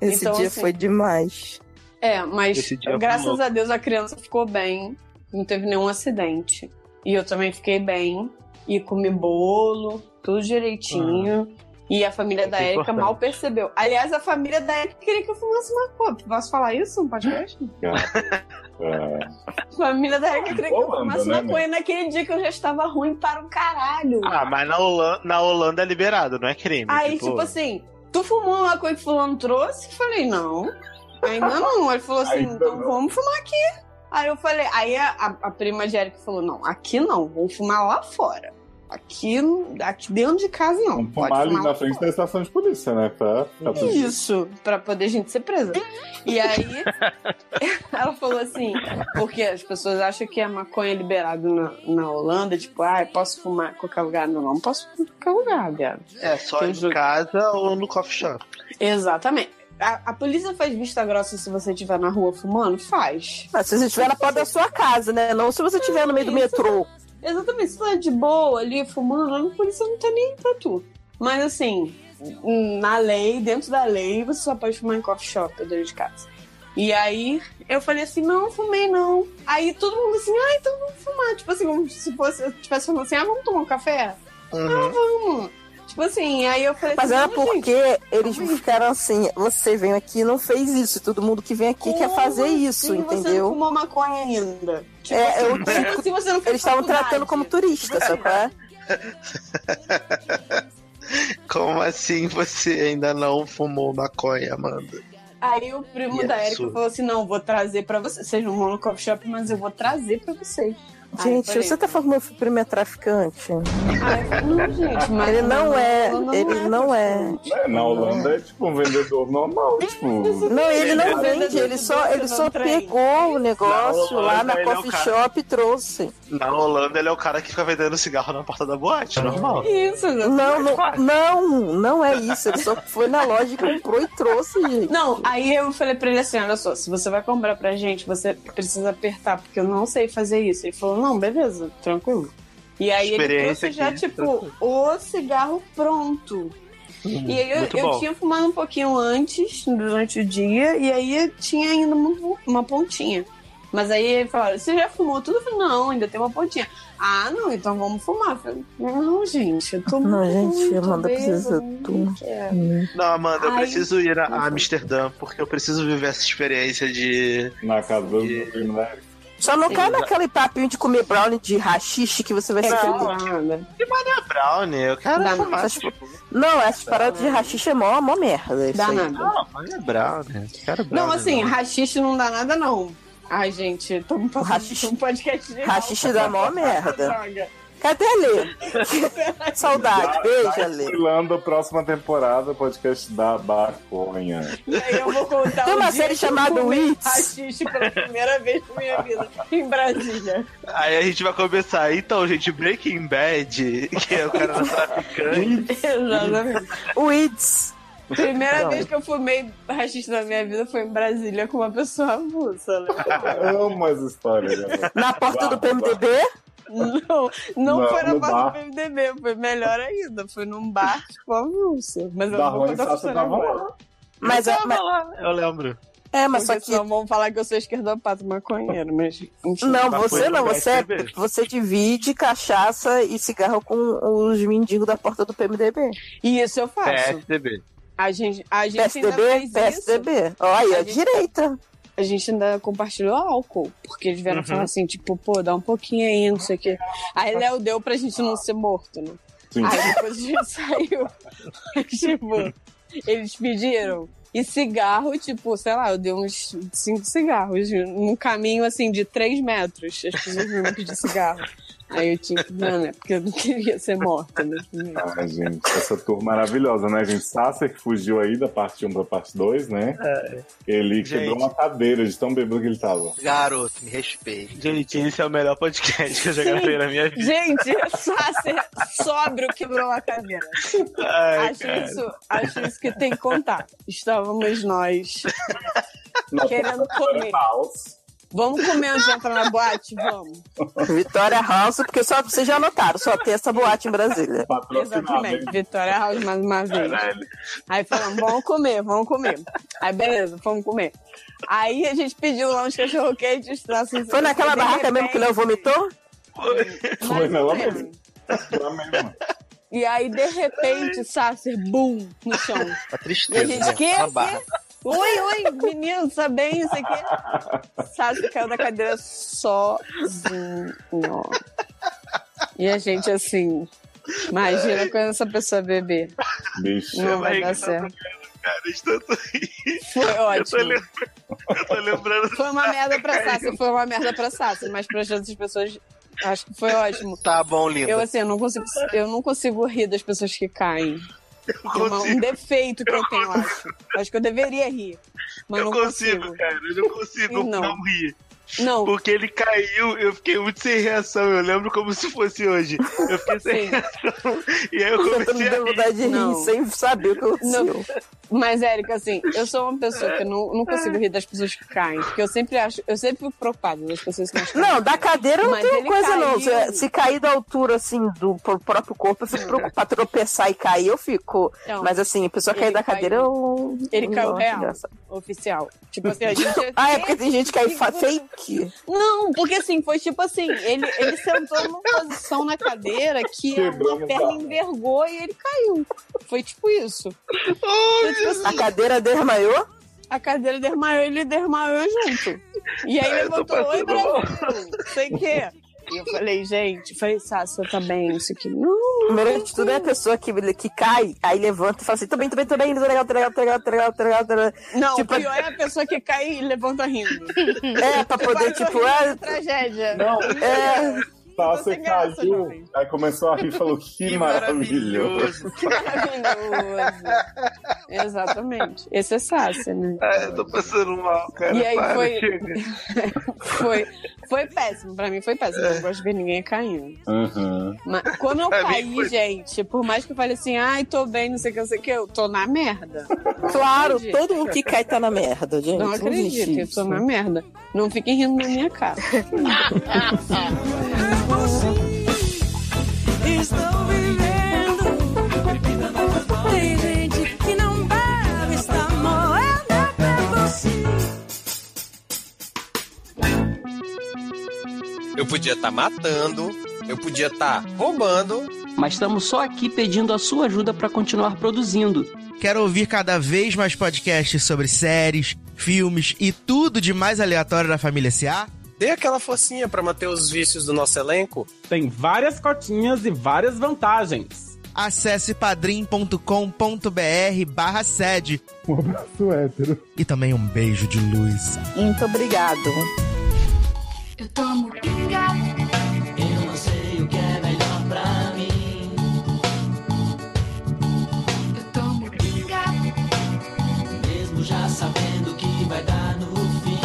B: É.
C: Esse
B: Então,
C: dia
B: assim-
C: foi demais.
B: É, mas
D: Esse dia foi
B: graças
D: louco.
B: a Deus a criança ficou bem, não teve nenhum acidente. E eu também fiquei bem, e comi bolo, tudo direitinho. E a família da
D: Ah. Isso é
B: Érica
D: importante.
B: mal percebeu. Aliás, a família da Érica queria que eu fumasse maconha. Posso falar isso no podcast?
E: É.
B: A família da Érica queria que eu
E: Holanda,
B: fumasse
E: né,
B: maconha naquele dia que eu já estava ruim para o caralho.
D: Ah, mas na Holanda, na Holanda é liberado, não é crime.
B: Aí, tipo, assim, tu fumou uma coisa que fulano trouxe? Eu falei, não. Ainda não. Ele falou assim,
E: Ainda
B: então
E: não.
B: vamos fumar aqui. Aí eu falei, aí a, a, a prima de Eric falou, não, aqui não, vou fumar lá fora. Aqui, não- aqui dentro de casa não.
E: Vamos
B: Pode
E: fumar ali
B: fumar lá
E: na frente da estação de polícia, né? Pra ficar tudo
B: isso, pra poder a gente ser presa. E aí, ela falou assim, porque as pessoas acham que a maconha é liberada na, na Holanda, tipo, ah, eu posso fumar em qualquer lugar. Não, não posso fumar em qualquer lugar, viado.
D: É só
B: Eu
D: em
B: juro.
D: casa ou no coffee shop.
B: Exatamente. A, a polícia faz vista grossa se você estiver na rua fumando? Faz.
C: Mas Ah, se você estiver na porta da sua casa, né? Não se você estiver no meio do
B: Isso.
C: metrô.
B: Exatamente. Se tu é de boa ali fumando, a polícia não tá nem aí pra tu. Mas assim, na lei, dentro da lei, você só pode fumar em coffee shop dentro de casa. E aí eu falei assim, não, fumei não. Aí todo mundo assim, ah, então vamos fumar. Tipo assim, como se fosse, eu tivesse falando assim, ah, vamos tomar um café?
D: Uhum.
B: Vamos. Tipo assim, aí eu falei
C: Mas
B: assim,
C: era
B: não, gente,
C: porque eles ficaram assim, você veio aqui e não fez isso. Todo mundo que vem aqui quer
B: como
C: fazer
B: assim
C: isso,
B: Você não
C: entendeu?
B: fumou maconha ainda. Tipo
C: É, eu-
B: como se você não fez
C: Eles estavam
B: faculdade.
C: tratando como turista, sabe? qual é?
D: Como assim você ainda não fumou maconha, Amanda?
B: Aí o primo
D: Que
B: da Erika
D: absurdo.
B: falou assim: não, vou trazer pra vocês. Vocês não vão no coffee shop, mas eu vou trazer pra vocês. Aí eu
C: Gente,
B: falei,
C: você tá falando que meu primo é traficante?
B: "Ah, eu falei, não, gente, mas
C: Ele não é, ele não é.
B: traficante."
E: É, na Holanda é tipo um vendedor normal, tipo.
C: Não, ele não
B: Ele é
C: vende, ele só,
B: doce
C: ele
B: no
C: só
B: trem.
C: pegou o negócio
D: Não,
C: lá
D: mas
C: na
D: ele é o
C: coffee
D: cara.
C: shop e trouxe.
D: Na Holanda ele é o cara que fica vendendo cigarro na porta da boate, normal.
B: Isso, né? não.
C: Não, não, não, não é isso. Ele só foi na loja, e comprou e trouxe, gente.
B: Não, aí eu falei pra ele assim: olha só, se você vai comprar pra gente, você precisa apertar, porque eu não sei fazer isso. Ele falou: não, beleza, tranquilo. E aí ele
D: Experiência
B: trouxe já,
D: aqui,
B: tipo, o cigarro pronto. E aí eu,
D: Hum, Muito
B: eu
D: bom.
B: tinha fumado um pouquinho antes, durante o dia, e aí tinha ainda uma, uma pontinha. Mas aí falaram, você já fumou tudo? Eu falei, não, ainda tem uma pontinha. Ah, não, então vamos fumar. Eu falei, não, gente, eu tô
C: Não, gente,
B: muito
C: Amanda
B: bêbada,
C: precisa
B: não
C: tu.
B: quero."
D: Não, Amanda, eu
B: Ai.
D: preciso ir a a Amsterdã, porque eu preciso viver essa experiência de.
E: Na casa do né?
C: Só não cai naquele papinho de comer brownie de rachixe que você vai
B: É,
C: se
D: Não.
B: perder.
D: Que maneira É brownie, eu quero
C: Dá
D: fumar.
C: nada. Não, essas paradas de rachixe é mó, mó merda. isso
B: Dá
C: aí.
B: nada.
D: Não, maneira brownie. Quero brownie. né?
B: Não, assim, rachixe não dá nada, não. Ai, gente, estamos passando um podcast de
C: Rachixe dá mó merda. Cadê Lê? Saudade. Beijo,
E: é
C: Ale.
E: Filando a próxima temporada, podcast da Baconha.
B: E aí eu vou contar
C: Tem
B: o
C: uma
B: dia
C: série
B: que eu
C: chamada
B: comi
C: Wits.
B: rachixe pela primeira vez na minha vida, em Brasília.
D: Aí a gente vai começar. Então, gente, Breaking Bad, que é o cara da traficante.
B: Exatamente.
C: O IDS.
B: Primeira
D: Não.
B: vez que eu fumei rachixe na minha vida foi em Brasília com uma pessoa russa, né?
E: Amo né? essa história, galera.
C: Na porta do PMDB?
B: Não, não,
E: Não,
B: foi na
E: no
B: base do
E: bar.
B: PMDB, foi melhor ainda. Foi num bar com a Rússia. Mas eu
E: Da
B: não vou
E: Rony
B: contar
E: Sassi
B: funcionar
E: tava
B: agora.
C: Mas, é,
D: eu,
C: mas-
D: eu lembro.
C: É, mas
B: Porque
C: só que-
B: senão vão falar que eu sou esquerdopata maconheiro, mas. enfim.
C: Não,
D: Tá
C: você
D: foi
C: não,
D: pro
C: você, é-
D: PSDB.
C: você divide cachaça e cigarro com os mendigos da porta do PMDB.
B: E isso eu faço.
D: PSDB.
B: A gente, a gente ainda
C: PSDB,
B: fez
C: PSDB.
B: isso.
C: Olha,
B: A
C: a
B: gente-
C: direita.
B: A gente ainda compartilhou álcool, porque eles vieram falar assim, tipo, pô, dá um pouquinho aí, não sei o quê. Aí Léo deu pra gente não ser morto, né?
E: Sim.
B: Aí depois a gente saiu. Mas, tipo, eles pediram. E cigarro, tipo, sei lá, eu dei uns cinco cigarros num caminho assim de três metros. As pessoas me pediam cigarro. Aí eu tinha que, não, né? Porque eu não queria ser morta. Né?
E: Ah, gente, essa tour maravilhosa, né, gente? Sasser que fugiu aí da parte 1 pra parte 2, né? Ele
D: Gente.
E: quebrou uma cadeira de tão bêbado que ele tava.
D: Garoto, me respeite. Gente, esse é o melhor podcast que eu já gravei na minha vida.
B: Gente, Sácer sóbrio quebrou a cadeira.
D: Ai,
B: Acho
D: cara.
B: isso, acho isso que tem que contar. Estávamos nós querendo comer.
E: Paus.
B: Vamos comer antes de entrar na boate? Vamos.
C: Vitória House, porque só vocês já notaram, só tem essa boate em Brasília.
E: Patrocinado. hein?
B: Exatamente. Vitória House mais uma
D: É,
B: vez.
D: né?
E: Caralho.
B: Aí falamos, vamos comer, vamos comer. Aí beleza, vamos comer. Aí a gente pediu lá uns cachorro quentes.
C: Foi naquela barraca mesmo que o Léo vomitou?
E: Foi nela mesmo. Ela mesma.
B: E aí, de repente, Sácer, bum, no chão.
N: A
B: E a
N: tristeza,
B: gente, que?
N: né? A barra.
B: Oi, oi, menino, tá bem, isso aqui. Sácer caiu da cadeira sozinho. E a gente, assim, imagina quando essa pessoa beber.
E: Bicho.
B: Não vai
D: Vai
B: dar
D: que
B: certo.
D: Cara, de tanto rir.
B: Foi
D: Eu tô
B: ótimo.
D: lembrando. Eu tô lembrando.
B: Foi uma merda pra Sassi, foi uma merda pra Sassi, mas pra outras pessoas, acho que foi ótimo.
N: Tá bom, linda.
B: Eu, assim, eu não consigo, eu não consigo rir das pessoas que caem. É uma- um
D: consigo.
B: defeito que eu tenho, acho. Acho que eu deveria rir, mas
D: Eu
B: não
D: consigo,
B: consigo.
D: cara. Eu não consigo
B: Não.
D: não. rir.
B: Não,
D: Porque ele caiu, eu fiquei muito sem reação. Eu lembro como se fosse hoje. Eu fiquei sem
B: Sim.
D: reação. E aí eu
C: Tentando
D: comecei a rir.
C: vontade de rir
B: Não.
C: sem saber o que
B: Não.
C: aconteceu.
B: Mas, Érica, assim, eu sou uma pessoa que eu não, não consigo rir das pessoas que caem. Porque eu sempre acho, eu sempre fico preocupada das pessoas que mais caem.
C: Não, da cadeira não
B: Mas
C: tem
B: ele
C: coisa não.
B: caiu.
C: Se, se cair da altura, assim, do pro- próprio corpo, eu fico preocupada. Tropeçar e cair, eu fico.
B: Então,
C: Mas assim, a pessoa
B: ele
C: cair da
B: caiu.
C: cadeira, eu...
B: Ele
C: eu
B: caiu
C: não acho
B: real.
C: engraçado.
B: oficial. Tipo assim, a gente.
C: Ah, é porque tem gente que cai fa- fake.
B: Não, porque assim, foi tipo assim, ele, ele sentou numa posição na cadeira que a
E: Quebrou
B: uma
E: no
B: perna
E: barro.
B: envergou e ele caiu. Foi tipo isso. Foi tipo assim,
C: A cadeira desmaiou?
B: a cadeira desmaiou e ele desmaiou junto. E aí
D: eu tô
B: levantou, oi
D: passando mal."
B: Brasil, sei o quê. E eu falei, gente, falei, Sassi, você tá bem, isso aqui. Não,
C: Primeiro de tudo é a pessoa que, que cai, aí levanta e fala assim, tô bem, tô bem, tô bem, tô legal, tô legal, tô legal, tô legal, tô legal, tô legal.
B: Não,
C: Tipo,
B: o pior é a pessoa que cai e levanta rindo. Hum.
C: É, pra poder,
B: Quase
C: tipo,
B: horrível,
D: é-
C: ah,
B: tragédia.
E: Não,
C: é,
E: Sasser
B: sem graça,
E: caiu.
B: jovem.
E: Aí começou a rir e falou: que maravilhoso.
B: Maravilhoso. Exatamente. Esse é Sassi, né?
D: Ah, eu tô passando mal, cara.
B: E aí
D: Para,
B: foi-
D: chega.
B: Foi, foi péssimo, pra mim foi péssimo. Eu não gosto de ver ninguém caindo.
E: Uhum.
B: Mas quando eu
D: Pra mim
B: caí,
D: foi-
B: gente, por mais que eu fale assim, ai, tô bem, não sei o que, não sei o que, eu tô na merda.
C: claro,
B: Entendi.
C: todo mundo que cai tá na merda, gente.
B: Não acredito,
C: existe
B: eu tô
C: isso.
B: na merda. Não fiquem rindo na minha cara.
O: Estou vivendo. Tem gente que não bebe, está morrendo pra você.
P: Eu podia estar matando, eu podia estar roubando.
Q: Mas estamos só aqui pedindo a sua ajuda para continuar produzindo.
K: Quero ouvir cada vez mais podcasts sobre séries, filmes e tudo de mais aleatório da família SA?
P: Dê aquela forcinha para manter os vícios do nosso elenco.
R: Tem várias cotinhas e várias vantagens.
K: Acesse padrim.com.br barra sede.
E: Um abraço hétero.
K: E também um beijo de luz.
S: Muito obrigado.
F: Eu tomo pinga. Eu não sei o que é melhor pra mim. Eu tomo pinga. Mesmo já sabendo que vai dar no fim.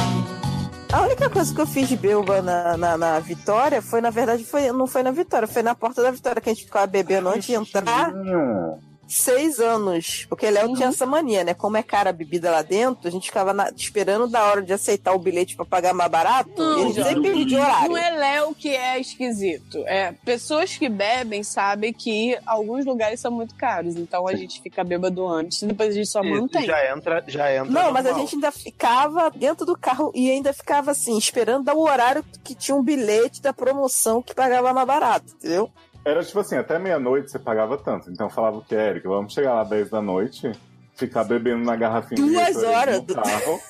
C: A única coisa que eu fiz de Bilba na, na, na Vitória foi, na verdade, foi, não foi na Vitória, foi na porta da Vitória que a gente ficava bebendo antes de entrar.
E: Uhum.
C: Seis anos. Porque Léo tinha
B: Uhum.
C: essa mania, né? Como é cara a bebida lá dentro, a gente ficava na- esperando da hora de aceitar o bilhete pra pagar mais barato. ele sempre pedia horário.
B: não é Léo que é esquisito. É, pessoas que bebem sabem que alguns lugares são muito caros. Então a gente fica bêbado antes, depois a gente só
D: Isso,
B: mantém.
D: já entra, já entra.
C: Não, mas a
D: normal.
C: gente ainda ficava dentro do carro e ainda ficava assim, esperando dar o horário que tinha um bilhete da promoção que pagava mais barato, entendeu?
E: Era tipo assim, até meia-noite você pagava tanto. Então eu falava que, Eric, vamos chegar lá 10 da noite, ficar bebendo na garrafinha de
C: Duas
E: Gatorade
C: horas
E: no
C: do-
E: carro,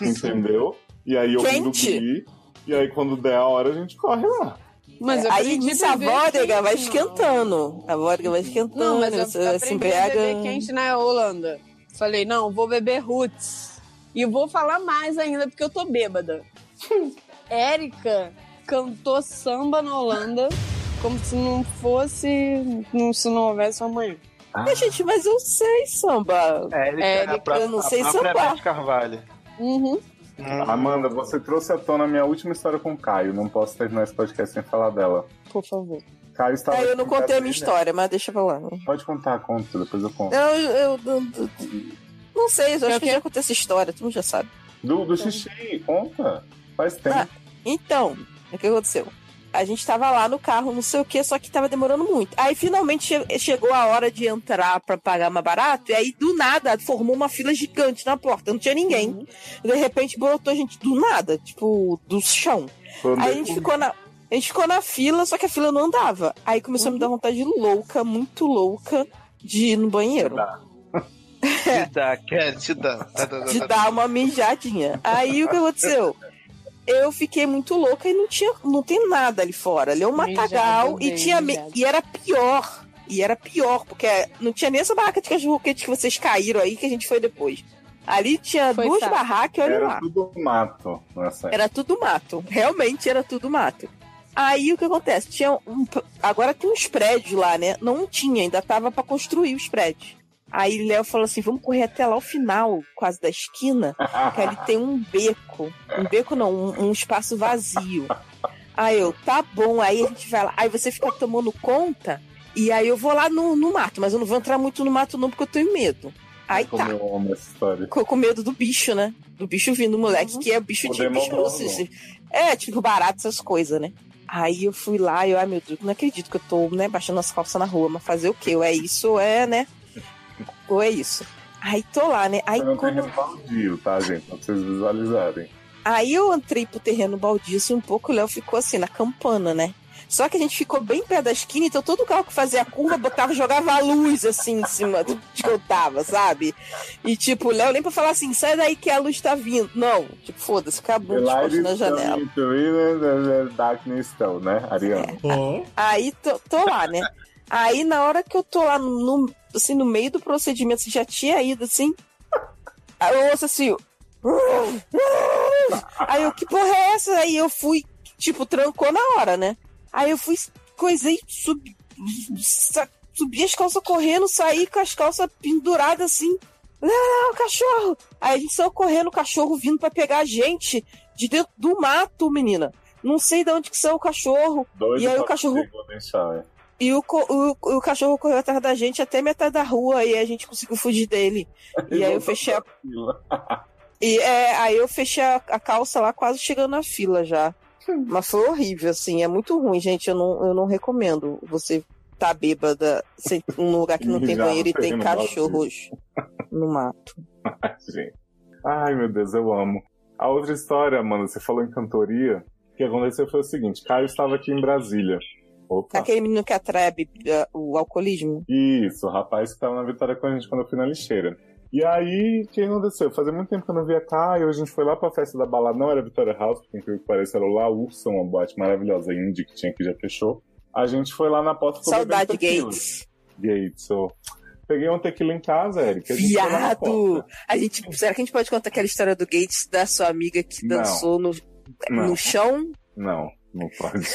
E: entendeu? E aí eu do
C: Quente.
E: Gui, e aí quando der a hora a gente corre lá.
B: Mas eu
C: É, Aí
B: aprendi
C: disso
B: a
C: a
B: beber
C: vodka
B: quente,
C: vai
B: não.
C: esquentando. A vodka vai esquentando. né?
B: Não, mas eu
C: você se
B: aprendi a
C: embriaga.
B: beber quente na Holanda. Falei, não, vou beber Roots. E vou falar mais ainda, porque eu tô bêbada. Érica cantou samba na Holanda como se não fosse... não- Se não houvesse um amanhã.
C: Mas, Ah, gente, mas eu sei samba.
D: Érica,
C: Érica,
D: a própria-
C: É, eu não
D: é a
C: sei
D: própria
C: sambar.
D: Beth Carvalho.
B: Uhum.
E: Hum. Amanda, você trouxe à tona a minha última história com o Caio. Não posso terminar esse podcast sem falar dela.
B: Por favor.
E: Caio estava.
C: Aí É, eu não
E: em
C: contei a minha
E: Brasília.
C: história, mas deixa né? eu falar.
E: Pode contar, conta, depois eu conto.
C: Eu, eu, eu- eu- não sei, eu acho que é. já contei essa história, todo mundo já sabe.
E: Do, do xixi, conta. Faz tempo.
C: Ah, então, o que aconteceu? A gente tava lá no carro, não sei o que, só que tava demorando muito. Aí finalmente che- chegou a hora de entrar pra pagar mais barato, e aí do nada formou uma fila gigante na porta, não tinha ninguém. De repente brotou a gente do nada, tipo, do chão.
F: Quando
C: aí
F: eu
C: a gente
F: comi.
C: ficou na. A gente ficou na fila, só que a fila não andava. Aí começou a me dar vontade louca, muito louca, de ir no banheiro. É.
D: Se
E: tá,
D: dá, quer, se dá.
C: de dar uma mijadinha. Aí o que aconteceu? Eu fiquei muito louca e não tinha, não tem nada ali fora. Ali é um
B: Mijada,
C: matagal e
B: bem
C: tinha me-
B: mijada.
C: e era pior. E era pior, porque não tinha nem essa barraca de cachorro quente que vocês caíram aí que a gente foi depois. Ali tinha duas
E: sabe.
C: barracas, olha
E: Era
C: lá.
E: tudo mato nessa
C: Era tudo mato. Realmente era tudo mato. Aí o que acontece? Tinha um- agora tem uns prédios lá, né? Não tinha, ainda tava pra construir os prédios. Aí Léo falou assim: vamos correr até lá o final, quase da esquina, que ali tem um beco. Um beco não, um, um espaço vazio. Aí eu, tá bom, aí a gente vai lá. Aí você fica tomando conta, e aí eu vou lá no, no mato, mas eu não vou entrar muito no mato, não, porque eu tenho medo. Aí
E: Como
C: tá.
E: eu amo essa história.
C: Ficou com medo do bicho, né? Do bicho vindo, moleque, que é bicho
E: O
C: de bicho.
E: demônio.
C: assim, É, tipo, barato, essas coisas, né? Aí eu fui lá e eu, ai meu Deus, não acredito que eu tô, né, baixando as calças na rua, mas fazer o quê? Ou é isso, ou é, né? Ou é isso. Aí tô lá, né? Aí
E: Eu não
C: quando
E: tenho baldio, tá, gente? Pra vocês visualizarem.
C: Aí eu entrei pro terreno baldio assim, um pouco, o Léo ficou assim, na campana, né? Só que a gente ficou bem perto da esquina, então todo carro que fazia a curva botava, jogava a luz assim em cima do que eu tava, sabe? E tipo, o Léo nem pra falar assim, sai daí que a luz tá vindo. Não, tipo, foda-se, acabou de
E: Light
C: postar na
E: is
C: janela.
E: coming to me, the- the- the Darkness estão, né, Ariana?
C: Aí tô, tô lá, né? Aí na hora que eu tô lá no, assim, no meio do procedimento, assim, já tinha ido assim. Aí eu ouço assim. Aí eu, que porra é essa? Aí eu fui, tipo, trancou na hora, né? Aí eu fui, coisei, subi, sa- subi as calças correndo, saí com as calças penduradas assim. Não, não, não, cachorro! Aí a gente saiu correndo, o cachorro vindo pra pegar a gente de dentro do mato, menina. Não sei de onde que saiu o cachorro.
E: Doido
C: É. e aí o
E: pra
C: cachorro
E: você, Golden Shower.
C: e o, co- o, o cachorro correu atrás da gente até metade da rua e a gente conseguiu fugir dele. E aí eu fechei a, e, é, aí eu fechei a, a calça lá quase chegando na fila já.
E: Hum.
C: Mas foi horrível, assim, é muito ruim, gente. Eu não, eu não recomendo você tá bêbada sem, num lugar que não tem
E: Já, assim.
C: banheiro e tem
E: não
C: cachorros no mato.
E: Ai, gente. Ai, meu Deus, eu amo. A outra história, mano, você falou em cantoria. O que aconteceu foi o seguinte: Caio estava aqui em Brasília.
C: Tá
E: Opa.
M: Aquele menino que atrai a bebi-
C: ah,
M: a- o alcoolismo.
E: Isso, o rapaz que tava na vitória com a gente quando eu fui na lixeira. E aí, o que aconteceu? Fazia muito tempo que eu não via Caio, a gente foi lá pra festa da balada, não era Vitória House, porque incrível que pareça, era o La Ursa, uma boate maravilhosa indie que tinha que já fechou. A gente foi lá na porta ficou
M: Saudade,
E: bebendo tequila.
M: Gates.
E: Gates, ô. Peguei um tequila em casa, Eric. a gente foi lá na porta.
M: Viado! A gente, será que a gente pode contar aquela história do Gates da sua amiga que
E: Não.
M: dançou no,
E: Não.
M: no chão?
E: Não, não pode.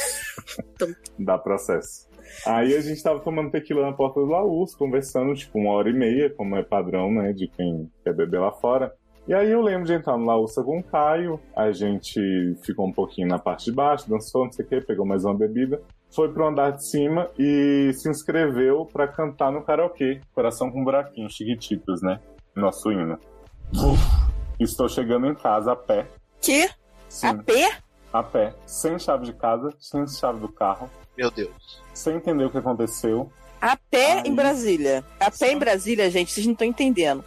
E: Dá processo. Aí a gente tava tomando tequila na porta do Laús, conversando, tipo, uma hora e meia, como é padrão, né, de quem quer beber lá fora. E aí eu lembro de entrar no Laúça com o Caio, a gente ficou um pouquinho na parte de baixo, dançou, não sei o quê, pegou mais uma bebida, foi pro andar de cima e se inscreveu pra cantar no karaokê, Coração com Buraquinho, Chiquititos, né, nosso hino. Estou chegando em casa a pé,
M: Que? A pé?
E: a pé, sem chave de casa, sem chave do carro.
D: Meu Deus.
E: Sem entender o que aconteceu.
M: A pé em Brasília. A pé em Brasília, gente, vocês não estão entendendo.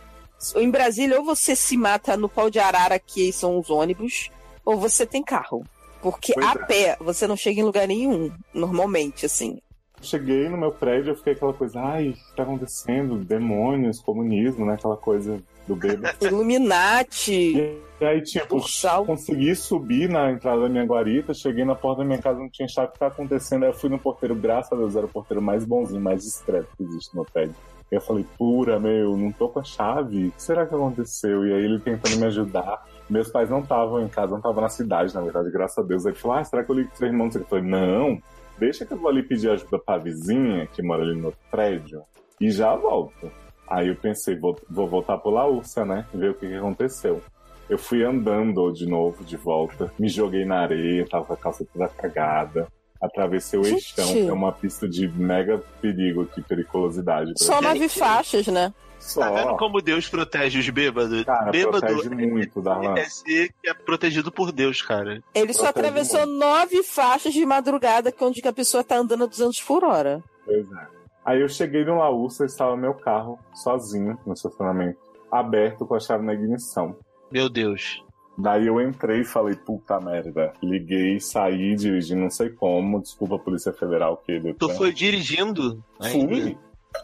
M: Em Brasília, ou você se mata no pau de arara, que são os ônibus, ou você tem carro. Porque
E: Pois
M: a
E: é.
M: pé você não chega em lugar nenhum, normalmente, assim.
E: Cheguei no meu prédio, eu fiquei aquela coisa, ai, o que tá acontecendo? Demônios, comunismo, né? Aquela coisa do bêbado.
M: Illuminati.
E: E aí, tipo, consegui subir na entrada da minha guarita, cheguei na porta da minha casa, não tinha chave, o que tá acontecendo? Aí eu fui no porteiro, graças a Deus, era o porteiro mais bonzinho, mais discreto que existe no prédio. Eu falei, pura, meu, não tô com a chave. O que será que aconteceu? E aí ele tentando me ajudar. Meus pais não estavam em casa, não estavam na cidade, na verdade, graças a Deus. Aí ele falou, ah, será que eu ligo pro seu irmão? Eu falei, não, deixa que eu vou ali pedir ajuda pra vizinha que mora ali no outro prédio e já volto. Aí eu pensei, vou, vou voltar pro La Ursa, né? Ver o que, que aconteceu. Eu fui andando de novo, de volta, me joguei na areia, tava com a calça toda cagada. Atravessei o
M: Gente.
E: Eixão, que é uma pista de mega perigo aqui, periculosidade.
M: Só nove faixas, né?
D: Tá vendo como Deus protege os bêbados?
E: Cara,
D: Bêbado
E: protege muito, Darlan.
D: é ser que é protegido por Deus, cara.
M: Ele só atravessou nove faixas de madrugada, que é onde que a pessoa tá andando a 200 por hora.
E: Pois é. Aí eu cheguei no Laúça, estava meu carro sozinho no estacionamento, aberto com a chave na ignição.
D: Meu Deus.
E: Daí eu entrei e falei, puta merda. Liguei, saí, dirigi, não sei como. Desculpa, Polícia Federal, que deu
D: Tu
E: tempo.
D: foi dirigindo?
E: É. Fui.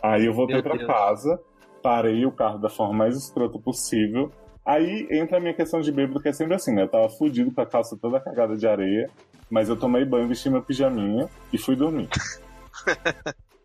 E: Aí eu voltei
D: Meu
E: pra
D: Deus.
E: casa, parei o carro da forma mais escrota possível. Aí entra a minha questão de bêbado, que é sempre assim, né? Eu tava fudido com a calça toda cagada de areia, mas eu tomei banho, vesti meu pijaminha e fui dormir.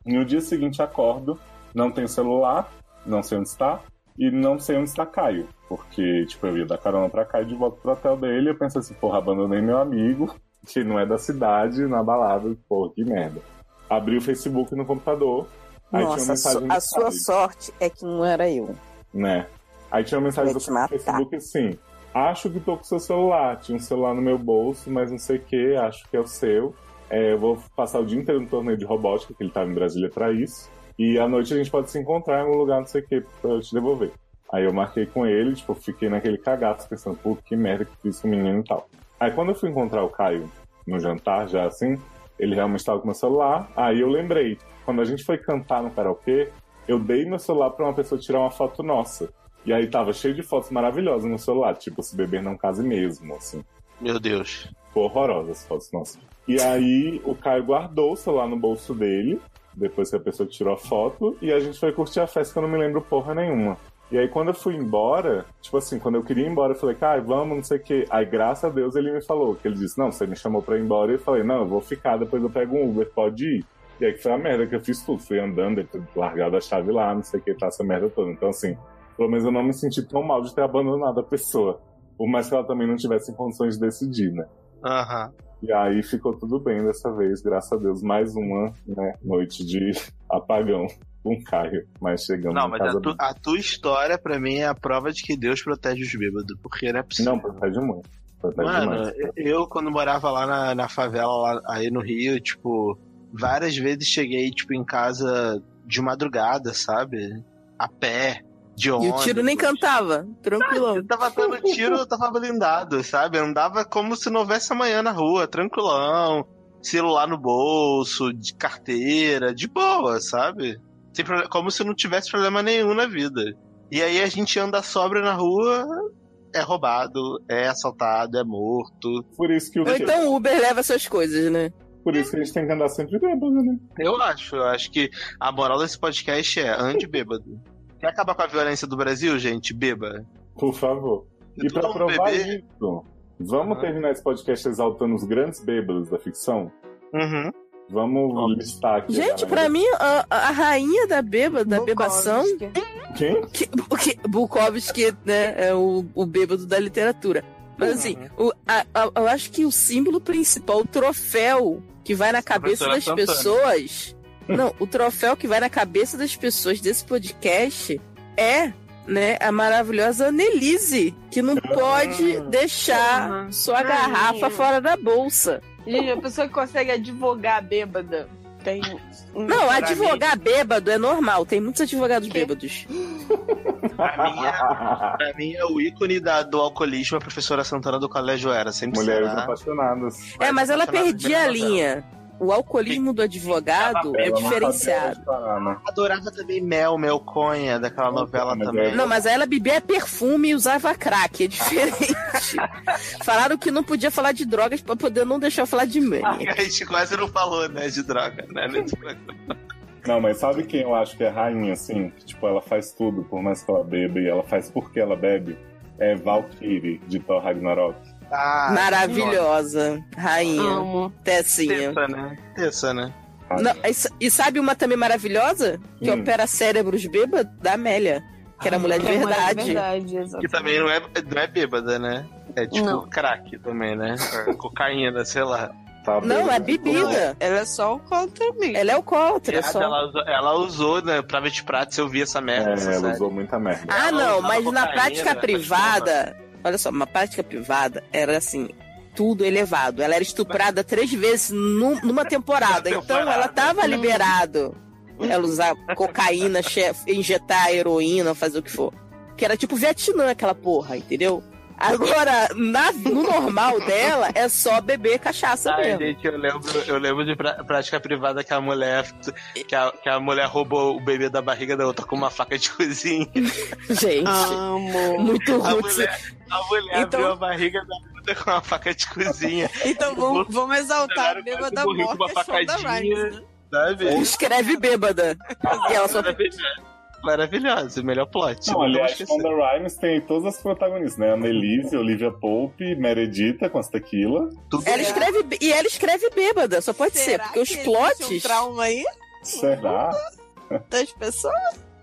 E: no dia seguinte acordo, não tenho celular, não sei onde está, e não sei onde está Caio. Porque, tipo, eu ia dar carona pra Caio de volta pro hotel dele, e eu pensei assim, porra, abandonei meu amigo, que não é da cidade, na balada, porra, que merda. Abri o Facebook no computador, aí tinha uma
M: Nossa, a,
E: mensagem
M: su-
E: do
M: a sua
E: Caio
M: sorte é que não era eu.
E: né? Aí tinha uma mensagem do Facebook assim: Acho que tô com seu celular. Tinha um celular no meu bolso, mas não sei o que, acho que é o seu. É, eu vou passar o dia inteiro no torneio de robótica, que ele tava em Brasília pra isso. E à noite a gente pode se encontrar em algum lugar, não sei o que, pra eu te devolver. Aí eu marquei com ele, tipo, fiquei naquele cagaço, pensando, pô, que merda que fiz com o menino e tal. Aí quando eu fui encontrar o Caio no jantar, já assim, ele realmente estava com meu celular. Aí eu lembrei, quando a gente foi cantar no karaokê, eu dei meu celular pra uma pessoa tirar uma foto nossa. E aí tava cheio de fotos maravilhosas no celular, tipo, se beber não case mesmo, assim.
D: Meu Deus.
E: Ficou horrorosa as fotos nossas. E aí o Caio guardou o celular no bolso dele, depois que a pessoa tirou a foto, e a gente foi curtir a festa que eu não me lembro porra nenhuma. E aí quando eu fui embora, tipo assim, quando eu queria ir embora, eu falei, Caio, vamos, não sei o quê. Aí graças a Deus ele me falou, que ele disse, não, você me chamou pra ir embora, e eu falei, não, eu vou ficar, depois eu pego um Uber, pode ir. E aí que foi a merda que eu fiz tudo, fui andando, depois largado a chave lá, não sei o que, tá essa merda toda. Então assim, pelo menos eu não me senti tão mal de ter abandonado a pessoa. Por mais que ela também não tivesse em condições de decidir, né?
D: Aham.
E: E aí ficou tudo bem dessa vez, graças a Deus. Mais uma né, noite de apagão com o Caio. Mas chegamos
D: Não,
E: em
D: mas é
E: casa
D: a, tu- a tua história, pra mim, é a prova de que Deus protege os bêbados, porque não é possível.
E: Não, protege muito. Protege
D: Mano,
E: demais.
D: eu- eu quando morava lá na, na favela, lá, aí no Rio, tipo, várias vezes cheguei, tipo, em casa de madrugada, sabe? A pé, de
M: E
D: ônibus.
M: o tiro nem cantava, tranquilão.
D: Eu tava dando tiro, eu tava blindado, sabe? Andava como se não houvesse amanhã na rua, tranquilão, celular no bolso, de carteira, de boa, sabe? Sem problema- como se não tivesse problema nenhum na vida. E aí a gente anda sobra na rua, é roubado, é assaltado, é morto.
E: Por isso que o
D: Ou então
E: o Uber leva essas coisas, né? Por isso que a gente tem que andar sempre bêbado, né?
D: Eu acho, eu acho que a moral desse podcast é ande bêbado. Quer acabar com a violência do Brasil, gente? Beba.
E: Por favor. E pra
D: Todo
E: provar
D: bebê.
E: isso,
D: Ah.
E: vamos terminar esse podcast exaltando os grandes bêbados da ficção?
D: Uhum.
E: Vamos listar aqui.
C: Gente,
E: galera.
C: pra mim, a, a rainha da bêbada, da bebação.
E: Quem?
C: Que, que, Bukowski, né? É o, o bêbado da literatura.
T: Uhum.
C: Mas assim, o- a- a- eu acho que o símbolo principal, o troféu que vai na cabeça
T: Professora
C: das
T: Santana.
C: pessoas. Não, o troféu que vai na cabeça das pessoas desse podcast é. Né, a maravilhosa Annelise, que
T: Uhum.
C: não pode deixar sua garrafa
F: Rainha.
C: fora da bolsa.
F: Uhum. Gente, a pessoa que consegue advogar bêbada tem. um
C: Não, advogar bêbado é normal. Tem muitos advogados bêbados.
D: Pra mim, é, pra mim é o ícone da- do alcoolismo, a professora Santana do Colégio Era. Sempre
E: Mulheres
D: será.
E: apaixonadas.
C: É, mas ela
D: apaixonada
C: perdia a
D: pela
C: linha. O alcoolismo do advogado é
D: Ela não sabia
C: diferenciado.
D: Adorava também Mel, Melconha, daquela novela também.
E: é.
C: Não, mas aí ela bebia perfume e usava crack, é diferente. Falaram que não podia falar de drogas pra poder não deixar eu falar de mãe.
D: A gente quase não falou, né, de droga, né? nesse programa.
E: Não, mas sabe quem eu acho que é rainha, assim? Que, tipo, ela faz tudo, por mais que ela beba, e ela faz porque ela bebe? É Valkyrie, de Thor Ragnarok.
D: Ah,
C: Maravilhosa, rainha.
D: Amo.
C: Tessinha.
D: Tessa, né? Tessa, né?
C: Não, e sa- e sabe uma também maravilhosa? Que
D: Hum.
C: opera cérebros bêbados? Da Amélia. Ah, Que era
B: É
C: mulher de É verdade.
D: Que também não é, não é bêbada, né? É tipo
C: Não.
D: crack também, né? É Cocaína, sei lá.
C: Não, é bebida.
F: Ela é só alcoólatra mesmo.
C: Ela é alcoólatra,
D: Viado,
C: só.
D: Ela, usou- ela usou, né? Private Practice, eu vi essa merda.
E: É,
D: essa
E: ela
D: série.
E: usou muita merda.
C: Ah, não,
D: usava
C: mas na
D: cocaína,
C: prática
D: essas
C: privada, olha só, uma prática privada era assim, tudo elevado. Ela era estuprada três vezes nu- numa temporada, então ela tava liberado. Ela usar cocaína, che- injetar heroína, fazer o que for. Que era tipo Vietnã aquela porra, entendeu? Agora, na- no normal dela, é só beber cachaça
D: Ai,
C: mesmo.
D: gente, eu lembro, eu lembro de pra- prática privada que a mulher que a, que a mulher roubou o bebê da barriga da outra com uma faca de cozinha.
C: Gente, muito
D: Ah, a
C: ruim.
D: mulher, a mulher
C: Então-
D: abriu a barriga da outra com uma faca de cozinha.
F: Então vamos, vamos exaltar a bêbada
D: morri com uma
F: morta show da
D: facadinha.
F: Rhymes, né?
D: Sabe?
C: Escreve bêbada. E ela só
D: Maravilhosa, melhor plot.
E: Não, aliás, Shonda Rhimes tem todas as protagonistas, né? Annelise, Olivia Pope, Meredita com as tequila.
D: É.
C: Ela escreve, e ela escreve bêbada, só pode ser, porque os plots.
F: Um trauma aí
E: Será?
F: das pessoas?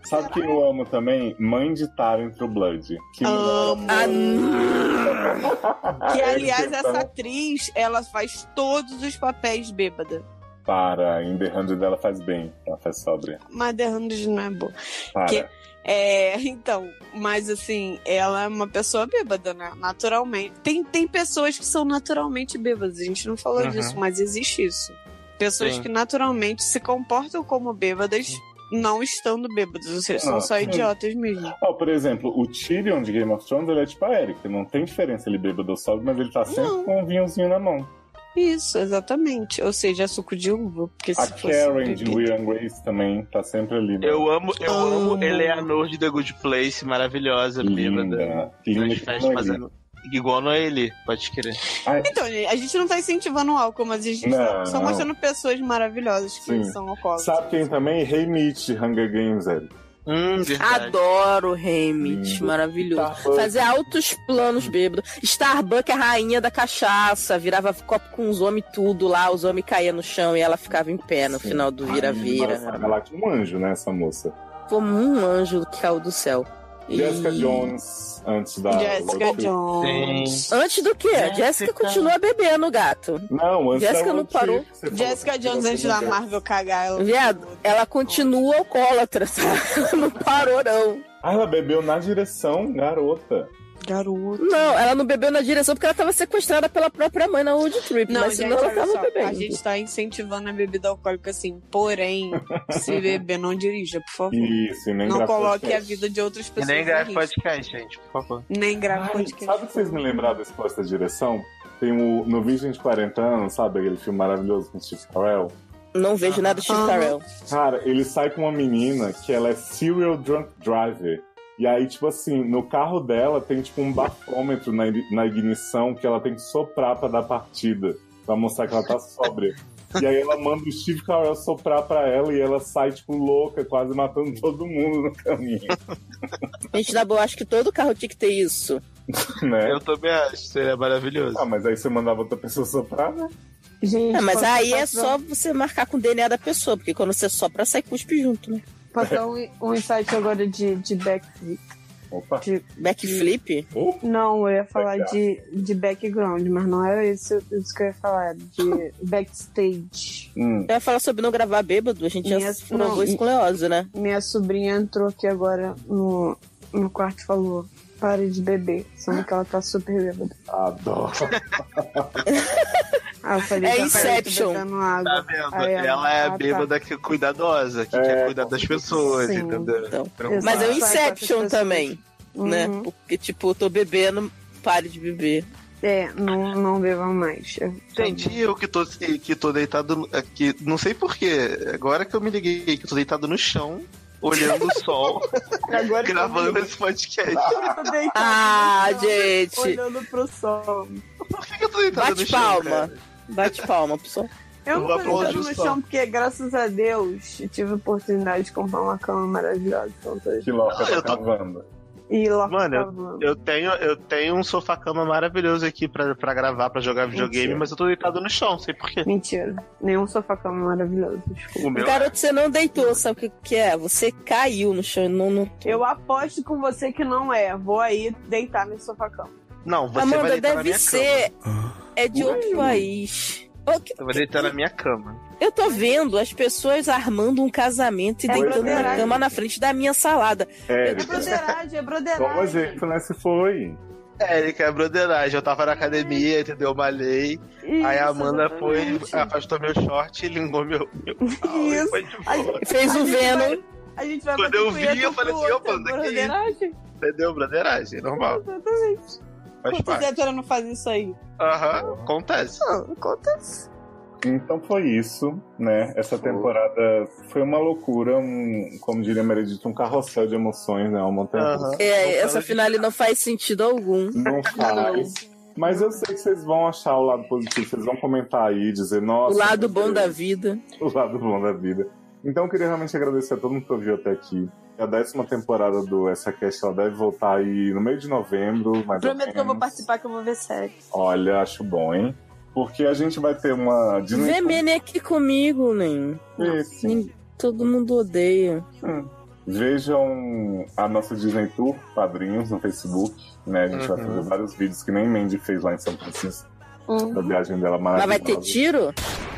E: Sabe quem eu amo também? Mãe de Taryn pro Blood.
C: Ah.
E: Que
F: Amo.
D: Ah,
E: mulher.
D: é,
F: Que, aliás,
E: Então,
F: essa atriz, ela faz todos os papéis bêbada.
E: Para, em The Hundred dela faz bem. Ela faz sóbria.
F: Mas The Hundred não é boa.
E: Para.
F: Que- É, então, mas assim, ela é uma pessoa bêbada, né? Naturalmente. Tem, tem pessoas que são naturalmente bêbadas, a gente não falou
C: Uhum.
F: disso, mas existe isso. Pessoas
C: Sim.
F: que naturalmente se comportam como bêbadas, não estando bêbadas, ou seja, são
E: Ah,
F: só
E: sim.
F: idiotas mesmo.
E: Ó, por exemplo, o Tyrion de Game of Thrones, ele é tipo a Erika. Não tem diferença ele bêbado ou sóbrio, mas ele tá sempre
F: Não.
E: com um vinhozinho na mão.
F: Isso, exatamente. Ou seja, é suco de uva, porque
E: A
F: se fosse
E: Karen de
F: bebida-
E: Will and Grace também tá sempre ali. né?
D: Eu amo, eu
C: Ah.
D: amo Eleanor de The Good Place, maravilhosa, bêbada. Nas festas, fazendo igual a ele, pode querer.
F: Então, gente, a gente não tá incentivando o álcool, mas a gente tá
E: Não.
F: só mostrando pessoas maravilhosas que
E: Sim.
F: são alcoólatras.
E: Sabe quem também? Rei Mitch de Hunger Games, Eric.
D: Hum,
C: Adoro
E: Hum.
C: Hamid,
E: Tá
C: maravilhoso. Fazer altos planos bêbado. Starbuck, a rainha da cachaça, virava copo com os homens tudo lá, os homens caíam no chão e ela ficava em pé no final do vira-vira.
E: Nossa, Ela é um anjo, né, essa moça.
C: Como um anjo que caiu do céu.
E: Jessica Jones, antes da...
C: Jessica
E: Sim.
C: Jones. Antes do que? Jéssica continua bebendo, gato.
E: Não, antes
C: Jéssica
E: da
C: não
E: Road
C: parou.
E: Trip, você falou
F: Jessica
E: que
F: Jones
E: você
F: antes
E: não
F: da
E: quer.
F: Marvel cagar ela.
C: Viado, ela continua alcoólatra, sabe? Não parou, não.
E: Ah, ela bebeu na direção, garota.
F: Garota.
C: Não, ela não bebeu na direção porque ela tava sequestrada pela própria mãe na Wood Trip.
F: Não,
C: mas
F: gente,
C: senão ela
F: olha
C: tava
F: só,
C: bebendo.
F: a gente tá incentivando a bebida alcoólica assim, porém, se beber, não dirija, por favor.
E: Isso, e nem
F: não
E: grava
F: coloque a
E: podcast.
F: vida de outras
D: E
F: pessoas.
D: nem
F: em
D: grave
F: risco.
D: podcast, gente, por favor.
F: Nem grava podcast.
C: Ah,
E: Sabe o que vocês me lembraram desse posto da direção? Tem o No Virgem de 40 anos, sabe? Aquele filme maravilhoso com o Steve Carell.
C: Não
F: Ah.
C: vejo nada de Steve Carell.
E: Cara, ele sai com uma menina que ela é serial drunk driver. E aí, tipo assim, no carro dela tem tipo um bafômetro na, ig- na ignição que ela tem que soprar pra dar partida, pra mostrar que ela tá sóbria. E aí ela manda o Steve Carell soprar pra ela e ela sai, tipo, louca, quase matando todo mundo no caminho,
C: Gente, na boa, acho que todo carro tinha que ter isso.
E: né?
D: É? Eu também acho, seria maravilhoso.
E: Ah, mas aí você mandava outra pessoa soprar, né?
F: Gente,
C: Ah, mas
F: posso-
C: aí é
F: posso
C: só você marcar com o DNA da pessoa, porque quando você sopra, sai cuspe junto, né?
F: Posso dar um, um insight agora de, de backflip?
E: Opa.
C: Backflip?
F: Não, eu ia falar
C: Legal.
F: de, de background, mas não era isso, isso que eu ia falar, de backstage.
E: Hum.
C: Eu ia falar sobre não gravar bêbado, a gente já
F: Minha-
C: provou
F: não.
C: isso com o Leózio, né?
F: Minha sobrinha entrou aqui agora no, no quarto e falou: pare de beber, sendo que ela tá super bêbada.
E: Adoro.
F: Ah, eu falei,
C: É
F: já parei de
C: Inception.
F: beber no água.
D: Tá vendo?
F: Aí
D: ela é
F: ah, tá.
D: bêbada que é cuidadosa, que quer cuidar das pessoas,
F: Sim.
D: entendeu? Então, Preocupada.
C: Mas é o
F: Sai com essas
C: Inception
F: pessoas.
C: também, né?
F: Uhum.
C: Porque, tipo, eu tô bebendo, pare de beber.
F: É, não, não bebam mais.
D: Gente, e eu que tô, que tô deitado aqui, não sei porquê, agora que eu me liguei, que eu tô deitado no chão, olhando o sol, gravando esse podcast.
F: Tá,
C: Ah, gente.
F: Olhando pro sol.
D: Por que, que eu tô deitado
C: Bate
D: no chão,
C: palma.
D: cara?
C: Bate palma, pessoal.
F: Eu
D: Eu
F: não
D: vou
F: tô deitado
D: aplaudir
F: no
D: só.
F: chão porque, graças a Deus, eu tive a oportunidade de comprar uma cama maravilhosa. Então tô...
E: Que louca
D: Não,
E: tá
D: eu tô-
E: cavando.
F: E lá
D: Mano, eu,
F: cavando.
D: eu tenho, eu tenho um sofá-cama maravilhoso aqui pra, pra gravar, pra jogar videogame,
F: Mentira.
D: mas eu tô deitado no chão, não sei porquê.
F: Mentira. Nenhum sofá-cama maravilhoso. Desculpa.
D: O meu
C: Garoto, você não deitou, sabe o que, que é? Você caiu no chão. Não, não...
F: Eu aposto com você que não é. Vou aí deitar nesse sofá-cama.
D: Não, você vai
C: Amanda,
D: deitar na
C: deve
D: minha
C: ser. É de
D: Ué.
C: outro país. Ô, que-
D: cama. Eu vou deitar na minha cama.
C: Eu tô vendo as pessoas armando um casamento e
F: É
C: deitando na
F: broderagem.
C: cama na frente da minha salada.
F: É
E: Érica,
F: broderagem, é
E: toma
F: broderagem.
E: jeito, né? Se foi.
D: Érica, é broderagem. Eu tava na academia, entendeu? Malhei.
F: Isso,
D: aí a Amanda
F: exatamente.
D: foi, afastou meu short e lingou meu. meu pau, e
F: Isso.
D: foi de boa.
F: gente-
C: Fez o
F: gente
C: Venom.
F: vai- A gente vai
D: Quando
F: bater
D: eu vi,
F: punheta
D: eu falei
F: pro
D: assim,
F: outro,
D: opa, daqui.
F: Broderagem?
D: Entendeu? Broderagem, normal.
F: Exatamente.
D: Faz
F: Quantas
D: parte.
F: héteros não fazem isso aí?
D: Aham, acontece.
F: Não, acontece.
E: Então foi isso, né? Essa temporada foi uma loucura, um, como diria Meredith, um carrossel de emoções, né? Uma montanha russa.
C: É, essa finale não faz sentido algum.
E: Não faz. Mas eu sei que vocês vão achar o lado positivo, vocês vão comentar aí, dizer,
C: O
E: nossa.
C: lado
E: meu
C: bom
E: Deus,
C: da vida.
E: O lado bom da vida. Então eu queria realmente agradecer a todo mundo que ouviu até aqui. A décima temporada do Essa Cast ela deve voltar aí no meio de novembro, mais ou
F: Prometo que eu vou
E: menos.
F: participar, que eu vou ver série.
E: Olha, acho bom, hein? Porque a gente vai ter uma Disney.
C: Vê Mene aqui comigo, nem.
E: Esse.
C: Nin- Todo mundo odeia.
E: Vejam a nossa Disney Tour, padrinhos, no Facebook. Né? A gente vai fazer vários vídeos que nem Mandy fez lá em São Francisco.
F: Hum.
E: Da viagem dela
C: Mas
E: maravilhosa.
C: vai ter tiro?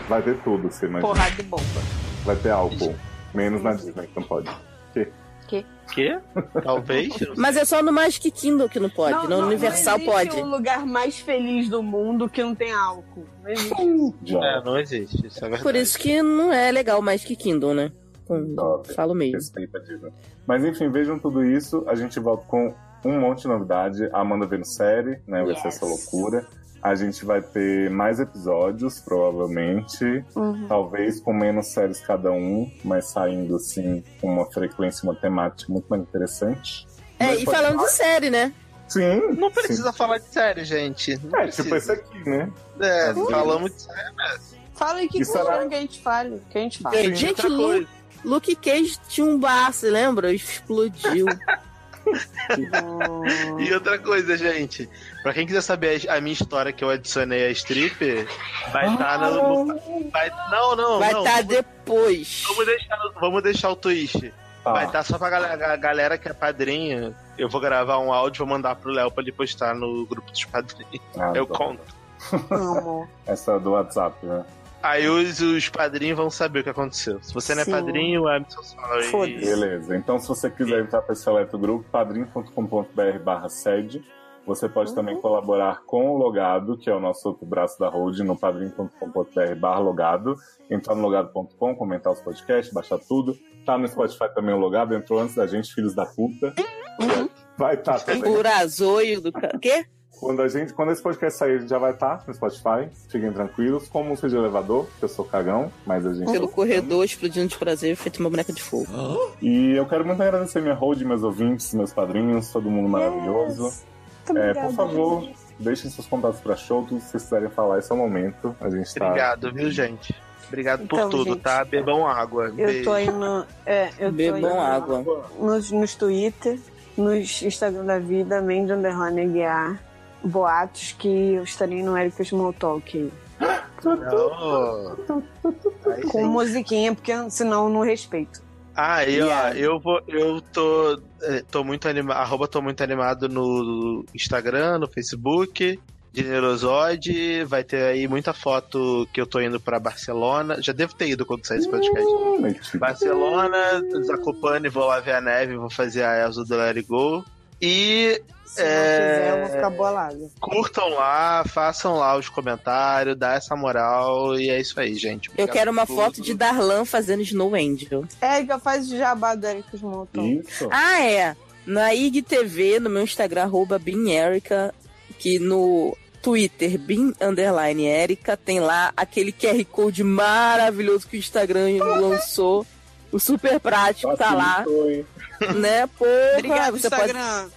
E: Vai ter tudo, você imagina.
F: Porrada de bomba.
E: Vai ter álcool. Menos na Disney, que não pode. Que?
F: Que?
D: Quê? Talvez.
C: Mas é só no Magic Kingdom que não pode. no Universal
F: não
C: pode.
F: existe um lugar mais feliz do mundo que não tem álcool. Não existe.
D: É, não existe, isso é verdade.
C: Por isso que não é legal o Magic Kingdom, né? Então, falo mesmo.
E: Respeita a Disney. Mas enfim, vejam tudo isso. A gente volta com um monte de novidade. A Amanda vendo série, né? Vai ser essa loucura. A gente vai ter mais episódios, provavelmente.
F: Uhum.
E: Talvez com menos séries cada um, mas saindo assim com uma frequência, uma temática muito mais interessante.
C: É,
E: Mas
C: e
E: pode-
C: falando de série, né?
E: Sim.
D: Não precisa falar de sério, gente. Não
E: É,
D: precisa.
E: tipo esse aqui, né?
D: É,
E: Ui.
D: falamos de sério, né?
F: Fala aí que
E: E
I: é
E: será-
F: questão que a gente fale. Que a gente fala.
C: Gente, gente, Lu, Luke Cage tinha um bar, você lembra? Explodiu.
D: E outra coisa, gente. Pra quem quiser saber a a minha história que eu adicionei a stripper, vai estar no. no- vai- não, não,
C: vai
D: não.
C: estar depois.
D: Vamos deixar, vamos deixar o twist.
E: Tá.
D: Vai estar só pra galera, a galera que é padrinha. Eu vou gravar um áudio vou mandar pro Léo pra ele postar no grupo dos padrinhos.
E: Ah,
D: eu
E: tá.
D: conto.
F: Amo.
E: Essa do WhatsApp, né?
D: Aí os, os padrinhos vão saber o que aconteceu. Se você não é
F: Sim.
D: padrinho, I'm so sorry.
E: Beleza. Então, se você quiser entrar para esse seleto grupo, padrim.com.br barra sede. Você pode
C: Uhum.
E: também colaborar com o Logado, que é o nosso outro braço da Road, no padrim.com.br barra Logado. Entrar no logado.com, comentar os podcasts, baixar tudo. Tá no Spotify também o Logado, entrou antes da gente, Filhos da Puta. Vai estar tá também.
C: Burazoio Uhum. do... ca- Quê?
E: Quando, a gente, quando esse podcast sair, a gente já vai estar no Spotify. Fiquem tranquilos. Com música de elevador, que eu sou cagão, mas a gente. é
C: Pelo corredor, explodindo de prazer, feito uma boneca de fogo.
E: E eu quero muito agradecer minha hold, meus ouvintes, meus padrinhos, todo mundo maravilhoso.
C: Muito
E: É,
C: obrigada,
E: por favor, deixem seus contatos pra show, tudo que vocês quiserem falar, esse é o momento. A gente tá.
D: Obrigado, viu, gente? Obrigado por
E: Então,
D: tudo,
E: gente,
D: tá? Bebam água.
B: Eu tô aí no. É, eu
E: Bebam
B: tô aí no-
E: água.
B: Nos, nos Twitter, nos Instagram da vida, Mandy Underline Aguiar. Boatos que eu estarei no Erika Small Talk. Com musiquinha, porque senão eu não respeito.
D: Ah, e ó, eu vou. Eu tô. eh, Tô muito animado. Arroba tô muito animado no Instagram, no Facebook. Generosoide, vai ter aí muita foto que eu tô indo pra Barcelona. Já devo ter ido quando sair esse podcast.
E: Uh!
D: Barcelona, Zacopane, vou lá ver a neve, vou fazer a Elsa do Let It Go. E.
B: Se não fizer, eu vou ficar bolada.
D: Curtam lá, façam lá os comentários, dá essa moral e é isso aí, gente.
C: Eu
D: Obrigado
C: quero uma
D: por
C: foto
D: tudo.
C: de Darlan fazendo Snow Angel.
B: Érica, faz o jabá do Erika Small Talk.
E: Isso.
C: Ah, é. Na IGTV, no meu Instagram, arroba BinErica, que no Twitter, Bin Underline Erica, tem lá aquele QR Code maravilhoso que o Instagram lançou. O super prático
E: assim,
C: tá lá. Né, pô?
E: Obrigada, Instagram.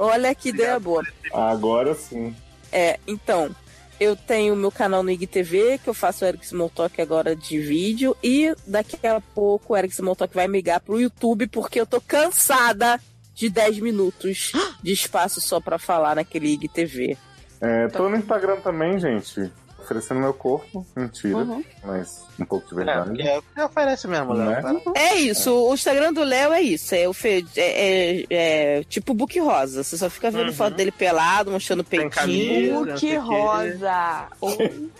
C: Olha que ideia boa.
E: Agora sim.
C: É, então, eu tenho meu canal no IGTV, que eu faço o Eric Smalltalk agora de vídeo, e daqui a pouco o Eric Smalltalk vai migrar pro YouTube, porque eu tô cansada de 10 minutos de espaço só pra falar naquele IGTV.
E: É, tô no Instagram também, gente. Oferecendo meu corpo. Mentira.
C: Uhum.
E: Mas um pouco de verdade.
D: É, porque oferece mesmo, né?
C: É isso, o Instagram do Léo é isso, é, o fe- é- é- é tipo book rosa, você só fica vendo foto dele pelado, mostrando o peitinho.
E: camisa, Book não sei o quê. rosa.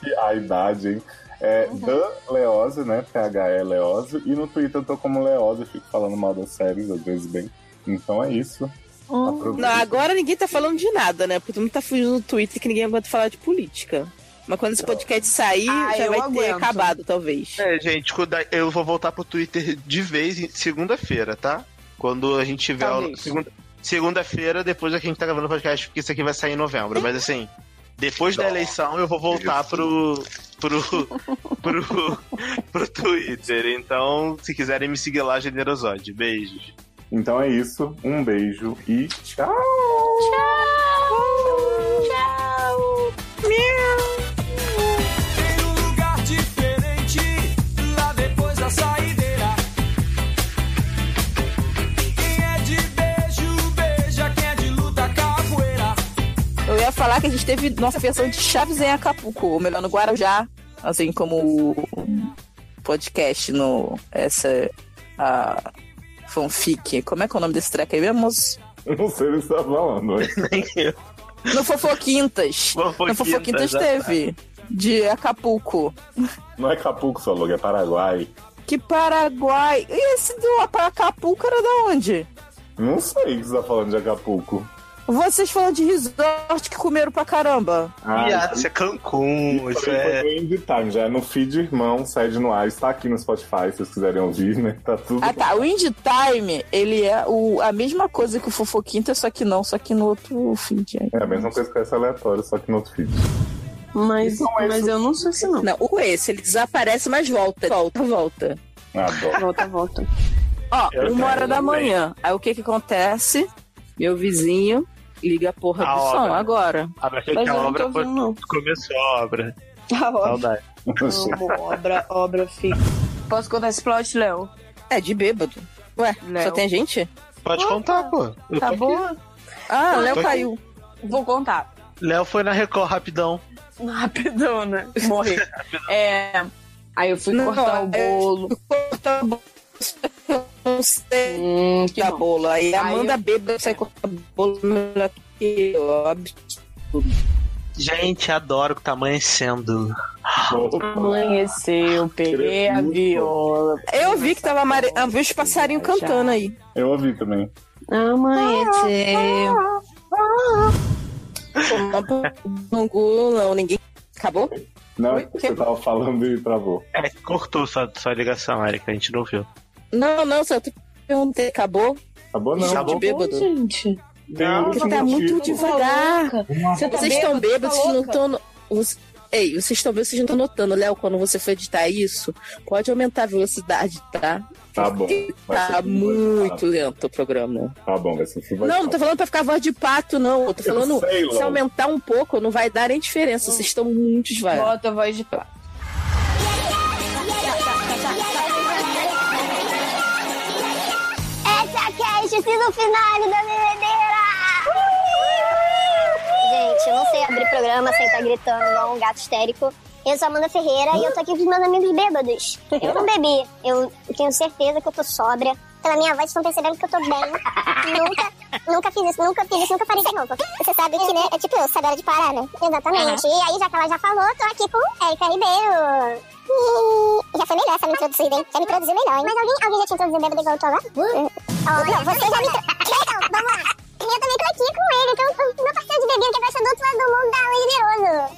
E: E a idade, hein? É
C: Uhum.
E: Dan Leozio, né? PHE Leozio. E no Twitter eu tô como Leozio, fico falando mal das séries, às vezes bem. Então é isso.
B: Hum.
E: Aproveita.
C: Não, agora ninguém tá falando de nada, né? Porque todo mundo tá fugindo do Twitter que ninguém aguenta falar de política. Mas quando esse podcast sair,
D: Ah,
C: já
D: eu
C: vai ter
D: aguento.
C: acabado, talvez.
D: É, gente, quando- eu vou voltar pro Twitter de vez em segunda-feira, tá? Quando a gente tiver. o-
C: Talvez.
D: segunda- Segunda-feira, depois da que a gente tá gravando o podcast, porque isso aqui vai sair em novembro. Mas assim, depois da eleição eu vou voltar pro. Pro, pro, pro Twitter. Então, se quiserem me seguir lá, Generosode. Beijos.
E: Então é isso. Um beijo e tchau!
F: Tchau! Tem um lugar diferente lá depois da saideira. Quem é de beijo, beija. Quem é de luta, capoeira.
C: Eu ia falar que a gente teve nossa versão de Chaves em Acapulco, ou melhor, no Guarujá, assim como o podcast no. Essa. A fanfic. Como é que é o nome desse treco aí mesmo, moço?
E: Eu não sei o que você tá falando.
C: No Fofoquintas. no Fofoquintas
E: exatamente.
C: teve. De Acapulco.
E: Não é Acapulco, seu logo, é Paraguai.
C: Que Paraguai. E esse do Acapulco era da onde?
E: Não sei o que você tá falando de Acapulco.
C: Vocês falam de resort que comeram pra caramba.
D: Viado, isso é Cancún, isso
E: foi,
D: é-
E: Foi no Indie Time, já é no feed irmão, sede no ar, está aqui no Spotify, se vocês quiserem ouvir, né? Tá tudo.
C: Ah tá, o Indie Time, ele é o, a mesma coisa que o Fofoquinta, só que não, só que no outro fim de
E: É a mesma coisa que essa aleatória, só que no outro feed.
B: Mas,
C: mas
B: eu não sei se não.
C: Não, o esse, ele desaparece, mas volta, volta, volta.
E: Adoro.
B: Volta, volta.
C: Ó,
B: Eu
C: uma hora
B: quero
C: da
B: também.
C: manhã. Aí o que que acontece? Meu vizinho liga a porra
D: A
C: do
D: obra.
C: som agora.
D: Ah, mas que
C: Mas
D: a
C: eu não
D: obra
C: tô
D: foi...
C: ouvindo, não.
D: começou a obra.
F: Tá
I: Tá
B: A obra.
D: Saudade.
B: Amo, obra, obra fixa. Posso contar esse plot, Léo?
C: É, de bêbado. Ué,
B: Léo.
C: só tem gente?
D: Pode contar, pô. Eu
B: Tá
D: tô
B: bom?
D: aqui.
C: Ah,
D: Eu
C: Léo
D: tô aqui.
C: caiu.
B: Vou contar.
D: Léo foi na Record rapidão.
B: Rapidão, né? Morri. É. Aí eu fui cortar o
F: é.
B: bolo.
C: Cortar o bolo. Então, Não sei.
B: Hum, que
F: Tá
C: da bola. Aí a
B: Aí
C: Amanda
B: eu-
C: bêbada sai cortando bolo melhor que eu. Absurdo.
D: Gente, adoro que tá amanhecendo.
B: Amanheceu, peguei a viola.
C: Eu vi que tava amare... eu vi os passarinhos cantando aí.
E: Eu ouvi também.
B: Amanheceu.
F: Ah,
C: Não, não, ninguém. Acabou?
E: Não, é você tava falando e travou.
D: É, cortou sua, sua ligação, Erika, a gente não viu.
C: Não, não, só te perguntei. Acabou?
E: Acabou não.
F: ah,
C: De bêbado.
B: gente.
E: Não,
I: Você tá muito devagar.
E: Você
B: Tá
I: Vocês estão bêbados, vocês não estão. no- os- Ei, vocês estão vendo, vocês não estão notando, Léo, quando você for editar isso, pode aumentar a velocidade, tá?
E: Tá bom.
I: Porque
E: Vai ser
I: Tá
E: tudo mais
I: muito
E: rápido.
I: lento o programa.
E: Tá bom, vai ser tudo mais
I: Não, não tô
E: rápido.
I: falando pra ficar voz de pato, não. Eu tô
E: Eu
I: falando
E: sei,
I: se
E: Laura.
I: aumentar um pouco, não vai dar nem diferença. Vocês estão muito devagar.
B: Bota a voz de pato.
Q: Essa cast do final da bebedeira! Gente, eu não sei abrir programa sem estar gritando igual um gato histérico. Eu sou Amanda Ferreira e eu tô aqui com os meus amigos bêbados. Eu não bebi, eu tenho certeza que eu tô sóbria. Pela minha voz, estão percebendo que eu tô bem. nunca, nunca fiz isso, nunca fiz isso, nunca farei de novo. Você sabe que, né, é tipo eu, sabe a hora de parar, né? Exatamente.
U: Aham.
Q: E aí, já que ela já falou, tô aqui com Erika Ribeiro. Ih, Já foi melhor essa me introduzida, hein? Já me introduziu melhor, hein? Mas alguém, alguém já te introduziu bêbado igual eu tô agora? Olha, você já me... intro- Então, vamos lá. Eu também tô aqui com ele, que é o meu parceiro de bebida que gosta do outro lado do mundo, tá generoso.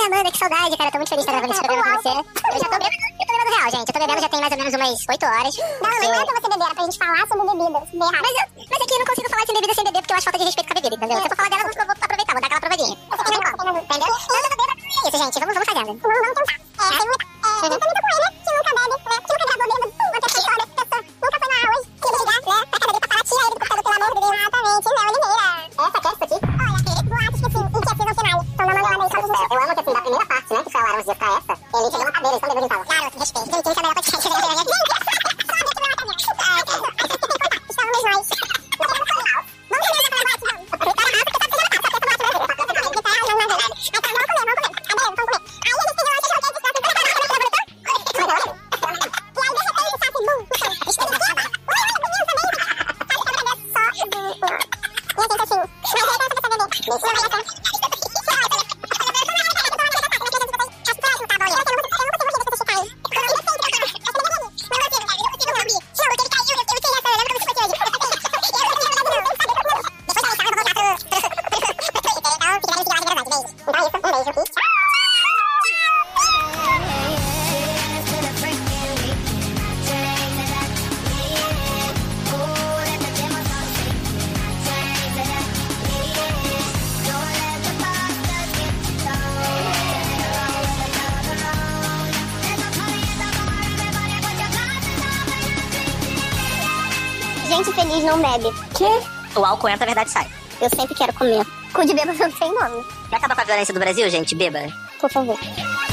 Q: Ah, Amanda, que saudade, cara. Eu tô muito feliz de estar gravando esse programa com você. Eu já tô bebendo, eu tô bebendo real, gente. Eu tô bebendo já tem mais ou menos umas 8 horas. Não, mas não é pra você beber, era pra gente falar sobre bebida. Mas, eu, mas aqui eu não consigo falar de bebida sem beber porque eu acho falta de respeito com a bebida, entendeu? Se eu for falar dela, eu vou aproveitar, vou dar aquela provadinha. Eu tô bebendo copo, entendeu? Eu tô bebendo, é isso, gente. Vamos, vamos fazendo. Vamos, vamos tentar. É, tem muita... É, eu também tô com ele, que nunca bebe, né? Que nunca gravou bêbado. Uma pessoa só, uma pessoa... Nunca foi na aula, hoje. Que ele chegar, né? Pra cada dia pra tirar ele do computador, pelo amor de Deus. Exatamente, não, Oliveira. Essa cast aqui... Olha, boatos que assim, inquietos no final. Então não mandou nada aí, só os Eu amo que assim, da primeira parte, né? Que foi a Laranja pra essa, ele chegou na cadeira, assim, eles estão bebendo em casa. Claro, respeito. Gente, esse é o melhor podcast. tipo, Então, assim, Estávamos nós. tá tá, tá assim, Gente feliz não bebe. Que? O álcool entra, a verdade sai. Eu sempre quero comer. Cu de bêbado não tem nome.
V: Quer acabar com a violência do Brasil, gente? Beba.
Q: Por favor.
V: Quero